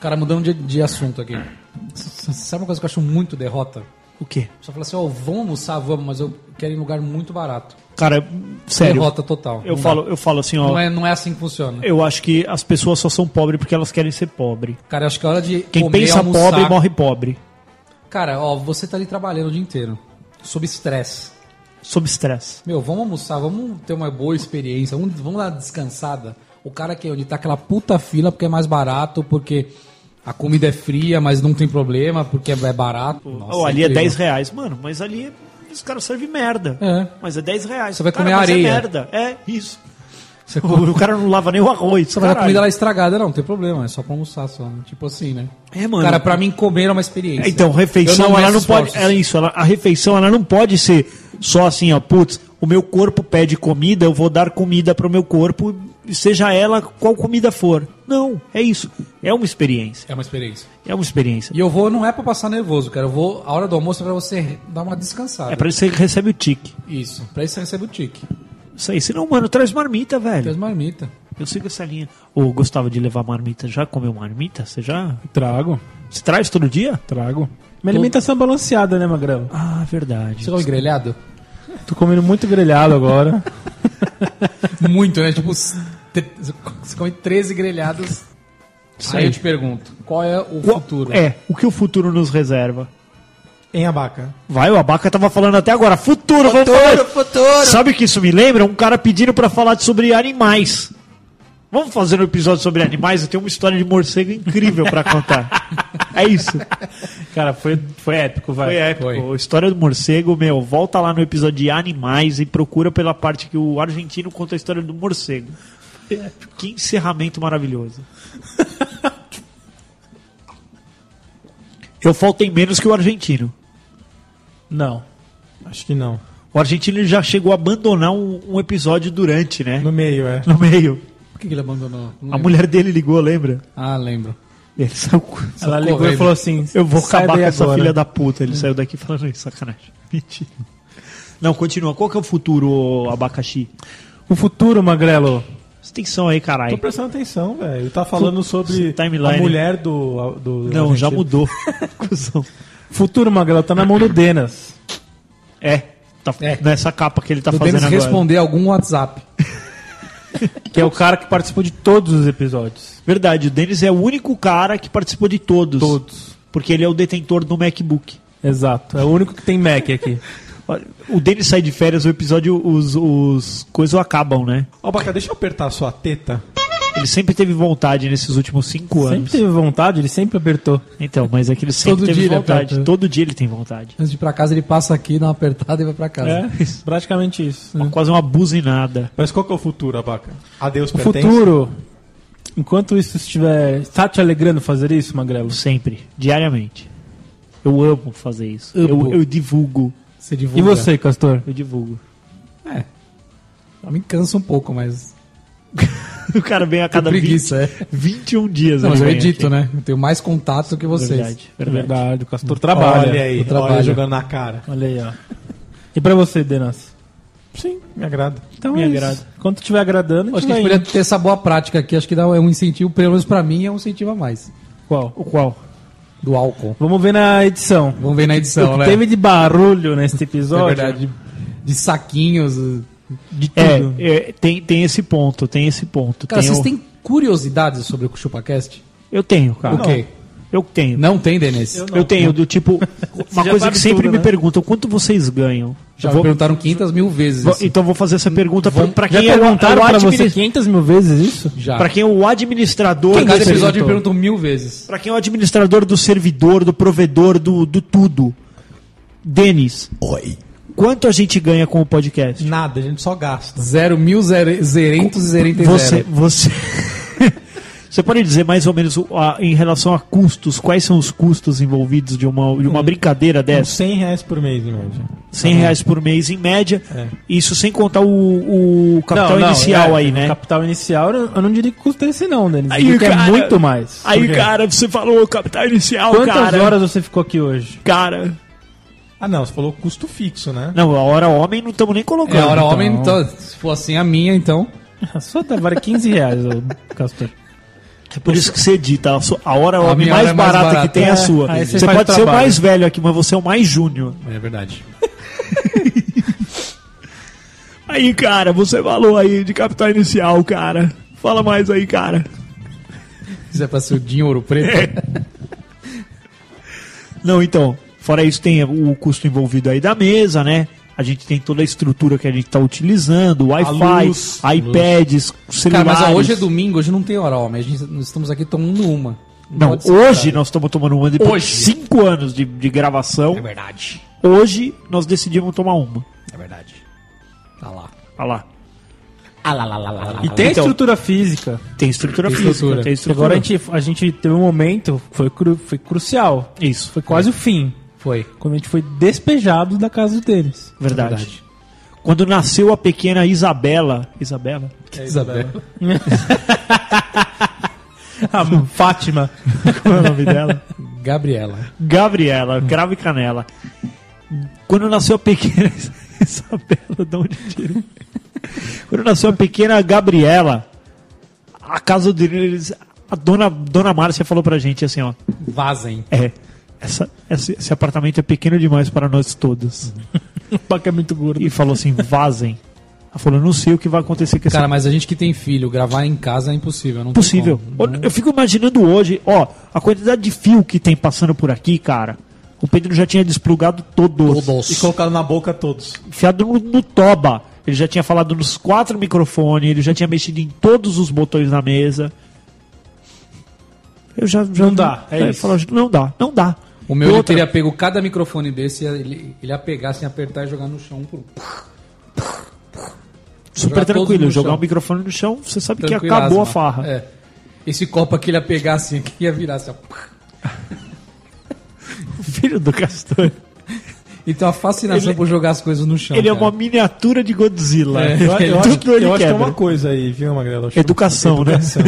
[SPEAKER 2] Cara, mudando de, de assunto aqui. S- s- Sabe uma coisa que eu acho muito derrota?
[SPEAKER 3] O quê?
[SPEAKER 2] Só fala assim, ó, vamos almoçar, vamos, mas eu quero ir em lugar muito barato.
[SPEAKER 3] Cara, sério.
[SPEAKER 2] Derrota total.
[SPEAKER 3] Eu
[SPEAKER 2] Não
[SPEAKER 3] falo,
[SPEAKER 2] dá.
[SPEAKER 3] eu falo assim, ó.
[SPEAKER 2] Não é, não é assim que funciona.
[SPEAKER 3] Eu acho que as pessoas só são pobres porque elas querem ser pobres.
[SPEAKER 2] Cara, eu acho que é hora de
[SPEAKER 3] Quem
[SPEAKER 2] comer,
[SPEAKER 3] pensa
[SPEAKER 2] almoçar.
[SPEAKER 3] pobre morre pobre.
[SPEAKER 2] Cara, ó, você tá ali trabalhando o dia inteiro, sob estresse.
[SPEAKER 3] Sob estresse.
[SPEAKER 2] Meu, vamos almoçar, vamos ter uma boa experiência, vamos, vamos dar uma descansada. O cara que onde tá aquela puta fila porque é mais barato, porque a comida é fria, mas não tem problema, porque é barato. Nossa,
[SPEAKER 3] Ó, ali é
[SPEAKER 2] incrível.
[SPEAKER 3] 10 reais, mano, mas ali os caras servem merda.
[SPEAKER 2] É.
[SPEAKER 3] Mas é 10 reais.
[SPEAKER 2] Você vai
[SPEAKER 3] Cara,
[SPEAKER 2] comer
[SPEAKER 3] mas
[SPEAKER 2] areia.
[SPEAKER 3] É merda. É, isso.
[SPEAKER 2] Você
[SPEAKER 3] O, o cara não lava nem o arroz.
[SPEAKER 2] Só mas a
[SPEAKER 3] caralho.
[SPEAKER 2] comida lá é estragada, não, não tem problema, é só pra almoçar só. né? Tipo assim, né?
[SPEAKER 3] É, mano.
[SPEAKER 2] Cara, pra mim comer é uma experiência.
[SPEAKER 3] Então,
[SPEAKER 2] Eu
[SPEAKER 3] refeição, ela
[SPEAKER 2] meço
[SPEAKER 3] não pode.
[SPEAKER 2] esforços.
[SPEAKER 3] É isso, ela- a refeição ela não pode ser só assim, ó, putz, o meu corpo pede comida, eu vou dar comida pro meu corpo, seja ela qual comida for. Não, é isso. É uma experiência.
[SPEAKER 2] É uma experiência.
[SPEAKER 3] É uma experiência.
[SPEAKER 2] E eu vou, não é pra passar nervoso, cara. Eu vou, a hora do almoço é pra você dar uma descansada.
[SPEAKER 3] É pra Hum. isso que você recebe o tique.
[SPEAKER 2] Isso, pra isso você recebe o tique.
[SPEAKER 3] Isso aí. Senão, mano, traz marmita, velho.
[SPEAKER 2] Traz marmita.
[SPEAKER 3] Eu sigo essa linha. Ô, gostava de levar marmita. Já comeu marmita? Você já?
[SPEAKER 1] Trago.
[SPEAKER 3] Você traz todo dia?
[SPEAKER 1] Trago. Minha alimentação é balanceada, né, Magrão?
[SPEAKER 3] Ah, verdade.
[SPEAKER 2] Você come grelhado?
[SPEAKER 1] Ah, Tô comendo muito grelhado agora.
[SPEAKER 2] Muito, né? Tipo, s- tre- você come 13 grelhados.
[SPEAKER 3] Isso
[SPEAKER 2] aí
[SPEAKER 3] aí.
[SPEAKER 2] eu te pergunto, qual é o
[SPEAKER 3] Qual-
[SPEAKER 2] futuro?
[SPEAKER 3] É, o que o futuro nos reserva?
[SPEAKER 4] Em abaca.
[SPEAKER 3] Vai, o Abaca tava falando até agora. Futuro, vamos
[SPEAKER 2] Futuro,
[SPEAKER 3] falar.
[SPEAKER 2] futuro.
[SPEAKER 3] Sabe o que isso me lembra? Um cara pedindo pra falar sobre animais. Vamos fazer um episódio sobre animais? Eu tenho uma história de morcego incrível pra contar. é isso.
[SPEAKER 1] Cara, foi, foi épico, vai.
[SPEAKER 3] Foi épico.
[SPEAKER 1] Foi.
[SPEAKER 3] A história do morcego, meu, volta lá no episódio de animais e procura pela parte que o argentino conta a história do morcego. Que encerramento maravilhoso. Eu faltei menos que o argentino.
[SPEAKER 1] Não.
[SPEAKER 4] Acho que não.
[SPEAKER 3] O argentino já chegou a abandonar um, um episódio durante, né?
[SPEAKER 4] No meio, é.
[SPEAKER 3] No meio.
[SPEAKER 2] Por que que ele abandonou?
[SPEAKER 3] A
[SPEAKER 2] Não
[SPEAKER 1] Uhum.
[SPEAKER 2] lembro.
[SPEAKER 3] mulher dele ligou, lembra?
[SPEAKER 2] Ah, lembro.
[SPEAKER 3] Ele saiu. com-
[SPEAKER 1] Ela
[SPEAKER 2] Socorro,
[SPEAKER 1] ligou e
[SPEAKER 2] ele.
[SPEAKER 1] falou assim:
[SPEAKER 3] Eu vou
[SPEAKER 1] "Sai
[SPEAKER 3] acabar com
[SPEAKER 1] daí
[SPEAKER 3] essa
[SPEAKER 1] agora."
[SPEAKER 3] filha da puta. Ele saiu daqui falando isso, sacanagem. Mentira. Não, continua. Qual que é o futuro, ô, abacaxi?
[SPEAKER 1] O futuro, Magrelo.
[SPEAKER 3] Extensão aí,
[SPEAKER 4] Tô
[SPEAKER 3] caralho.
[SPEAKER 4] prestando atenção, velho. Ele tá falando sobre
[SPEAKER 3] Timeline.
[SPEAKER 4] a mulher do. do
[SPEAKER 3] Não, já
[SPEAKER 4] argentino.
[SPEAKER 3] mudou. Cusão.
[SPEAKER 1] Futuro, Magrelo, tá na mão do Denas.
[SPEAKER 3] é, tá nessa capa que ele tá
[SPEAKER 2] Podemos
[SPEAKER 3] fazendo agora.
[SPEAKER 2] responder algum WhatsApp.
[SPEAKER 1] Que é o cara que participou de todos os episódios.
[SPEAKER 3] Verdade, o Denis é o único cara que participou de todos.
[SPEAKER 1] Todos.
[SPEAKER 3] Porque ele é o detentor do MacBook.
[SPEAKER 1] Exato. É o único que tem Mac aqui.
[SPEAKER 3] Olha, O Denis sai de férias, o episódio, os, os coisas acabam, né?
[SPEAKER 4] Ó, Abaca, deixa eu apertar a sua teta.
[SPEAKER 3] Ele sempre teve vontade nesses últimos cinco
[SPEAKER 1] Sempre
[SPEAKER 3] anos.
[SPEAKER 1] teve vontade, ele sempre apertou.
[SPEAKER 3] Então, mas é que ele sempre
[SPEAKER 2] Todo
[SPEAKER 3] teve
[SPEAKER 2] dia ele
[SPEAKER 3] vontade.
[SPEAKER 2] aperta.
[SPEAKER 3] Todo dia ele tem vontade.
[SPEAKER 2] Antes de ir pra casa, ele passa aqui, dá uma apertada e vai pra casa.
[SPEAKER 1] É, praticamente isso.
[SPEAKER 3] Uma- quase uma buzinada.
[SPEAKER 4] Mas qual que é o futuro, Abaca? Adeus,
[SPEAKER 1] O
[SPEAKER 4] pertence?
[SPEAKER 1] futuro, enquanto isso estiver. Está te alegrando fazer isso, Magrelo?
[SPEAKER 3] Sempre. Diariamente. Eu amo fazer isso.
[SPEAKER 2] Amo.
[SPEAKER 3] Eu, eu divulgo.
[SPEAKER 2] Você
[SPEAKER 1] E
[SPEAKER 2] divulga.
[SPEAKER 1] você, Castor?
[SPEAKER 3] Eu divulgo.
[SPEAKER 2] É. Ela me cansa um pouco, mas.
[SPEAKER 3] O cara vem a cada
[SPEAKER 2] Tenho preguiça, é.
[SPEAKER 3] 20, 21 dias.
[SPEAKER 2] Não, mas
[SPEAKER 3] ele
[SPEAKER 2] eu
[SPEAKER 3] vem
[SPEAKER 2] edito,
[SPEAKER 3] aqui.
[SPEAKER 2] né? Eu tenho mais contato que vocês.
[SPEAKER 1] É
[SPEAKER 3] Verdade, verdade.
[SPEAKER 1] o Castor trabalha.
[SPEAKER 4] Olha aí,
[SPEAKER 2] Eu trabalho.
[SPEAKER 4] olha jogando na cara.
[SPEAKER 1] Olha aí, ó. E pra você, Denas?
[SPEAKER 4] Sim, me agrada.
[SPEAKER 1] Então
[SPEAKER 3] Me
[SPEAKER 1] é
[SPEAKER 3] agrada.
[SPEAKER 1] isso. Quando estiver agradando,
[SPEAKER 2] Acho que a
[SPEAKER 1] vai
[SPEAKER 2] gente poderia ter essa boa prática aqui. Acho que dá um incentivo, pelo menos pra mim, é um incentivo a mais.
[SPEAKER 1] indo. Qual?
[SPEAKER 3] O qual?
[SPEAKER 2] Do álcool.
[SPEAKER 1] Vamos ver na edição. É
[SPEAKER 2] Vamos ver na edição,
[SPEAKER 1] o que
[SPEAKER 2] né?
[SPEAKER 1] teve de barulho nesse
[SPEAKER 2] Na
[SPEAKER 1] episódio?
[SPEAKER 2] É verdade, de- de saquinhos.
[SPEAKER 1] De tudo.
[SPEAKER 3] É, é, tem, tem esse ponto, tem esse ponto.
[SPEAKER 2] Cara,
[SPEAKER 3] Tem
[SPEAKER 2] vocês
[SPEAKER 3] o-
[SPEAKER 2] têm curiosidades sobre o ChupaCast?
[SPEAKER 3] Eu tenho, cara.
[SPEAKER 2] O quê?
[SPEAKER 3] Eu tenho.
[SPEAKER 2] Ah, Não tem, Denis?
[SPEAKER 3] Eu, tenho, do tipo. Uma
[SPEAKER 1] já
[SPEAKER 3] coisa
[SPEAKER 1] sabe
[SPEAKER 3] que sempre
[SPEAKER 1] tudo,
[SPEAKER 3] me
[SPEAKER 1] né?
[SPEAKER 3] perguntam: quanto vocês ganham?
[SPEAKER 2] Já
[SPEAKER 3] Eu vou-
[SPEAKER 2] me perguntaram 500 mil vezes.
[SPEAKER 3] vou-
[SPEAKER 2] isso.
[SPEAKER 3] então vou fazer essa pergunta pra, pra
[SPEAKER 1] Já
[SPEAKER 3] quem é o,
[SPEAKER 1] perguntaram
[SPEAKER 3] o
[SPEAKER 1] pra
[SPEAKER 3] administ-
[SPEAKER 1] você 500 mil vezes isso?
[SPEAKER 2] Já.
[SPEAKER 3] pra quem é o administrador.
[SPEAKER 2] Pra
[SPEAKER 3] do
[SPEAKER 2] cada
[SPEAKER 3] servidor.
[SPEAKER 2] episódio me perguntam mil vezes.
[SPEAKER 3] Pra quem é o administrador do servidor, do provedor, do, do tudo. Denis. Oi. Quanto a gente ganha com o podcast?
[SPEAKER 4] Nada, a gente só gasta.
[SPEAKER 2] Zero mil, zero, zerentos e zerenta e
[SPEAKER 3] Você,
[SPEAKER 2] zero.
[SPEAKER 3] você, você pode dizer mais ou menos o- a- em relação a custos, quais são os custos envolvidos de uma, de
[SPEAKER 1] Hum.
[SPEAKER 3] uma brincadeira
[SPEAKER 4] Uns
[SPEAKER 3] dessa?
[SPEAKER 4] 100 reais por mês, em média.
[SPEAKER 3] 100 reais por mês em média,
[SPEAKER 4] É.
[SPEAKER 3] isso sem contar o, o capital inicial
[SPEAKER 1] é,
[SPEAKER 3] aí, né?
[SPEAKER 1] Capital inicial, eu eu não diria que custa esse não, Denis.
[SPEAKER 3] Aí,
[SPEAKER 1] Eu diria que
[SPEAKER 3] cara,
[SPEAKER 1] é muito mais.
[SPEAKER 3] Aí,
[SPEAKER 1] Por quê?
[SPEAKER 3] cara, você falou capital inicial,
[SPEAKER 1] Quantas
[SPEAKER 3] cara.
[SPEAKER 1] horas você ficou aqui hoje?
[SPEAKER 3] Cara.
[SPEAKER 4] Ah, não, você falou custo fixo, né?
[SPEAKER 3] Não, a hora homem não estamos nem colocando.
[SPEAKER 2] É a hora
[SPEAKER 3] então.
[SPEAKER 2] homem, então, se for assim a minha, então.
[SPEAKER 1] Só tá, vale 15 reais, ô, Castor.
[SPEAKER 3] É por isso que você edita. A, sua- a hora a mais,
[SPEAKER 2] minha
[SPEAKER 3] barata
[SPEAKER 2] hora é mais barata.
[SPEAKER 3] que tem é
[SPEAKER 2] É,
[SPEAKER 3] a sua.
[SPEAKER 2] aí
[SPEAKER 3] Você
[SPEAKER 2] você
[SPEAKER 3] pode
[SPEAKER 2] faz o
[SPEAKER 3] ser o
[SPEAKER 2] trabalho.
[SPEAKER 3] mais velho aqui, mas você é o mais júnior.
[SPEAKER 2] É verdade.
[SPEAKER 3] Aí, cara, você falou aí de capital inicial, cara. Fala mais aí, cara.
[SPEAKER 2] Isso é pra ser o Dinho Ouro Preto.
[SPEAKER 3] Não, então, fora isso, tem o custo envolvido aí da mesa, né? A gente tem toda a estrutura que a gente tá utilizando, Wi-Fi,
[SPEAKER 2] luz,
[SPEAKER 3] iPads,
[SPEAKER 2] Cara,
[SPEAKER 3] celulares.
[SPEAKER 2] mas ó, hoje é domingo, hoje não tem hora, homem. A gente, nós estamos aqui tomando uma.
[SPEAKER 3] Não,
[SPEAKER 2] pode ser,
[SPEAKER 3] hoje
[SPEAKER 2] cara.
[SPEAKER 3] nós estamos tomando uma depois de
[SPEAKER 2] Hoje.
[SPEAKER 3] cinco anos de, de gravação.
[SPEAKER 2] É verdade.
[SPEAKER 3] Hoje nós decidimos tomar uma.
[SPEAKER 2] É verdade. Tá lá.
[SPEAKER 3] Olha lá.
[SPEAKER 2] Ah, lá, lá, lá, lá, lá.
[SPEAKER 1] E tem
[SPEAKER 3] Então-
[SPEAKER 1] estrutura física.
[SPEAKER 3] Tem estrutura
[SPEAKER 1] Tem
[SPEAKER 3] física,
[SPEAKER 1] estrutura.
[SPEAKER 3] tem estrutura.
[SPEAKER 1] Agora a gente, a gente teve um momento, foi, cru- foi crucial.
[SPEAKER 3] Isso.
[SPEAKER 1] Foi quase o fim.
[SPEAKER 2] Foi.
[SPEAKER 1] Quando a gente foi despejado da casa deles.
[SPEAKER 3] Verdade. Quando nasceu a pequena Isabela. Isabela?
[SPEAKER 2] Que Isabela.
[SPEAKER 1] A Fátima.
[SPEAKER 3] Qual é o nome dela?
[SPEAKER 2] Gabriela.
[SPEAKER 1] Hum.
[SPEAKER 3] Gabriela, cravo e canela. Quando nasceu a pequena Isabela, de onde tira? Quando nasceu a pequena Gabriela, a casa deles, a dona, dona Márcia falou pra gente assim, ó.
[SPEAKER 2] Vazem.
[SPEAKER 3] É, essa, esse, esse apartamento é pequeno demais para nós todos.
[SPEAKER 1] O Paca é muito gordo.
[SPEAKER 3] E falou assim, vazem. Ela falou, não sei o que vai acontecer com essa
[SPEAKER 2] Cara, mas a gente que tem filho, gravar em casa é impossível. Não tem
[SPEAKER 3] Possível.
[SPEAKER 2] como.
[SPEAKER 3] Olha, Eu fico imaginando hoje, ó, a quantidade de fio que tem passando por aqui, cara. O Pedro já tinha desplugado todos.
[SPEAKER 4] E colocaram na boca todos.
[SPEAKER 3] Enfiado no, no toba. Ele já tinha falado nos quatro microfones, ele já tinha mexido em todos os botões da mesa. Eu já. já
[SPEAKER 1] Não dá, é
[SPEAKER 3] eu
[SPEAKER 1] isso.
[SPEAKER 3] falo, não dá, não dá.
[SPEAKER 2] O meu ele
[SPEAKER 3] Outra-
[SPEAKER 2] teria pego cada microfone desse, ele, ele ia pegar, assim, apertar e jogar no chão. um por um.
[SPEAKER 3] Super
[SPEAKER 2] jogar todos
[SPEAKER 3] tranquilo,
[SPEAKER 2] no
[SPEAKER 3] jogar
[SPEAKER 2] chão.
[SPEAKER 3] o microfone no chão, você sabe que
[SPEAKER 2] Tranquilasma.
[SPEAKER 3] acabou a farra.
[SPEAKER 2] É. Esse copo aqui ele ia pegar assim, aqui ia virar assim. ó.
[SPEAKER 3] Filho do Castor.
[SPEAKER 2] Então a fascinação por jogar as coisas no chão.
[SPEAKER 3] ele é
[SPEAKER 2] cara.
[SPEAKER 3] uma miniatura de Godzilla.
[SPEAKER 2] É.
[SPEAKER 4] Eu, eu acho, que-
[SPEAKER 3] Tudo ele
[SPEAKER 4] eu acho que é
[SPEAKER 3] quebra.
[SPEAKER 4] uma coisa aí, viu, Magrela? Eu acho que-
[SPEAKER 3] Educação, né?
[SPEAKER 4] Educação.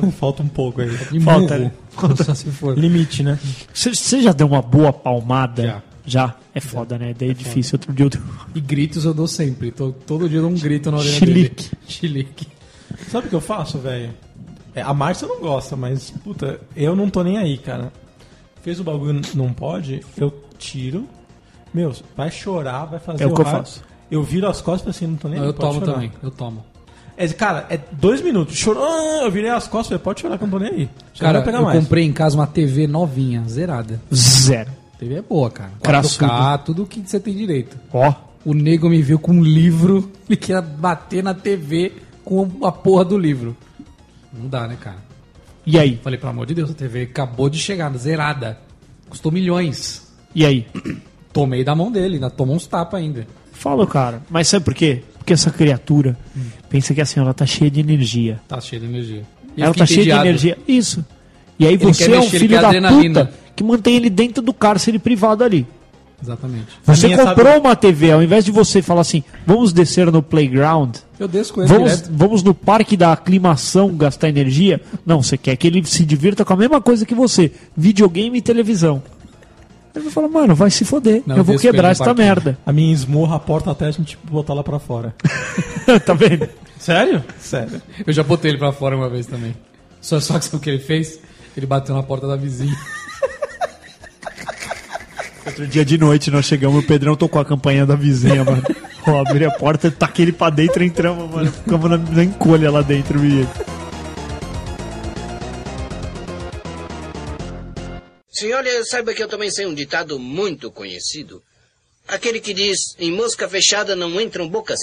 [SPEAKER 3] Educação.
[SPEAKER 4] Falta um pouco aí.
[SPEAKER 2] E
[SPEAKER 3] Falta,
[SPEAKER 2] murro.
[SPEAKER 3] né? Falta.
[SPEAKER 2] Só se assim for.
[SPEAKER 1] Limite, né?
[SPEAKER 3] Você- Você já deu uma boa palmada?
[SPEAKER 2] Já.
[SPEAKER 3] Já? É foda, né? Daí é difícil. Outro dia eu dei um
[SPEAKER 2] E gritos eu dou sempre. Tô- todo dia eu dou um grito na orelha
[SPEAKER 3] Chilique.
[SPEAKER 2] dele. Chilique.
[SPEAKER 4] Sabe o que eu faço, velho? É, a Márcia não gosta, mas, puta, eu não tô nem aí, cara. Fez o bagulho n- não pode, eu tiro. Meu, vai chorar, vai fazer
[SPEAKER 3] É o que eu
[SPEAKER 4] raiva.
[SPEAKER 3] faço.
[SPEAKER 4] Eu viro as costas e falo assim, não tô nem
[SPEAKER 2] Não,
[SPEAKER 4] aí,
[SPEAKER 2] eu
[SPEAKER 4] pode
[SPEAKER 2] tomo
[SPEAKER 4] chorar.
[SPEAKER 2] também, eu tomo.
[SPEAKER 4] É, cara, é dois minutos. Chorou, eu virei as costas, falei, pode chorar que eu não tô nem aí. Você
[SPEAKER 2] Cara,
[SPEAKER 4] não vai pegar
[SPEAKER 2] eu
[SPEAKER 4] mais.
[SPEAKER 2] comprei em casa uma TV novinha, zerada.
[SPEAKER 3] zero.
[SPEAKER 2] TV é boa, cara. 4K,
[SPEAKER 3] Crassudo.
[SPEAKER 2] tudo o que você tem direito.
[SPEAKER 3] Ó.
[SPEAKER 2] O nego me viu com um livro, ele queria bater na TV com a porra do livro. Não dá, né, cara?
[SPEAKER 3] E aí?
[SPEAKER 2] Falei, pelo amor de Deus, a TV acabou de chegar, zerada. Custou milhões.
[SPEAKER 3] E aí?
[SPEAKER 2] Tomei da mão dele, ainda tomou uns tapas ainda.
[SPEAKER 3] Fala, cara. Mas sabe por quê? Porque essa criatura
[SPEAKER 2] Hum.
[SPEAKER 3] pensa que assim, ela tá cheia de energia.
[SPEAKER 2] Tá cheio de energia. E eu
[SPEAKER 3] ela tá cheia
[SPEAKER 2] fiquei
[SPEAKER 3] de
[SPEAKER 2] entediado.
[SPEAKER 3] energia. Isso. E aí
[SPEAKER 2] Ele
[SPEAKER 3] você
[SPEAKER 2] quer
[SPEAKER 3] é um
[SPEAKER 2] mexer, ele
[SPEAKER 3] filho
[SPEAKER 2] quer
[SPEAKER 3] da
[SPEAKER 2] adrenalina.
[SPEAKER 3] puta que mantém ele dentro do cárcere privado ali.
[SPEAKER 2] Exatamente.
[SPEAKER 3] Você
[SPEAKER 4] minha,
[SPEAKER 3] comprou uma TV, ao invés de você falar assim, vamos descer no playground,
[SPEAKER 2] Eu desço com ele
[SPEAKER 3] Vamos,
[SPEAKER 2] direto.
[SPEAKER 3] vamos no parque da aclimação gastar energia? Não, você quer que ele se divirta com a mesma coisa que você: videogame e televisão. Ele vai falar, mano, vai se foder.
[SPEAKER 2] Não,
[SPEAKER 3] eu vou
[SPEAKER 2] deixa eu
[SPEAKER 3] quebrar
[SPEAKER 2] no
[SPEAKER 3] essa
[SPEAKER 2] parque.
[SPEAKER 3] merda.
[SPEAKER 4] A minha esmurra a porta até a gente botar lá pra fora.
[SPEAKER 3] tá vendo?
[SPEAKER 1] Sério?
[SPEAKER 4] Sério.
[SPEAKER 2] Eu já botei ele pra fora uma vez também. Só, só que sabe o que ele fez? Ele bateu na porta da vizinha.
[SPEAKER 3] Outro dia de noite nós chegamos, o Pedrão tocou a campanha da vizinha, mano. Ó, abri a porta, taquei ele pra dentro e entramos, mano. Ficamos na, na encolha lá dentro, menino.
[SPEAKER 14] Senhora, saiba que eu também sei um ditado muito conhecido. Aquele que diz, em mosca fechada não entram bocas.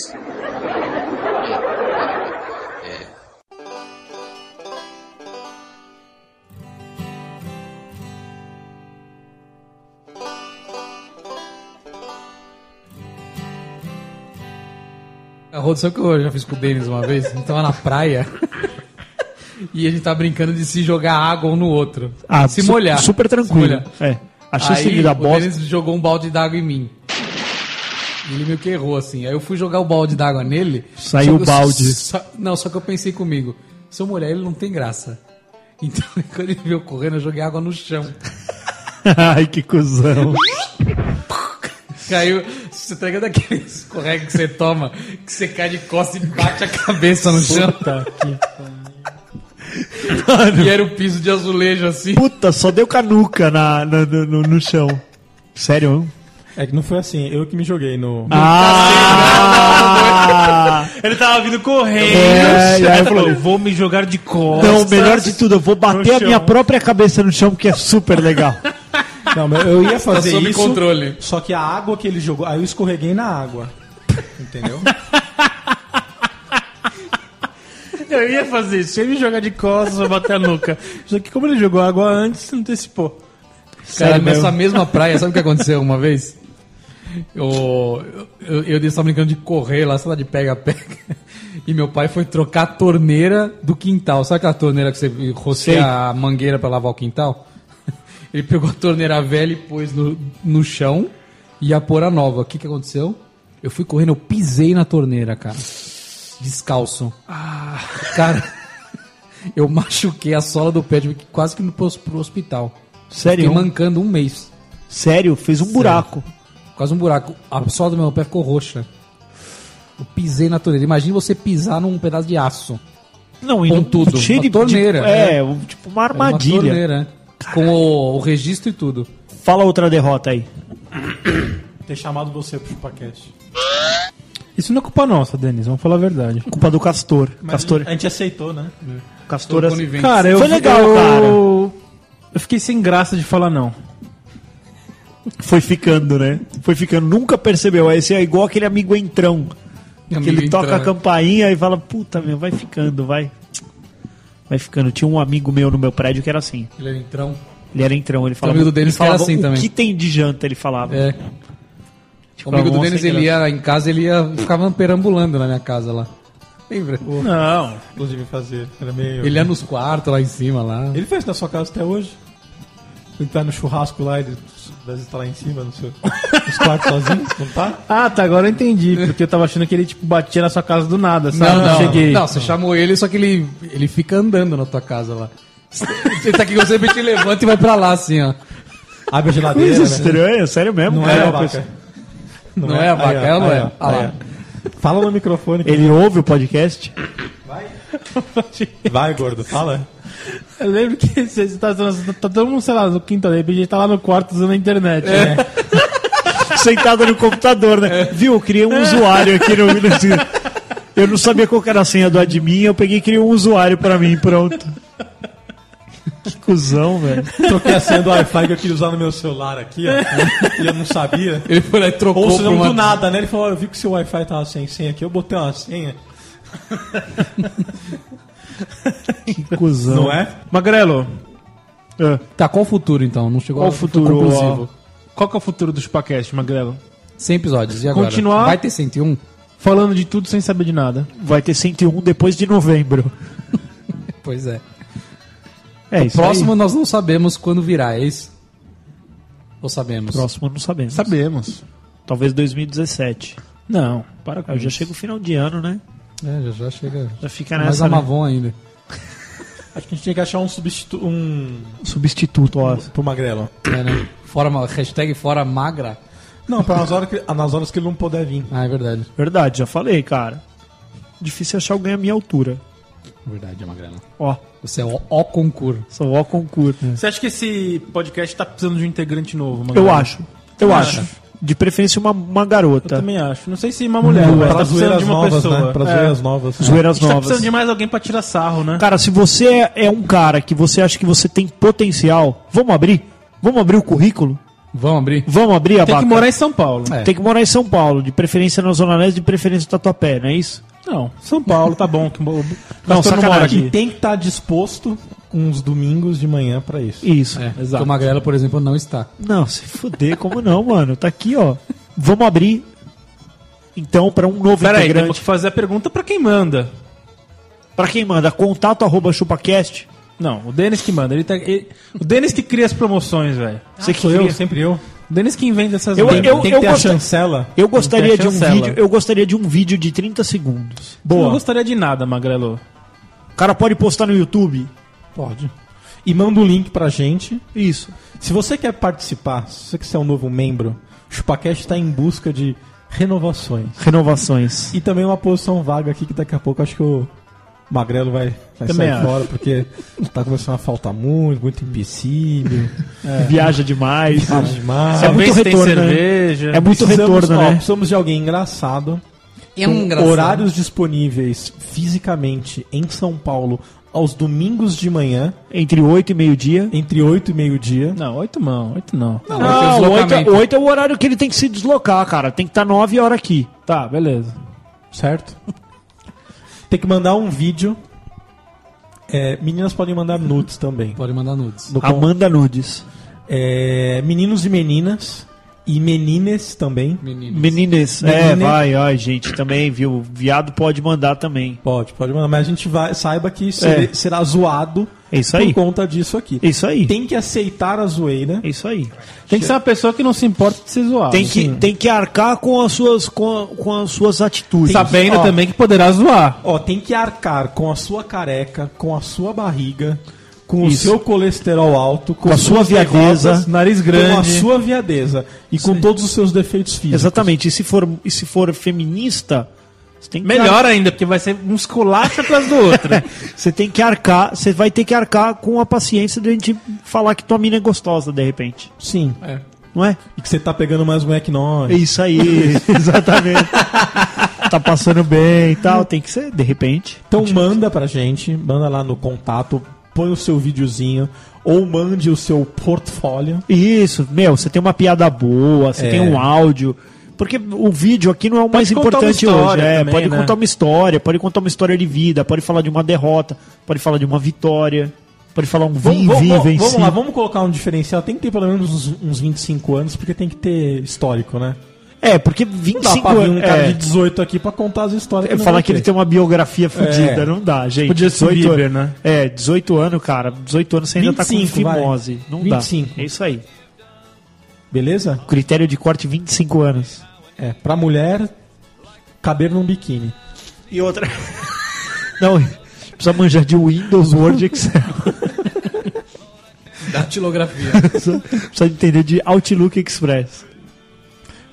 [SPEAKER 2] É A Rodo, sabe o que eu já fiz com o Denis uma vez? A gente tava na praia e a gente tava brincando de se jogar água um no outro.
[SPEAKER 3] Ah,
[SPEAKER 2] se
[SPEAKER 3] su-
[SPEAKER 2] molhar.
[SPEAKER 3] Super
[SPEAKER 2] Se
[SPEAKER 3] tranquilo.
[SPEAKER 2] molhar.
[SPEAKER 3] É. A chance
[SPEAKER 2] Aí,
[SPEAKER 3] de dar
[SPEAKER 2] o
[SPEAKER 3] bosta.
[SPEAKER 2] Denis jogou um balde d'água em mim. E ele meio que errou, assim. Aí eu fui jogar o balde d'água nele.
[SPEAKER 3] Saiu
[SPEAKER 2] só que
[SPEAKER 3] o
[SPEAKER 2] eu-
[SPEAKER 3] balde.
[SPEAKER 2] só- não, só que eu pensei comigo. Se eu molhar ele, não tem graça. Então, quando ele veio correndo, eu joguei água no chão.
[SPEAKER 3] Ai, que cuzão.
[SPEAKER 2] Caiu. Você tá ligado aquele escorrega que você toma, que você cai de costas e bate a cabeça no chão? E era o piso de azulejo assim.
[SPEAKER 3] Puta, só deu canuca na, na- no, no- no chão. Sério? hein?
[SPEAKER 4] É que não foi assim, eu que me joguei no.
[SPEAKER 2] Ah.
[SPEAKER 1] Ele tava vindo correndo.
[SPEAKER 3] É, e aí
[SPEAKER 1] ele
[SPEAKER 3] eu
[SPEAKER 1] falou:
[SPEAKER 3] falei,
[SPEAKER 1] vou me jogar de costas.
[SPEAKER 3] Não, o melhor de tudo, eu vou bater a minha própria cabeça no chão, porque é super legal.
[SPEAKER 4] Não, mas eu ia fazer
[SPEAKER 2] Tá sob
[SPEAKER 4] isso.
[SPEAKER 2] controle.
[SPEAKER 4] Só que a água que ele jogou, aí eu escorreguei na água. Entendeu?
[SPEAKER 1] Eu ia fazer isso. Se ele me jogar de costas, eu vou bater a nuca. Só que como ele jogou água antes, não antecipou.
[SPEAKER 2] Cara,
[SPEAKER 1] Sério
[SPEAKER 2] nessa
[SPEAKER 1] mesmo.
[SPEAKER 2] mesma praia, sabe o que aconteceu uma vez? Eu, eu, eu, eu tava brincando de correr lá, sei lá, de pega-pega. E meu pai foi trocar a torneira do quintal. Sabe aquela torneira que você roceia
[SPEAKER 3] Sei.
[SPEAKER 2] a mangueira pra lavar o quintal? Ele pegou a torneira velha e pôs no, no chão e ia pôr a nova. O que, que aconteceu? Eu fui correndo, eu pisei na torneira, cara. Descalço. Cara, eu machuquei a sola do pé, tive que- quase que me pôs pro hospital.
[SPEAKER 3] Sério?
[SPEAKER 2] Fiquei mancando um mês.
[SPEAKER 3] Sério, fez um buraco.
[SPEAKER 2] Quase um buraco. A sola do meu pé ficou roxa. Eu pisei na torneira. Imagina você pisar num pedaço de aço.
[SPEAKER 3] Não, e
[SPEAKER 2] Com
[SPEAKER 3] não-
[SPEAKER 2] tudo.
[SPEAKER 3] cheio
[SPEAKER 2] uma
[SPEAKER 3] de-
[SPEAKER 2] torneira.
[SPEAKER 3] de- é, um- tipo uma armadilha.
[SPEAKER 2] Uma torneira. né? Com o, o registro e tudo.
[SPEAKER 3] Fala outra derrota aí.
[SPEAKER 4] Ter chamado você pro chupaquete.
[SPEAKER 1] Isso não é culpa nossa, Denis. Vamos falar a verdade.
[SPEAKER 3] Culpa do Castor. Castor.
[SPEAKER 4] A gente aceitou, né?
[SPEAKER 3] Castor. assim,
[SPEAKER 1] Cara, eu,
[SPEAKER 3] Foi legal,
[SPEAKER 1] eu,
[SPEAKER 3] cara.
[SPEAKER 1] Eu fiquei sem graça de falar não.
[SPEAKER 3] Foi ficando, né? Foi ficando. Nunca percebeu. Aí Esse é igual aquele amigo entrão. que ele
[SPEAKER 2] Amigo
[SPEAKER 3] toca
[SPEAKER 2] entrão,
[SPEAKER 3] a
[SPEAKER 2] né?
[SPEAKER 3] campainha e fala, puta, meu, vai ficando, vai. Vai ficando. Tinha um amigo meu no meu prédio que era assim.
[SPEAKER 2] Ele era entrão.
[SPEAKER 3] Ele era entrão, ele falava.
[SPEAKER 2] amigo do Denis
[SPEAKER 3] ele falava
[SPEAKER 2] era assim
[SPEAKER 3] o
[SPEAKER 2] também."
[SPEAKER 3] que tem de janta, ele falava.
[SPEAKER 2] É.
[SPEAKER 3] Tipo,
[SPEAKER 2] O amigo do
[SPEAKER 3] almoço
[SPEAKER 2] Denis,
[SPEAKER 3] sem
[SPEAKER 2] ele
[SPEAKER 3] graça.
[SPEAKER 2] ia em casa, ele ia, ficava perambulando na minha casa lá. Lembra?
[SPEAKER 1] Não.
[SPEAKER 4] Inclusive fazer. Era meio.
[SPEAKER 2] Ele é ia nos quartos lá em cima, lá.
[SPEAKER 4] Ele fez na sua casa até hoje. Ele tá no churrasco lá, ele às vezes tá lá em cima, no seu. Os quartos sozinhos, não tá?
[SPEAKER 1] Ah, tá, agora eu entendi. Porque eu tava achando que ele, tipo, batia na sua casa do nada, sabe?
[SPEAKER 2] Não, não,
[SPEAKER 1] cheguei.
[SPEAKER 2] não, você chamou ele, só que ele, ele fica andando na tua casa lá. Ele tá aqui com você, ele te levanta e vai pra lá, assim, ó.
[SPEAKER 4] Abre a geladeira.
[SPEAKER 3] Coisa
[SPEAKER 4] né?
[SPEAKER 3] estranha, sério mesmo?
[SPEAKER 4] Não
[SPEAKER 3] cara.
[SPEAKER 4] é,
[SPEAKER 3] Uma
[SPEAKER 4] abaca.
[SPEAKER 3] pessoa-
[SPEAKER 2] Não, é a vaca,
[SPEAKER 4] Aí, ó,
[SPEAKER 2] ela não
[SPEAKER 4] aí,
[SPEAKER 2] é.
[SPEAKER 4] ó,
[SPEAKER 2] Ah lá.
[SPEAKER 4] aí, ó. Fala no microfone.
[SPEAKER 3] Ele ouve o podcast?
[SPEAKER 4] Vai, gordo, fala.
[SPEAKER 1] Eu lembro que você você tá, tá- tá todo mundo, sei lá, no quinto de repente ele tá lá no quarto usando a internet. né?
[SPEAKER 2] É.
[SPEAKER 3] Sentado no computador, né? Viu? Eu criei um usuário aqui no. nesse- Eu não sabia qual que era a senha do admin, eu peguei e criei um usuário pra mim, pronto. Que cuzão, velho.
[SPEAKER 4] Troquei a senha do Wi-Fi que eu queria usar no meu celular aqui, ó. E eu não sabia.
[SPEAKER 2] Ele foi lá e trocou
[SPEAKER 4] Ou se não
[SPEAKER 2] pra uma-
[SPEAKER 4] do nada, né? Ele falou, ó, eu vi que o seu Wi-Fi tava sem senha aqui, eu botei uma senha.
[SPEAKER 3] Que cuzão.
[SPEAKER 4] Não é?
[SPEAKER 1] Magrelo,
[SPEAKER 3] É.
[SPEAKER 2] Tá, qual o futuro então? Não chegou
[SPEAKER 1] qual o
[SPEAKER 2] a-
[SPEAKER 1] futuro?
[SPEAKER 2] conclusivo.
[SPEAKER 1] Qual que é o futuro do Chupacast, Magrelo?
[SPEAKER 2] 100 episódios, e agora?
[SPEAKER 1] Continuar?
[SPEAKER 2] Vai ter 101?
[SPEAKER 1] Falando de tudo sem saber de nada.
[SPEAKER 3] Vai ter 101 depois de novembro.
[SPEAKER 2] Pois é.
[SPEAKER 3] É
[SPEAKER 2] o
[SPEAKER 3] isso. aí.
[SPEAKER 2] próximo nós não sabemos quando virá, é isso? Ou sabemos?
[SPEAKER 3] Próximo não sabemos.
[SPEAKER 1] Sabemos.
[SPEAKER 3] Talvez 2017.
[SPEAKER 1] Não, para com
[SPEAKER 3] Ah, já
[SPEAKER 1] isso.
[SPEAKER 3] chega o final de ano, né?
[SPEAKER 2] É, já, já chega.
[SPEAKER 3] Já fica
[SPEAKER 2] Mais
[SPEAKER 3] nessa. né?
[SPEAKER 2] Amavon ainda.
[SPEAKER 4] Acho que a gente tinha que achar um substituto. Um.
[SPEAKER 3] Substituto, né? ó.
[SPEAKER 4] pro Magrelo.
[SPEAKER 2] É, né? Fora, ma- hashtag fora magra.
[SPEAKER 4] Não, pra nas horas que, ah, nas horas que ele não puder vir.
[SPEAKER 2] Ah, é verdade.
[SPEAKER 3] Verdade, já falei, cara. Difícil achar alguém à minha altura.
[SPEAKER 2] Verdade, é magrela.
[SPEAKER 3] Ó,
[SPEAKER 2] Você é o, o concurso.
[SPEAKER 3] sou ó concurso.
[SPEAKER 1] Você acha que esse podcast tá precisando de um integrante novo, Magrelo?
[SPEAKER 3] Eu acho. né? Eu
[SPEAKER 1] Ah,
[SPEAKER 3] acho. De preferência uma, uma garota.
[SPEAKER 1] Eu também acho. Não sei se uma mulher, mas tá
[SPEAKER 4] pra
[SPEAKER 1] precisando
[SPEAKER 4] zoeiras
[SPEAKER 1] de uma
[SPEAKER 4] novas,
[SPEAKER 1] pessoa.
[SPEAKER 4] né? Pra
[SPEAKER 1] É.
[SPEAKER 4] zoeiras novas.
[SPEAKER 3] Zoeiras
[SPEAKER 1] A gente tá
[SPEAKER 3] novas.
[SPEAKER 1] precisando de mais alguém pra tirar sarro, né?
[SPEAKER 3] Cara, se você é- é um cara que você acha que você tem potencial, vamos abrir? Vamos abrir o currículo?
[SPEAKER 2] Vamos abrir?
[SPEAKER 3] Vamos abrir a
[SPEAKER 1] Tem que morar em São Paulo.
[SPEAKER 2] É.
[SPEAKER 3] Tem que morar em São Paulo, de preferência na Zona Leste, de preferência no Tatuapé, não é isso?
[SPEAKER 1] Não, São Paulo tá bom. Que... o- o- o Castor
[SPEAKER 3] sacanagem.
[SPEAKER 1] mora
[SPEAKER 4] E tem que estar disposto uns domingos de manhã pra isso.
[SPEAKER 3] Isso.
[SPEAKER 2] É, Porque o Magrela, por exemplo, não está.
[SPEAKER 3] Não, se fuder, como não, mano? Tá aqui, ó. Vamos abrir, então, pra um novo
[SPEAKER 1] Peraí, temos
[SPEAKER 3] integrante.
[SPEAKER 1] que fazer a pergunta pra quem manda.
[SPEAKER 3] Pra quem manda, contato arroba chupacast.
[SPEAKER 1] Não, o Denis que manda. Ele tá- ele- O Denis que cria as promoções, velho.
[SPEAKER 3] Você
[SPEAKER 4] Ah, Sou eu, sempre eu.
[SPEAKER 1] O Denis que inventa essas
[SPEAKER 3] Eu-
[SPEAKER 1] merdas.
[SPEAKER 3] eu-
[SPEAKER 4] Tem que ter a
[SPEAKER 3] gosto-
[SPEAKER 4] chancela.
[SPEAKER 3] Eu gostaria de um
[SPEAKER 1] Chancela.
[SPEAKER 3] vídeo, eu gostaria de um vídeo de 30 segundos.
[SPEAKER 1] Não
[SPEAKER 3] Boa.
[SPEAKER 1] gostaria de nada, Magrelo.
[SPEAKER 3] O cara pode postar no YouTube.
[SPEAKER 4] Pode. E manda o link pra gente.
[SPEAKER 3] Isso.
[SPEAKER 4] Se você quer participar, se você quer é um novo membro, o Chupacast está em busca de renovações.
[SPEAKER 3] Renovações.
[SPEAKER 4] E também uma posição vaga aqui que daqui a pouco acho que o Magrelo vai, vai
[SPEAKER 1] Também
[SPEAKER 4] sair
[SPEAKER 1] acho.
[SPEAKER 4] fora porque tá começando a faltar muito, muito empecilho.
[SPEAKER 3] Viaja demais.
[SPEAKER 4] Viaja demais.
[SPEAKER 3] Sabe
[SPEAKER 4] É
[SPEAKER 3] se
[SPEAKER 4] muito
[SPEAKER 3] tem
[SPEAKER 4] né?
[SPEAKER 3] cerveja.
[SPEAKER 4] É muito
[SPEAKER 3] Precisamos,
[SPEAKER 4] retorno,
[SPEAKER 3] ó,
[SPEAKER 4] né? Precisamos de alguém engraçado.
[SPEAKER 2] É
[SPEAKER 4] com
[SPEAKER 2] um engraçado.
[SPEAKER 4] Horários disponíveis fisicamente em São Paulo aos domingos de manhã.
[SPEAKER 3] Entre 8 e meio-dia.
[SPEAKER 4] Entre 8 e meio-dia.
[SPEAKER 1] Não, 8 não, 8 não.
[SPEAKER 3] Não, oito 8 é o horário que ele tem que se deslocar, cara. Tem que estar 9 horas aqui.
[SPEAKER 1] Tá, beleza.
[SPEAKER 4] Certo? Tem que mandar um vídeo. É, meninas podem mandar nudes também.
[SPEAKER 2] Pode mandar nudes.
[SPEAKER 4] No com-
[SPEAKER 3] Amanda Nudes.
[SPEAKER 4] É, meninos e meninas. E menines também.
[SPEAKER 2] Menino.
[SPEAKER 3] Meninas. É,
[SPEAKER 4] Menine-
[SPEAKER 3] vai, ai, gente, também, viu? Viado pode mandar também.
[SPEAKER 4] Pode, pode mandar. Mas a gente vai, saiba que ser-
[SPEAKER 3] É.
[SPEAKER 4] será zoado
[SPEAKER 3] É isso aí.
[SPEAKER 4] por conta disso aqui.
[SPEAKER 3] É Isso aí.
[SPEAKER 4] Tem que aceitar a zoeira.
[SPEAKER 3] É isso aí.
[SPEAKER 1] Tem que ser uma pessoa que não se importa de ser zoada.
[SPEAKER 3] Tem que, tem que arcar com as suas, com, com as suas atitudes.
[SPEAKER 1] Sabendo
[SPEAKER 4] Ó.
[SPEAKER 1] também que poderá zoar.
[SPEAKER 4] Ó, tem que arcar com a sua careca, com a sua barriga, com
[SPEAKER 3] Isso.
[SPEAKER 4] o seu colesterol alto, com,
[SPEAKER 3] a
[SPEAKER 4] as
[SPEAKER 3] sua
[SPEAKER 4] suas
[SPEAKER 3] viadeza,
[SPEAKER 4] derrotas,
[SPEAKER 1] nariz grande.
[SPEAKER 4] com a sua viadeza e com todos os seus defeitos físicos.
[SPEAKER 3] Exatamente. E se for, e se for feminista, você tem que
[SPEAKER 1] Melhor ainda, porque vai ser um esculacho atrás do outro.
[SPEAKER 3] Você tem que arcar, você vai ter que arcar com a paciência de a gente falar que tua mina é gostosa de repente.
[SPEAKER 4] Sim.
[SPEAKER 2] É.
[SPEAKER 3] Não é?
[SPEAKER 4] E que você tá pegando mais um
[SPEAKER 3] É
[SPEAKER 4] equinóide.
[SPEAKER 3] isso aí, exatamente. tá passando bem e tal, tem que ser de repente.
[SPEAKER 4] Então manda pra gente, manda lá no contato, põe o seu videozinho ou mande o seu portfólio.
[SPEAKER 3] Isso, meu, você tem uma piada boa, você
[SPEAKER 4] É.
[SPEAKER 3] tem um áudio. Porque o vídeo aqui não é o mais
[SPEAKER 1] contar uma
[SPEAKER 3] importante hoje.
[SPEAKER 1] história
[SPEAKER 3] É,
[SPEAKER 1] também,
[SPEAKER 3] pode
[SPEAKER 1] né?
[SPEAKER 3] contar uma história, pode contar uma história de vida, pode falar de uma derrota, pode falar de uma vitória, pode falar um vim,
[SPEAKER 4] vamos,
[SPEAKER 3] vim,
[SPEAKER 4] vamos-
[SPEAKER 3] venci.
[SPEAKER 4] vamos lá, vamos colocar um diferencial. Tem que ter pelo menos uns, uns 25 anos, porque tem que ter histórico, né?
[SPEAKER 3] É, porque
[SPEAKER 4] Não dá
[SPEAKER 3] 25
[SPEAKER 4] pra vir um
[SPEAKER 3] anos.
[SPEAKER 4] cara
[SPEAKER 3] é,
[SPEAKER 4] de 18 aqui pra contar as histórias.
[SPEAKER 3] é,
[SPEAKER 4] não
[SPEAKER 3] falar
[SPEAKER 4] vai
[SPEAKER 3] que ele
[SPEAKER 4] ter.
[SPEAKER 3] tem uma biografia fodida,
[SPEAKER 4] É.
[SPEAKER 3] não dá, gente.
[SPEAKER 1] Podia ser Bieber, né?
[SPEAKER 3] É, 18 anos, cara. 18 anos você ainda tá
[SPEAKER 4] 25,
[SPEAKER 3] com
[SPEAKER 4] vai.
[SPEAKER 3] fimose. Não
[SPEAKER 4] 25.
[SPEAKER 3] dá. É isso aí.
[SPEAKER 4] Beleza?
[SPEAKER 3] Critério de corte 25 anos.
[SPEAKER 4] É, pra mulher caber num biquíni.
[SPEAKER 3] E outra. Não, precisa manjar de Windows, Word, Excel.
[SPEAKER 2] Datilografia.
[SPEAKER 3] Precisa precisa entender de Outlook Express.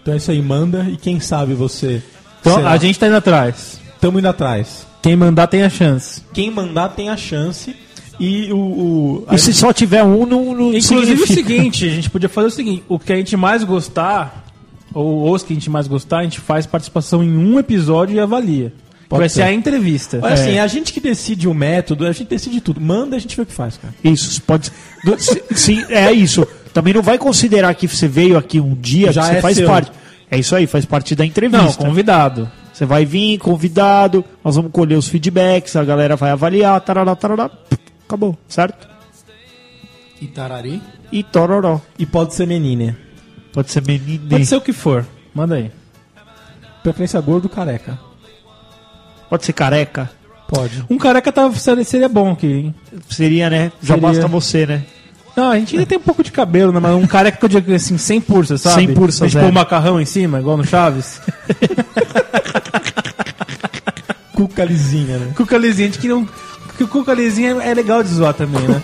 [SPEAKER 4] Então é isso aí, manda e quem sabe você.
[SPEAKER 1] Então
[SPEAKER 4] será.
[SPEAKER 1] a gente tá indo atrás.
[SPEAKER 4] Tamo indo atrás.
[SPEAKER 1] Quem mandar tem a chance.
[SPEAKER 4] Quem mandar tem a chance e o. o a
[SPEAKER 3] E se
[SPEAKER 4] gente-
[SPEAKER 3] só tiver um, não, não
[SPEAKER 1] Inclusive o
[SPEAKER 3] significa.
[SPEAKER 1] seguinte, a gente podia fazer o seguinte, o que a gente mais gostar, ou os que a gente mais gostar, a gente faz participação em um episódio e avalia.
[SPEAKER 4] Pode
[SPEAKER 1] vai
[SPEAKER 4] ser.
[SPEAKER 1] ser a entrevista.
[SPEAKER 4] Olha, assim, é a gente que decide o método, a gente decide tudo. Manda e a gente vê o que faz, cara.
[SPEAKER 3] Isso, pode. do- se- se- é isso. Também não vai considerar que você veio aqui um dia,
[SPEAKER 4] Já
[SPEAKER 3] que você
[SPEAKER 4] é
[SPEAKER 3] faz
[SPEAKER 4] seu.
[SPEAKER 3] parte. É isso aí, faz parte da
[SPEAKER 1] Não,
[SPEAKER 3] entrevista.
[SPEAKER 1] convidado.
[SPEAKER 3] Você vai vir convidado, nós vamos colher os feedbacks, a galera vai avaliar, tarará, tarará, acabou, certo?
[SPEAKER 2] Itarari.
[SPEAKER 3] E tororó.
[SPEAKER 4] E pode ser menina.
[SPEAKER 3] Pode ser menino.
[SPEAKER 1] Pode ser o que for. Manda aí.
[SPEAKER 4] Preferência gordo careca.
[SPEAKER 3] Pode ser careca.
[SPEAKER 4] Pode.
[SPEAKER 1] Um careca tá, seria, seria bom aqui, hein?
[SPEAKER 3] Seria, né? Já
[SPEAKER 1] Seria.
[SPEAKER 3] basta você, né?
[SPEAKER 1] Não, a gente ainda tem um pouco de cabelo, né? Mas um careca que eu digo assim, 100%, sabe?
[SPEAKER 3] 100%,
[SPEAKER 1] A gente
[SPEAKER 3] zero.
[SPEAKER 1] põe o macarrão em cima, igual no Chaves.
[SPEAKER 4] Cuca lisinha, né?
[SPEAKER 1] Cuca Lisinha, a gente queria um... Porque o Cuca Lisinha é legal de zoar também, né?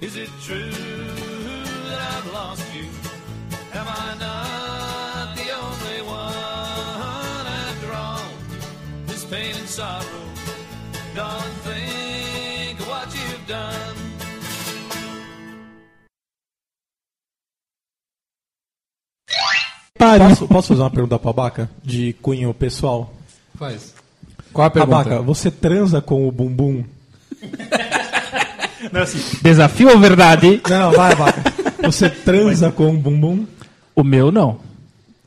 [SPEAKER 8] Is it true that I've lost you? Am I not the only one after all? This pain and sorrow, darling, think of what you've done.
[SPEAKER 4] Posso, posso fazer uma pergunta pra Abaca? De cunho pessoal?
[SPEAKER 2] Faz. Qual a
[SPEAKER 4] Abaca, você transa com o bumbum?
[SPEAKER 1] Desafio ou verdade?
[SPEAKER 4] Não, vai, Abaca. Você transa com o bumbum?
[SPEAKER 1] O meu não.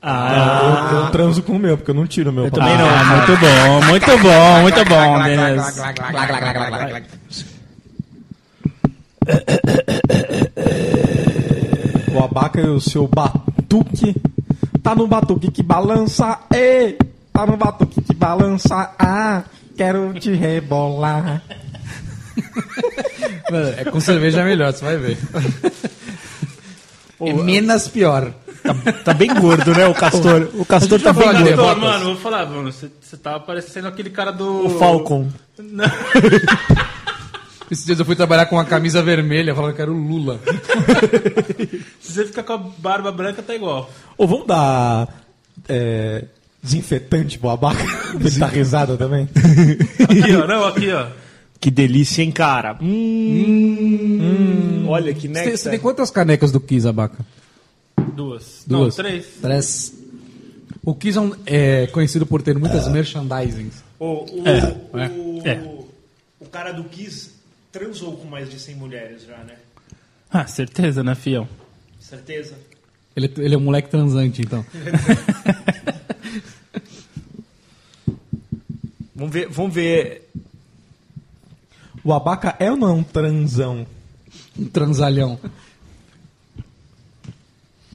[SPEAKER 4] Eu, eu transo com o meu, porque eu não tiro o meu. Eu
[SPEAKER 3] Ah. também não.
[SPEAKER 1] muito bom, muito bom, muito bom, Denis.
[SPEAKER 4] O abaca e o seu batuque. Tá no batuque que balança, ê! Tá no batuque que balança, ah! Quero te rebolar.
[SPEAKER 2] Mano, é com cerveja é melhor, você vai ver. é menos pior.
[SPEAKER 3] Tá bem gordo, né, o Castor? O Castor tá bem
[SPEAKER 2] falar de
[SPEAKER 3] gordo.
[SPEAKER 2] derrota.
[SPEAKER 1] mano, vou falar, mano. Você você tá parecendo aquele cara do.
[SPEAKER 3] O Falcon.
[SPEAKER 2] Esses dias eu fui trabalhar com uma camisa vermelha, falando que era o Lula.
[SPEAKER 1] Se você ficar com a barba branca, tá igual.
[SPEAKER 4] Ou vamos dar. é, Desinfetante pro abaca. Ele dá risada também.
[SPEAKER 1] Aqui, ó. Não, aqui, ó.
[SPEAKER 3] Que delícia, hein, cara? Hum, Olha que
[SPEAKER 2] Você tem,
[SPEAKER 3] next.
[SPEAKER 2] você tem quantas canecas do Kiss, Abaca?
[SPEAKER 1] Duas.
[SPEAKER 2] Duas.
[SPEAKER 1] Não, três.
[SPEAKER 2] Três. O Kiss é, um- é conhecido por ter muitas merchandisings.
[SPEAKER 3] O, o,
[SPEAKER 2] É.
[SPEAKER 3] O,
[SPEAKER 2] É.
[SPEAKER 3] o cara do Kiss transou com mais de 100 mulheres já, né?
[SPEAKER 1] Ah, certeza, né, fiel?
[SPEAKER 3] Certeza.
[SPEAKER 2] Ele, é- ele é um moleque transante, então.
[SPEAKER 3] Vamos ver, vamos ver.
[SPEAKER 4] O abaca é ou não é um transão?
[SPEAKER 2] Um transalhão.